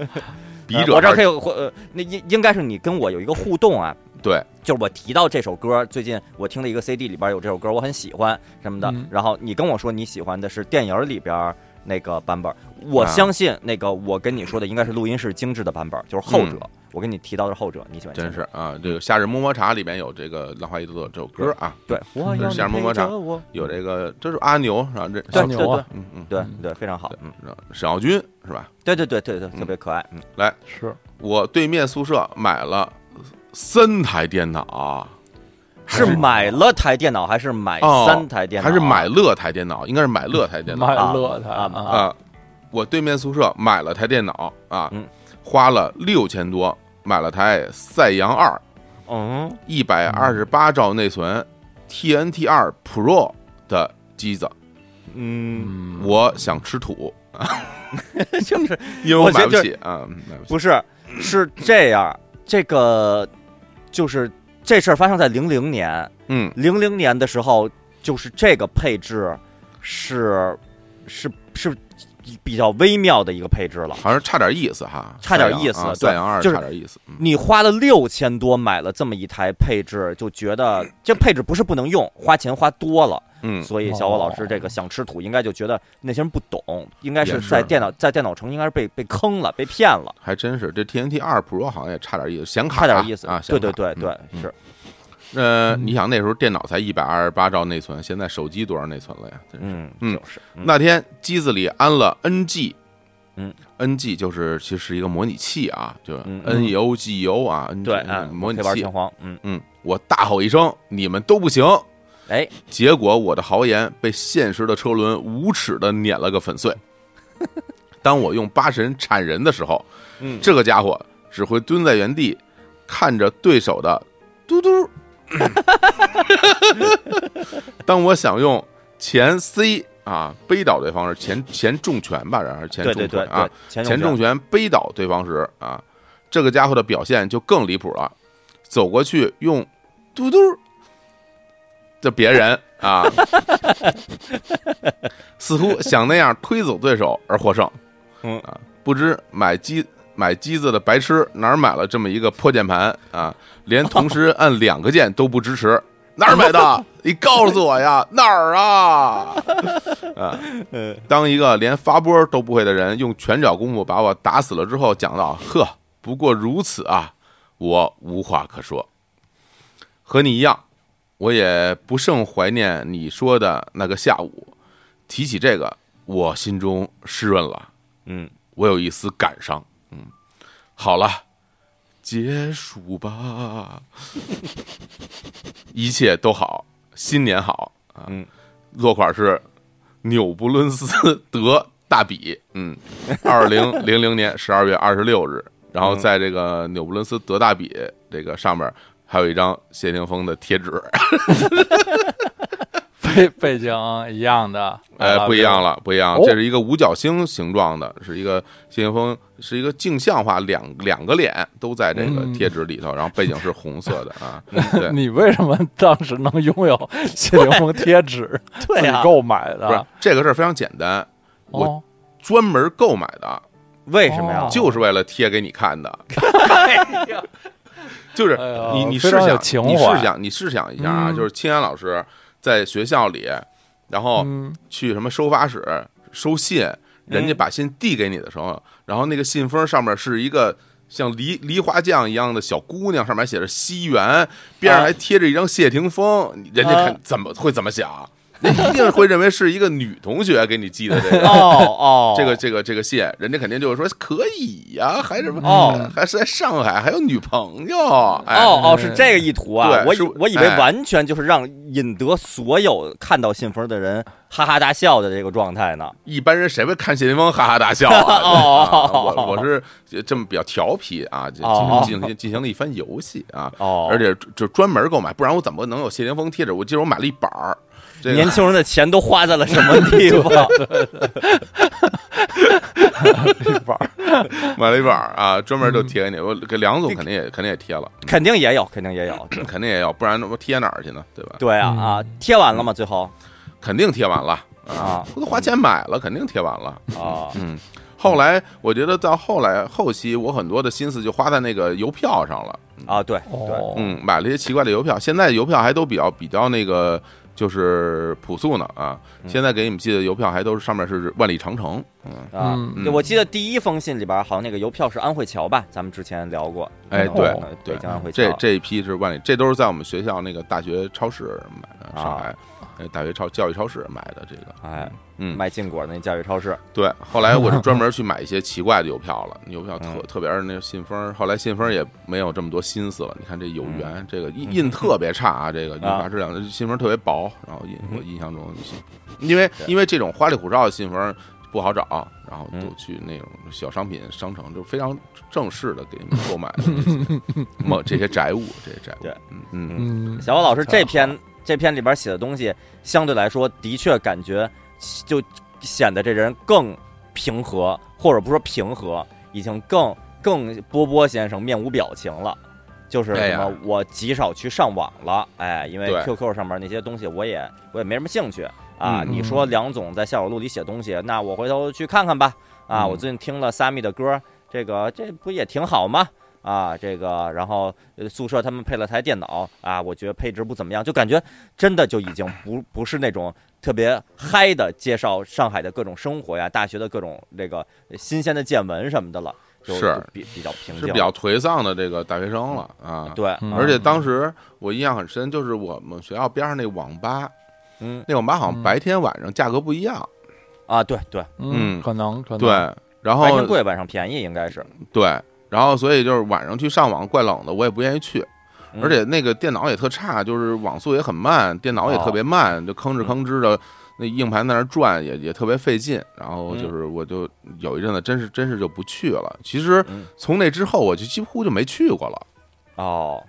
笔者我这儿还可是以呃，那应应该是你跟我有一个互动啊，对，就是我提到这首歌，最近我听了一个 CD 里边有这首歌，我很喜欢什么的。嗯然后你跟我说你喜欢的是电影里边那个版本，我啊相信那个我跟你说的应该是录音室精致的版本，就是后者。我跟你提到的是后者，你喜欢嗯前真者？是啊，这个《夏日摸摸茶》里面有这个《浪花一朵朵》这首歌啊，对，我就是像摸摸茶我有这个，这是阿牛，然后这对小对牛对啊嗯嗯，对嗯对，非常好对，嗯，然后沈耀军是吧？对对对对对，嗯特别可爱，嗯，是我对面宿舍买了三台电脑，是买了台电脑还是买哦三台电脑？还是买乐台电脑？应该是买乐台电脑麦乐他啊啊啊、我对面宿舍买了台电脑啊，嗯花了六千多买了台赛扬二，嗯一百二十八兆内存，TNT 二 Pro 的机子。嗯，嗯，我想吃土， 就是 因为我我觉买得不起啊，嗯买不起。不是，是这样，这个就是这事儿发生在零零年，嗯，零零年的时候，就是这个配置是是是比较微妙的一个配置了。好像差点意思哈，差点意赛思扬啊对赛扬二就是差点意思。嗯你花了六千多买了这么一台配置，就觉得这配置不是不能用，花钱花多了。嗯，所以小伙老哦师这个想吃土，应该就觉得那些人不懂，应该也是是在电脑在电脑城应该是被被坑了，被骗了，还真是，这 TNT 二 Pro 好像也差点意思，显卡差点意思啊！对显对卡对对，嗯是。呃，嗯你想那时候电脑才一百二十八兆内存，现在手机多少内存了呀？真是嗯，嗯就是那天机子里安了 NG，嗯，NG 就是其实是一个模拟器啊，就是嗯 NUGU 啊，NG 对，嗯嗯，模拟可以玩器天。皇，嗯，嗯，我大吼一声，你们都不行。哎，结果我的豪言被现实的车轮无耻的碾了个粉碎。当我用八神铲人的时候，嗯这个家伙只会蹲在原地，看着对手的嘟 嘟。当我想用前 C 啊背倒对方时，前前重拳吧，然后前对重对拳对啊对，，前前重重拳背倒对方时啊，这个家伙的表现就更离谱了，走过去用嘟嘟的别人啊， 似乎想那样推走对手而获胜。嗯啊，不知买机买机子的白痴哪儿买了这么一个破键盘啊，连同时按两个键都不支持，哪儿买的？你告诉我呀，哪儿啊？啊，当一个连发波都不会的人用拳脚功夫把我打死了之后，讲到：“呵，不过如此啊，我无话可说。”和你一样，我也不胜怀念你说的那个下午。提起这个，我心中湿润了，嗯，我有一丝感伤。嗯，好了，结束 吧，一切都好，新年好啊。嗯，落款是纽布伦斯德大比，嗯，二零 零零年十二月二十六日，然嗯后在这个纽布伦斯德大比这个上面还有一张谢霆锋的贴纸，啊背背景一样的，啊哎，不一样了，了，不一样了，哦这是一个五角星形状的，是一个谢霆锋，是一个镜像化，两两个脸都在这个嗯贴纸里头，然后背景是红色的 啊，对，你为什么当时能拥有谢霆锋贴纸？对自己啊，购买不是的？这个事儿非常简单，我哦，专门购买的，为什么呀？哦就是为了贴给你看 的。哎呀就是哎呀你你非试常有想，情你怀试想，你试想一下啊，嗯就是青岩老师在学校里，然后嗯去什么收发室收信，人家把信递给你的时嗯候，然后那个信封上面是一个。像梨梨花酱一样的小姑娘，上面还写着西园，边啊上还贴着一张谢霆锋，人家看啊怎么会怎么想？人一定会认为是一个女同学给你寄的这个 哦哦， 这个这个这个信，人家肯定就是说可以呀、还是哦还是在上海，还有女朋友，哎，哦哦，是这个意图啊！对我以是我以为哎完全就是让引得所有看到信封的人哈哈大笑的这个状态呢。一般人谁会看谢霆锋哈哈大笑 啊？ 哦对啊我我是这么比较调皮啊，就哦进行进行了一番游戏啊，哦，而且就专门购买，不然我怎么能有谢霆锋贴纸？我记得我买了一板儿，这年个啊轻人的钱都花在了什么地 方？玩儿买了一板儿啊，专嗯门就贴给你。我给梁总肯定也肯定也贴了， 肯定也有，肯定也有。肯定也要，不然我贴哪儿去呢？对吧？对啊啊，嗯贴完了吗？最后肯定贴完了啊我都花钱买了，肯定贴完了。啊嗯，后来我觉得到后来后期，我很多的心思就花在那个邮票上了。啊，对对，哦，嗯，买了一些奇怪的邮票，现在邮票还都比较比较那个。就是朴素呢啊！现在给你们寄的邮票还都是上面是万里长城，啊嗯，嗯对，我记得第一封信里边好像那个邮票是安慧桥吧，咱们之前聊过。哎，对哦对北京安徽，这桥这一批是万里，这都是在我们学校那个大学超市买的，上海呃大学超教育超市买的这个，哎，嗯，卖禁果那教育超市对，后来我是专门去买一些奇怪的邮票了，邮票特特别是那信封，后来信封也没有这么多心思了。你看这有缘，这个印印特别差啊，这个印刷质量，信封特别薄，然后印嗯我印象中信，因为因为这种花里胡哨的信封不好找，然后都嗯去那种小商品商城，就非常正式的给你们购买的这些某这些宅物，这些宅物对，嗯嗯，嗯，小欧老师这太篇这篇里边写的东西，相对来说的确感觉就显得这人更平和，或者不说平和，已经更更波波先生面无表情了。就是哎什呀么，我极少去上网了，哎，因为对 QQ 上面那些东西我也我也没什么兴趣啊。嗯你说梁总在校友录里写东西，那我回头去看看吧。啊，嗯我最近听了 Sammy 的歌，这个这不也挺好吗？啊，这个，然后呃宿舍他们配了台电脑啊，我觉得配置不怎么样，就感觉真的就已经不不是那种特别嗨的介绍上海的各种生活呀、大学的各种这个新鲜的见闻什么的了，就是就比比较平是静，比较颓丧的这个大学生了啊。对，嗯而且当时我印象很深，就是我们学校边上那网吧，嗯那网吧好像嗯白天晚上价格不一样，啊，对对，嗯嗯，可能可能，对，然白天后贵晚上便宜应该是，对，然后所以就是晚上去上网怪冷的，我也不愿意去，嗯而且那个电脑也特差，就是网速也很慢，电脑也哦特别慢，就嗯吭哧吭哧的。那硬盘在那儿转也也特别费劲，然后嗯就是我就有一阵子真是真是就不去了。其实嗯从那之后我就几乎就没去过了，哦，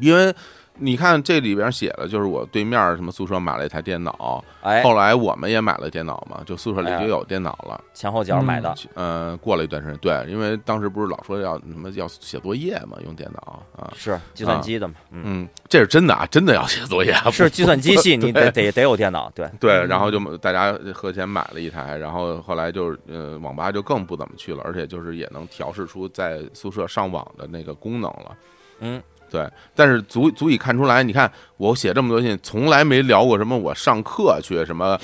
因为你看这里边写的就是我对面什么宿舍买了一台电脑，哎，后来我们也买了电脑嘛，就宿舍里哎就有电脑了。前后脚买的，嗯，过了一段时间，对，因为当时不是老说要什么要写作业嘛，用电脑啊，是计算机的嘛，嗯，嗯，这是真的啊，真的要写作业啊，不是计算嗯机 系，你得得得有电脑，对，对，然后就大家和钱买了一台，然后后来就是呃，网吧就更不怎么去了，而且就是也能调试出在宿舍上网的那个功能了，嗯，对，但是足足以看出来，你看我写这么多信，从来没聊过什么我上课去什么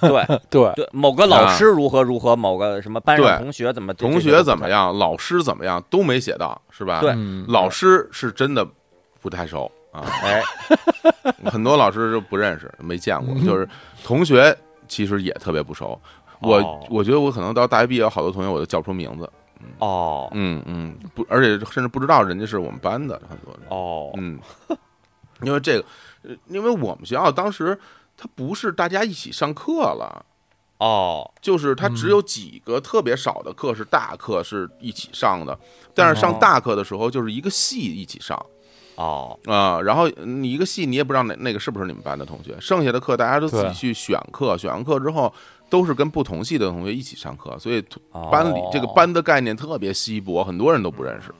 对，对，对，某个老师如何如何，某个什么班啊对上同学怎么同学怎么，样，老师怎么样都没写到，是吧？对嗯老师是真的不太熟 啊，这这哎， 很多老师就不认识，没见过，嗯就是同学其实也特别不熟。我、哦我觉得我可能到大学毕业，好多同学我都叫不出名字，哦嗯嗯，不，而且甚至不知道人家是我们班的很多人，哦，嗯，因为这个，呃因为我们学校当时它不是大家一起上课了，哦，就是它只有几个特别少的课是大课是一起上的，但是上哦大课的时候就是一个系一起上，哦，啊、然后你一个系你也不知道哪那个是不是你们班的同学，剩下的课大家都自己对去选课，选完课之后都是跟不同系的同学一起上课，所以哦班里、这个班的概念特别稀薄，很多人都不认识。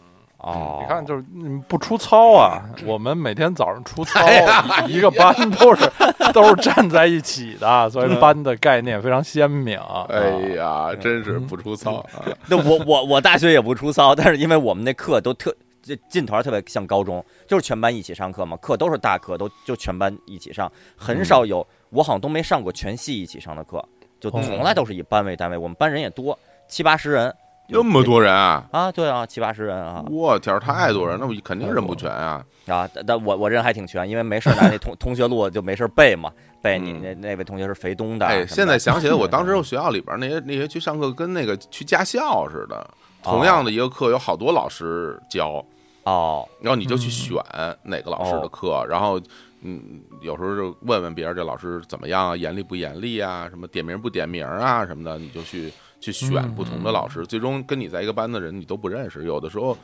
哦，嗯你看，就是你们不出操啊，我们每天早上出操，哎呀一个班都是都是站在一起的，所以班的概念非常鲜明。哎呀，真是不出操啊！那我我我大学也不出操，但是因为我们那课都特这劲头儿特别像高中，就是全班一起上课嘛，课都是大课，都就全班一起上，很嗯少有、我好像都没上过全系一起上的课，就哦从来都是以班为单位，我们班人也多，七八十人那么多人啊！啊，对啊，七八十人啊我天儿，太多人，那我肯定认不全啊！啊，但但我我人还挺全，因为没事儿拿 那同同学录就没事儿背嘛，背你嗯那那位同学是肥东的啊，哎，什么现在的想起来，我当时学校里边那些那些去上课，跟那个去驾校似的，同样的一个课有好多老师教，哦然后你就去选哪个老师的课，然后嗯，有时候就问问别人这老师怎么样啊，严厉不严厉啊，什么点名不点名啊什么的，你就去去选嗯不同的老师，最终跟你在一个班的人你都不认识，有的时候，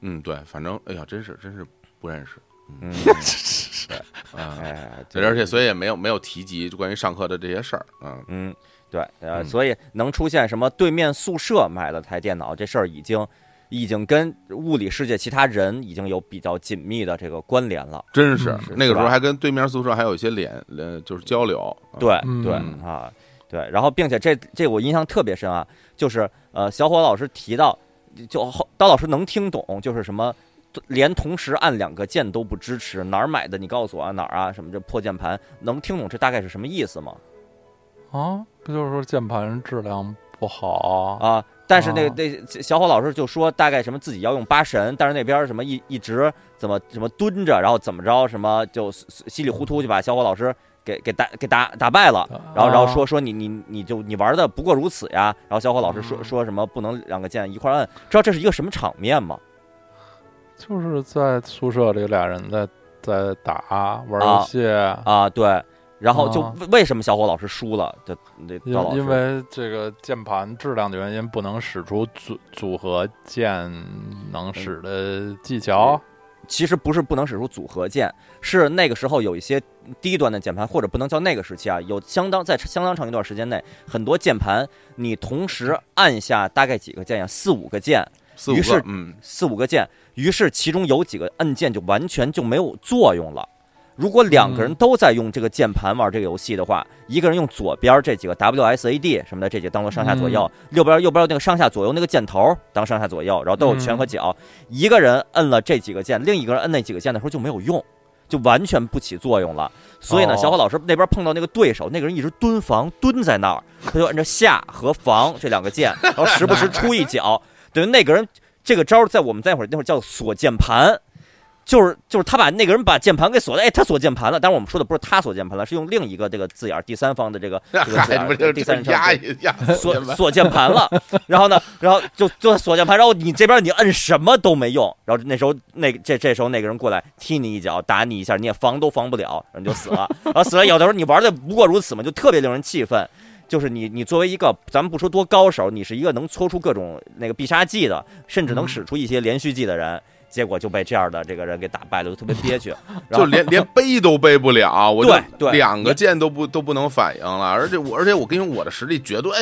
嗯，对，反正哎呀，真是真是不认识嗯，啊。哎，对，而且所以也没有没有提及就关于上课的这些事儿，嗯，嗯，对，呃，嗯所以能出现什么对面宿舍买了台电脑这事儿，已经已经跟物理世界其他人已经有比较紧密的这个关联了。真是嗯是那个时是候吧还跟对面宿舍还有一些联，呃，就是交流，啊，对嗯对啊，对，然后并且这这我印象特别深啊，就是呃，小伙老师提到，就后刀老师能听懂，就是什么。连同时按两个键都不支持，哪儿买的？你告诉我啊，哪儿啊？什么这破键盘能听懂这大概是什么意思吗？啊，不就是说键盘质量不好？啊。但是那哦个那小伙老师就说，大概什么自己要用八神，但是那边儿什么一一直怎么怎么蹲着，然后怎么着什么就稀里糊涂就把小伙老师给给打给打打败了，啊啊然哦后然后说说你你你就你玩的不过如此呀，然后小伙老师说嗯说什么不能两个键一块儿摁，知道这是一个什么场面吗？就是在宿舍里俩人在在打玩游啊戏，啊，对，然后就哦为为什么小伙老师输了？就那因赵老师因为这个键盘质量的原因，不能使出组组合键能使的技巧。其实不是不能使出组合键，是那个时候有一些低端的键盘，或者不能叫那个时期啊，有相当在相当长一段时间内，很多键盘你同时按下大概几个键呀，四五个键，四五于个是，嗯， 四五个键，于是其中有几个按键就完全就没有作用了。如果两个人都在用这个键盘玩这个游戏的话，一个人用左边这几个 W S A D 什么的这几个当做上下左右，右边右边那个上下左右那个箭头当上下左右，然后都有拳和脚。一个人摁了这几个键，另一个人摁那几个键的时候就没有用，就完全不起作用了。所以呢，哦小伙老师那边碰到那个对手，那个人一直蹲防蹲在那儿，他就按着下和防这两个键，然后时不时出一脚，等于那个人这个招儿在我们在那会儿那会儿叫锁键盘，就是就是他把那个人把键盘给锁了，哎，他锁键盘了。当然我们说的不是他锁键盘了，是用另一个这个字眼儿，第三方的这个这个字眼嗨，不儿，就第这三人称压一压 锁键盘锁键盘了。然后呢，然后就就锁键盘，然后你这边你摁什么都没用。然后那时候那这这时候那个人过来踢你一脚，打你一下，你也防都防不了，然后你就死了。然后死了，有的时候你玩的不过如此嘛，就特别令人气愤。就是你，你作为一个，咱们不说多高手，你是一个能搓出各种那个必杀技的，甚至能使出一些连续技的人，结果就被这样的这个人给打败了，就特别憋屈。然就后连连背都背不了，我对就对两个键都不都不能反应了，而且我而且我跟你说我的实力绝对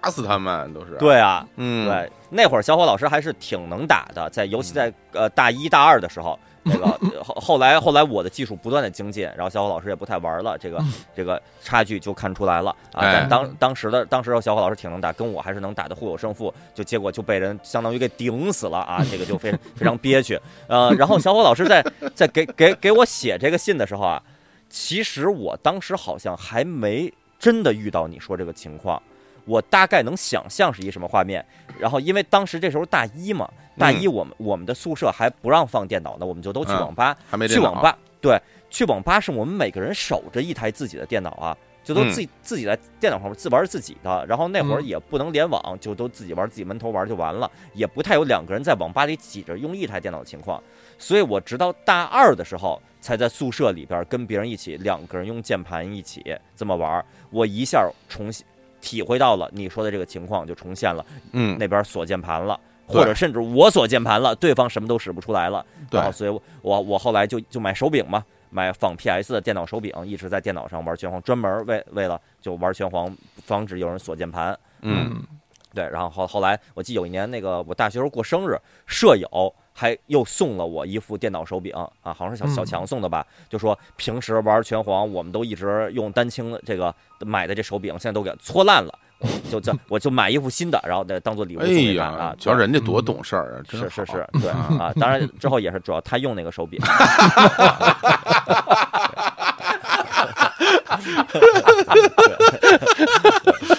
打死他们都是，，对啊，嗯，对，那会儿小伙老师还是挺能打的，在尤其在呃大一大二的时 候，那个呃后后来后来我的技术不断的精进，然后小伙老师也不太玩了，这个这个差距就看出来了啊。嗯哎但当当时的当时的小伙老师挺能打，跟我还是能打的互有胜负，就结果就被人相当于给顶死了啊，这 个就非常非常憋屈。呃，然后小伙老师在在给给给我写这个信的时候啊，其实我当时好像还没真的遇到你说这个情况。我大概能想象是一什么画面，然后因为当时这时候大一嘛，大一我们、我们的宿舍还不让放电脑呢，我们就都去嗯网吧，还没去电脑啊网，吧，对，去网吧是我们每个人守着一台自己的电脑啊，就都嗯自己、自己在电脑上面自玩自己的，然后那会儿嗯也不能联网，就都自己玩自己闷头玩就完了，也不太有两个人在网吧里挤着用一台电脑的情况，所以我直到大二的时候才在宿舍里边跟别人一起两个人用键盘一起这么玩，我一下重新体会到了你说的这个情况就重现了，嗯，那边锁键盘了。对或者甚至我锁键盘了，对方什么都使不出来了，对然后，所以我我我后来就就买手柄嘛，买仿 PS 的电脑手柄，一直在电脑上玩拳皇，专门为为了就玩拳皇，防止有人锁键盘。嗯，对，然后后后来我记得有一年那个我大学时候过生日，舍友还又送了我一副电脑手柄啊，好像是小嗯小强送的吧，就说平时玩拳皇我们都一直用单清的这个买的这手柄，现在都给搓烂了，就这我就买一副新的，然后再当做礼物哎送给呀他啊，。瞧对人家多懂事儿啊，真是是好是， 对啊，当然之后也是主要他用那个手柄，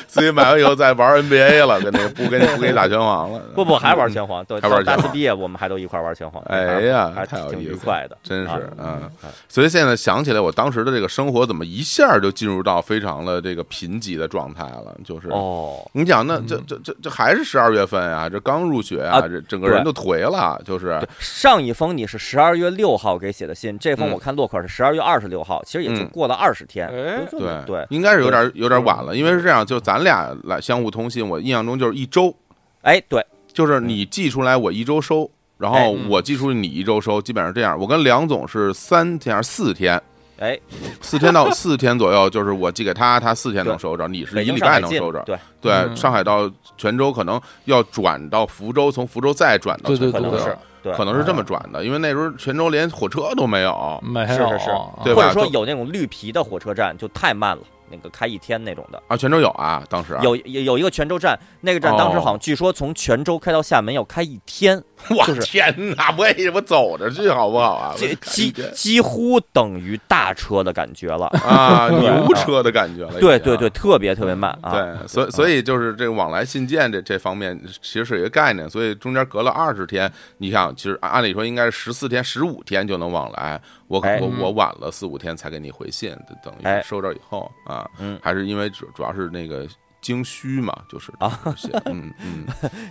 自己买完以后再玩 NBA 了，跟那个不跟你不给你打拳皇了， 不不还玩拳皇，对，嗯还玩大拳四皇毕业我们还都一块玩拳皇，哎呀还太有挺意愉思快的，真是啊嗯。所以现在想起来，我当时的这个生活怎么一下就进入到非常的这个贫瘠的状态了？就是哦，你想，那这这这这还是十二月份啊，这刚入学啊，啊这整个人都颓了，就是上一封你是十二月六号给写的信，这封嗯我看落款是十二月二十六号，其实也就嗯过了二十天。哎就这么对对，嗯应该是有点有点晚了，因为是这样，就咱俩来相互通信，我印象中就是一周，哎对，就是你寄出来我一周收，然后哎嗯我寄出去你一周收，基本上这样。我跟梁总是三天还是四天，哎，四天 到四天左右，就是我寄给他，他四天能对收着，你是北一京礼上拜海能近收着。对，对，嗯上海到泉州可能要转到福州，从福州再转到对对泉州，可能是对，嗯可能是这么转的，因为那时候泉州连火车都没有。没有，啊是是是对或吧者说就有那种绿皮的火车站就太慢了，那个开一天那种的。啊，泉州有啊，当时啊哦有有有一个泉州站，那个站当时好像据说从泉州开到厦门要开一天，我就是天哪！我也我走着去好不好啊？这我几感觉几乎等于大车的感觉了。啊， 对牛车的感觉了。对已经对对，特别特别慢啊。对，所以所以就是这个往来信件这这方面其实是一个概念，所以中间隔了二十天，你想，其实按按理说应该是十四天、十五天就能往来，我可哎我嗯我晚了四五天才给你回信，等于哎是收着以后啊嗯，还是因为主主要是那个精虚嘛，就是啊就是，嗯嗯，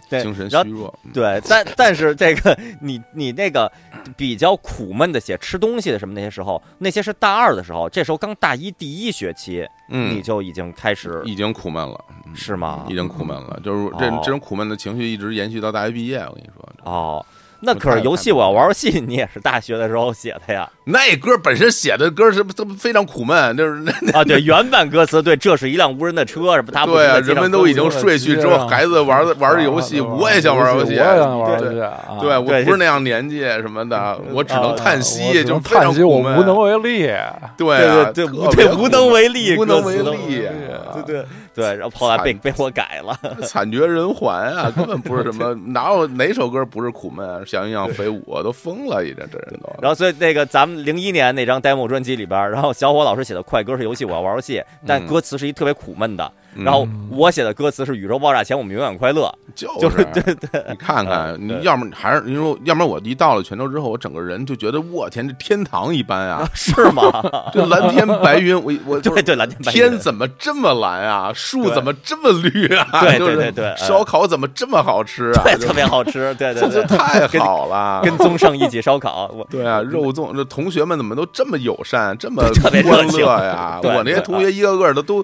对精神然后虚弱，嗯对，但但是这个你你那个比较苦闷的写吃东西的什么那些时候，那些是大二的时候，这时候刚大一第一学期，你嗯，就已经开始已经苦闷了，嗯是吗已？经苦闷了，就是这哦这种苦闷的情绪一直延续到大学毕业，我跟你说，哦，那可是游戏我要玩游戏，你也是大学的时候写 的呀？那歌本身写的歌是都非常苦闷，就是那啊，对，原版歌词对，这是一辆无人的车，什么他不对啊，人停地接们上都已经歌了睡直去接啊之后，让孩子玩玩游戏，我也想玩游游戏，我哎也想玩对游戏啊。对，我对嗯哦不是那样年纪什么的，我只能啊叹我息，只就能非常叹息，我苦闷无能为力。对啊对对对特无别对无能为力，无能为歌词力啊，都，对对对，然后后来被被我改了，惨绝人寰啊，根本不是什 么，哪有哪首歌不是苦闷啊？想一想飞舞，我都疯了，已经这人都。然后所以那个咱们零一年那张 demo 专辑里边儿，然后小伙老师写的快歌是游戏，我要玩游戏，嗯但歌词是一特别苦闷的。然后我写的歌词是宇宙爆炸前我们永远快乐，就就是是对对你看看啊，你对要么还是你说，要么我一到了泉州之后，我整个人就觉得我天，这天堂一般 啊，是 吗？这蓝天白云，我 我就是对对，蓝天白云天怎么这么蓝啊？树对怎么这么绿啊？对对 就是对对嗯烧烤怎么这么好吃啊？对就特别好吃，对对这这对，太好了。跟宗盛一起烧烤，我对啊，肉粽这同学们怎么都这么友善，这么特别热欢情乐呀？ 对我那些对嗯同学一个个的都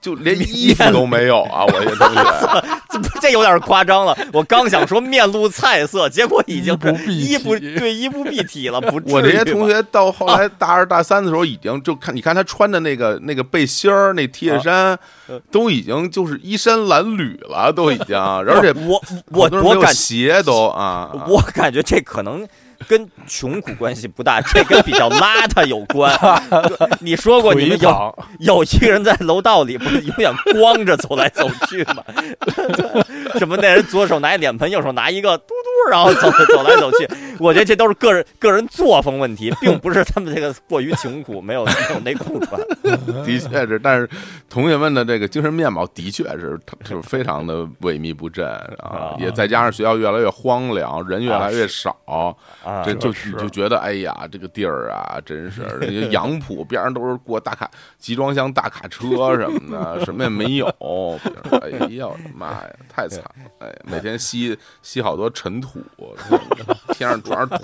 就连衣服都没有啊！我 这些同学，这不这有点夸张了。我刚想说面露菜色，结果已经是衣衣不不蔽体对衣不蔽体了， 不至于吧。啊我这些同学到后来大二大三的时候，已经就看你看他穿的那个那个背心儿、那 T 恤衫呃，都已经就是衣衫褴褛了，都已 经，而且我我好多人没我有感鞋都啊，啊我感觉这可能跟穷苦关系不大，这跟比较邋遢有关。 你说过你腿们有膀有一个人在楼道里不是永远光着走来走去吗？ 什么那人左手拿一脸盆，右手拿一个嘟嘟，然后走走来走去。我觉得这都是个人个人作风问题，并不是他们这个过于穷苦没有没有内裤穿。啊的确是，但是同学们的这个精神面貌的确是，就是非常的萎靡不振啊啊，也再加上学校越来越荒凉，人越来越少，啊这就是你就觉得哎呀，这个地儿啊，真是人家杨浦边上都是过大卡集装箱大卡车什么的，什么也没有。哎呀，我的妈呀，太惨了！哎呀，每天吸吸好多尘土，天上全是土，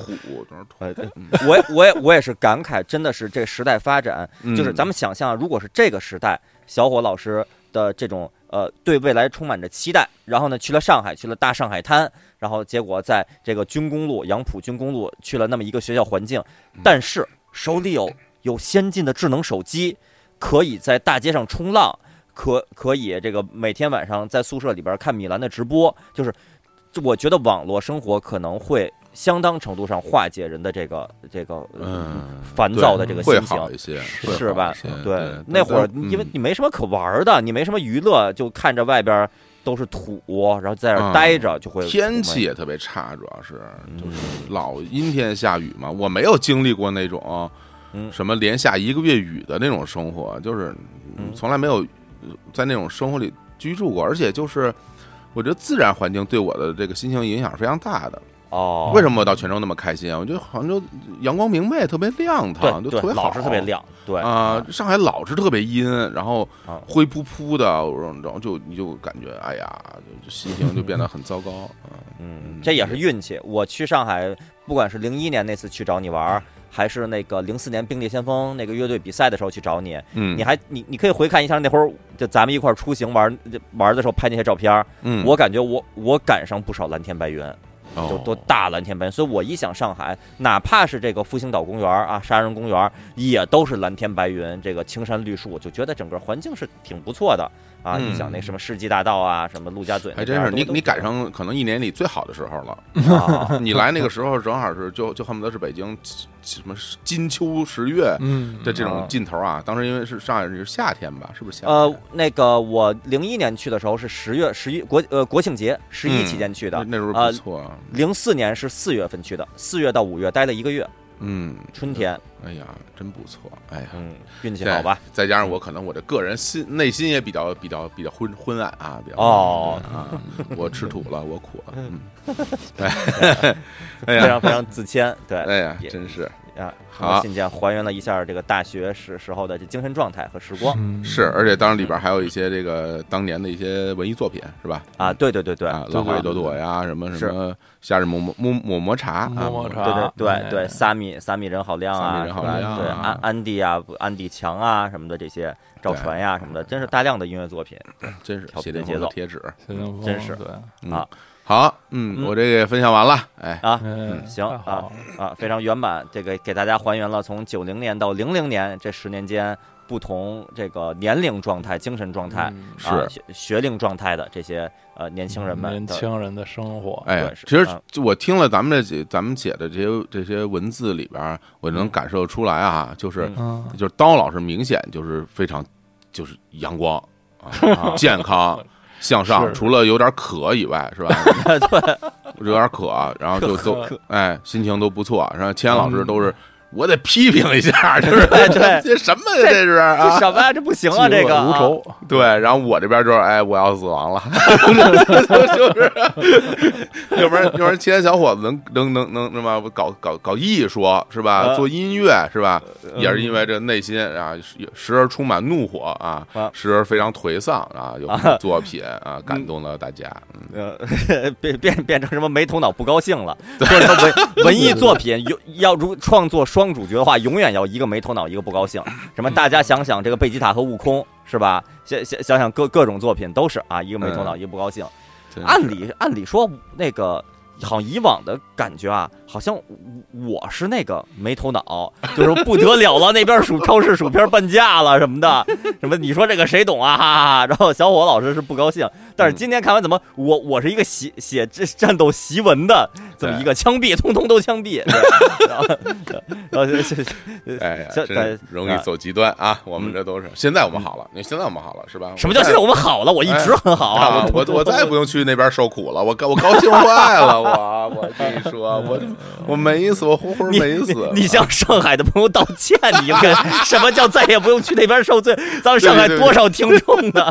全是土。呃，对我也我也我也是感慨，真的是这个时代发展，嗯就是咱们想象，如果是这个时代，小伙老师的这种呃对未来充满着期待，然后呢去了上海，去了大上海滩，然后结果在这个军工路杨浦军工路去了那么一个学校环境，嗯但是手里有有先进的智能手机，可以在大街上冲浪，可可以这个每天晚上在宿舍里边看米兰的直播，就是。我觉得网络生活可能会相当程度上化解人的这个这个嗯，烦躁的这个会心好情，一些，会是吧好一些？对对，那会儿但因为嗯你没什么可玩的，你没什么娱乐，就看着外边都是土，然后在那儿嗯待着就会天苦气闷。也特别差，主要是就是老阴天下雨嘛。我没有经历过那种嗯什么连下一个月雨的那种生活，就是嗯从来没有呃在那种生活里居住过，而且就是。我觉得自然环境对我的这个心情影响是非常大的。哦，为什么我到泉州那么开心啊？我觉得杭州阳光明媚，特别亮堂，就对特别对，好，老是特别亮，对啊、上海老是特别阴，然后啊灰扑扑的，然后就你就感觉哎呀，就就心情就变得很糟糕。嗯嗯，这也是运气。我去上海，不管是零一年那次去找你玩儿，还是那个零四年冰裂先锋那个乐队比赛的时候去找你，嗯，你还你你可以回看一下那会儿就咱们一块儿出行玩儿玩的时候拍那些照片儿，嗯，我感觉我我赶上不少蓝天白云，就哦都大蓝天白云。所以我一想上海，哪怕是这个复兴岛公园儿啊、沙人公园儿，也都是蓝天白云，这个青山绿树，就觉得整个环境是挺不错的啊。嗯你想那什么世纪大道啊，什么陆家嘴那还边真儿，是你都你赶上可能一年里最好的时候了。 啊你来那个时候正好是就就恨不得是北京什么金秋十月嗯的这种啊劲头啊。当时因为是上海是夏天吧，是不是夏天？呃，那个我零一年去的时候是十月十一国呃国庆节十一嗯期间去那的，那时候呃不错啊。零四、年是四月份去的，四月到五月待了一个月，嗯，春天，哎呀，真不错，哎呀。嗯，运气对好吧？？再加上我可能我这个人心内心也比较比较比较昏昏暗啊，比较哦昏暗啊，我吃土了，我苦了， 嗯，啊非常非常自谦，对，哎呀，也真是啊，好我信件还原了一下这个大学时时候的这精神状态和时光是，而且当然里边还有一些这个当年的一些文艺作品是吧？啊，对对对对啊，对浪花一朵朵呀，什么什是么夏日抹抹抹抹抹茶啊，摸摸对对茶，对对，萨米哎萨米人好亮萨啊，米人好是吧亮啊对安安迪啊，安迪强啊什么的这些，赵对传呀什么的，真是大量的音乐作品。真是调谢皮的霆锋的节奏贴纸谢霆锋真是对嗯啊，好，嗯，嗯我这个也分享完了，哎，啊，嗯行太好了啊，非常圆满，这个给大家还原了从九零年到零零年这十年间不同这个年龄状态、精神状态、嗯啊是。学学龄状态的这些呃年轻人们年的轻人的生活，哎对，是其实嗯就我听了咱们这几咱们写的这些这些文字里边儿，我能感受出来啊，就是嗯嗯，就是刀老师明显就是非常就是阳光 啊，健康。向上，是除了有点渴以外，是吧？ 对，有点渴，啊然 后就都渴嗯哎，心情都不错。然后千岩老师都是，我得批评一下，就是 对这什么呀，这是这啊？什么呀？这不行啊！嫉恶这个如啊仇，对，然后我这边就是，哎，我要死亡 了，就是， 要不然要不然，千岩小伙子能能能能那么搞搞搞艺术是吧？呃做音乐是吧？嗯也是因为这内心啊，时时而充满怒火啊啊，时而非常颓丧啊，有很多作品啊感动了大家。嗯呃，变变变成什么没头脑不高兴了？变成文文艺作品，有要如创作双主角的话，永远要一个没头脑，一个不高兴。什么大家想想这个贝吉塔和悟空是吧？想想想想各各种作品都是啊，一个没头脑，一个不高兴。真是按理按理说那个。好像以往的感觉啊，好像我是那个没头脑，就是不得了了，那边薯超市薯片半价了什么的，什么你说这个谁懂啊？哈哈哈。然后小伙老师是不高兴，但是今天看完怎么我我是一个写写这战斗檄文的这么一个枪毙，通通都枪毙。对 然后然后就就就哎呀，这嗯真是容易走极端啊！我们这都是现在我们好了，你现在我们好了是吧？什么叫现在我们好了？我一直很好啊，啊！我我再也不用去那边受苦了，我高我高兴坏了，我我跟你说，我 我美死，我活活嗯你美死啊你。你向上海的朋友道歉，你们什么叫再也不用去那边受罪？咱们上海对对对多少听众 呢？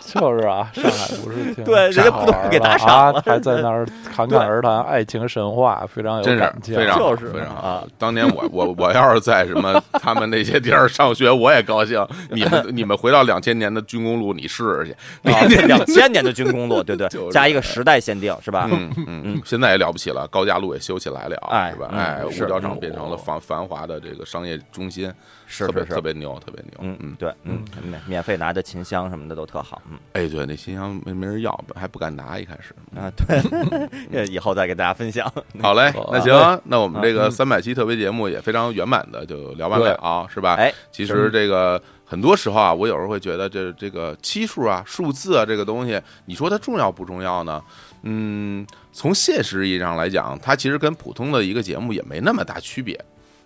就是啊，上海不是挺 对人家傻玩不都儿给的打赏啊了还在那儿侃侃而谈爱情神话，非常有真是感情，非常好就是非常好啊。 当年我我我要是在什么他们那些地儿上学，我也高兴。你们你们回到两千年的军工路，你试试去。啊，两千年的军工路，对对就是，加一个时代限定是吧？ 嗯嗯嗯，现在也了不起了，高架路也修起来了，哎是吧？嗯哎，五是哦角场变成了繁繁华的这个商业中心，是特别是特是，别牛，特别牛。嗯嗯，对，嗯，免免费拿的琴箱什么的都特好，嗯哎，对，那新疆没没人要，还不敢拿，一开始。啊，对， 这以后再给大家分享。好嘞错，那啊行，那我们这个三百期特别节目也非常圆满的就聊完了啊，是吧？哎，其实这个。很多时候啊，我有时候会觉得这这个期数啊、数字啊这个东西，你说它重要不重要呢？嗯，从现实意义上来讲，它其实跟普通的一个节目也没那么大区别。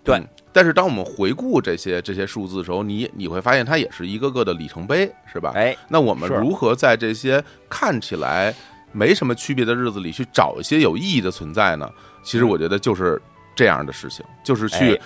对嗯但是当我们回顾这些这些数字的时候，你你会发现它也是一个个的里程碑，是吧？哎，那我们是如何在这些看起来没什么区别的日子里去找一些有意义的存在呢？其实我觉得就是这样的事情，就是去哎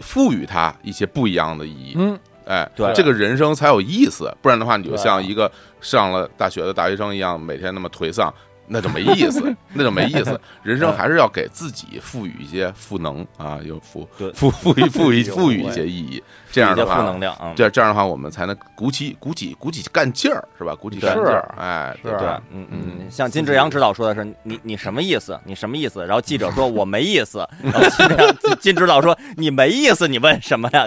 赋予它一些不一样的意义。嗯，哎，对这个人生才有意思，不然的话，你就对啊像一个上了大学的大学生一样，每天那么颓丧，那就没意思， 那就没意思。人生还是要给自己赋予一些赋能啊，有赋对赋赋予赋 予哎呦赋予一喂些意义，这样一些的负话能。量啊，嗯这这样的话，我们才能鼓起鼓起鼓起干劲儿，是吧？鼓起对干劲儿，是哎，是对对吧，嗯嗯嗯，像金志扬指导说的是，你你什么意思？你什么意思？然后记者说我没意思， 然后金志扬金金指导说你没意思，你问什么呀？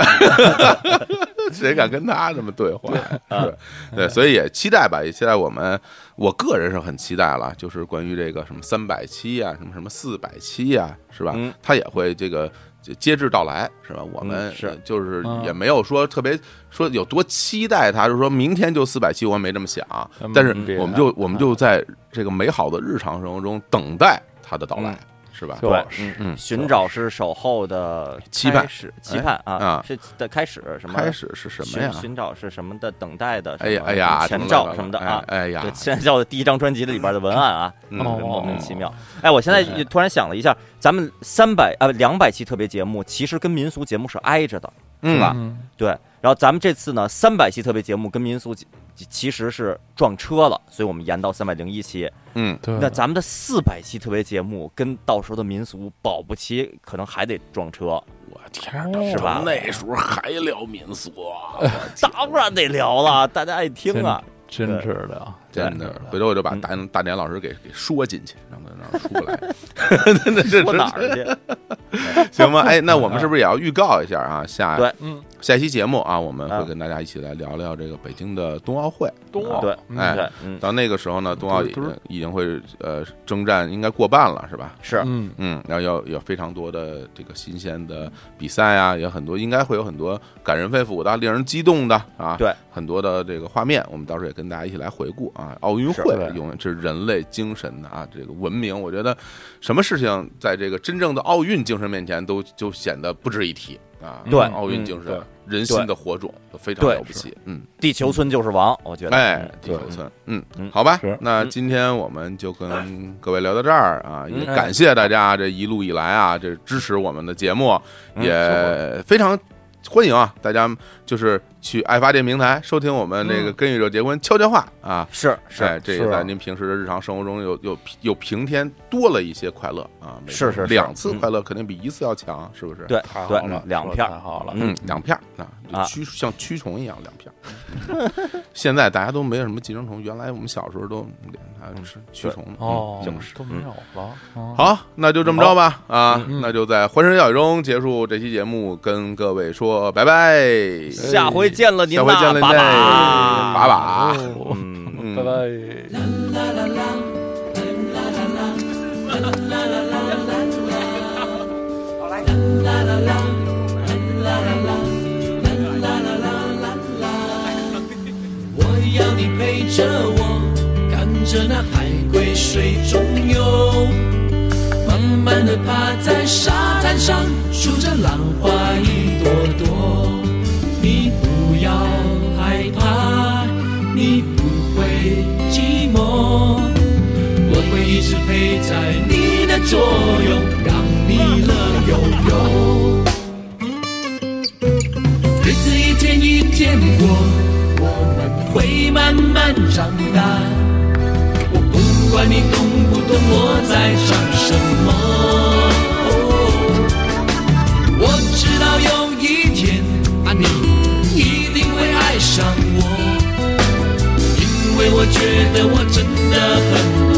谁敢跟他这么对话呀？啊是，对，所以也期待吧，也期待我们，我个人是很期待了，就是关于这个什么三百期啊，什么什么四百期啊，是吧嗯？他也会这个接接至到来，是吧？我们呃嗯是就是嗯也没有说特别说有多期待他，就是说明天就四百期，我也没这么想嗯，但是别我们的就我们就在这个美好的日常生活中等待他的到来，是吧？就对是嗯寻找是守候的期盼开始，期盼啊啊，是的开始什么开始是什么呀寻？寻找是什么的等待的？哎呀什么哎呀，前兆什么的哎啊。哎呀对，，现在叫的第一张专辑的里边的文案啊，嗯哦莫名其妙。哎，我现在对就突然想了一下，咱们三百啊两百期特别节目，其实跟民俗节目是挨着的，嗯是吧嗯对。然后咱们这次呢，三百期特别节目跟民俗节其实是撞车了，所以我们延到三百零一期。嗯。对，那咱们的四百期特别节目跟到时候的民俗保不齐可能还得 撞车，我天儿，哦是吧那时候还聊民俗啊，当然得聊了，大家爱听啊。真对是的啊， 真真是的的，回头我就把嗯大大年老师给给说进去，让他让他出不 来， 说哪儿去？行吗？哎，那我们是不是也要预告一下啊？下对嗯，下一期节目啊，我们会嗯跟大家一起来聊聊这个北京的冬奥会。冬奥对嗯哎对，嗯，到那个时候呢，冬奥已嘟儿经已经会呃征战应该过半了，是吧？是嗯，嗯，然后要有非常多的这个新鲜的比赛啊，也很多，应该会有很多感人肺腑的、令人激动的啊，对，很多的这个画面，我们到时候也跟大家一起来回顾啊。奥运是会对永远是人类精神的啊，这个文明，我觉得什么事情在这个真正的奥运精神面前都就显得不值一提啊。对奥运嗯精神对、人心对的火种都非常对了不起，嗯。地球村就是王，我觉得。哎嗯，地球村，嗯，嗯好吧是，那嗯今天我们就跟各位聊到这儿啊，也嗯感谢大家这一路以来啊，这支持我们的节目，嗯也非常欢迎啊，大家就是去爱发电平台收听我们那个嗯跟宇宙结婚悄悄话啊。是是，哎，这是也在啊您平时的日常生活中又又又平添多了一些快乐啊！每是天是是两次嗯快乐肯定比一次要强，是不是？，对太好对了，，两说片太儿。好了，嗯，两片儿啊，啊就驱像驱虫一样两片儿。 嗯现在大家都没有什么寄生虫，原来我们小时候都还是驱虫的。嗯哦，嗯都没有了，嗯，好，那就这么着吧啊，嗯那就在欢声笑语中结束这期节目，跟各位说拜拜，哎下回见了您哎下呐，回见了您，爸爸，爸爸，嗯哦嗯。嗯拜拜。我要你陪着我，看着那海龟水中游，慢慢的趴在沙滩上，数着浪花一朵朵。你不要害怕，你不会寂寞，我会一直陪在你的左右，让你乐悠悠。日子一天一天过，我们会慢慢长大。我不管你懂不懂我在唱什么，我知道有一天啊，你一定会爱上我，因为我觉得我真的很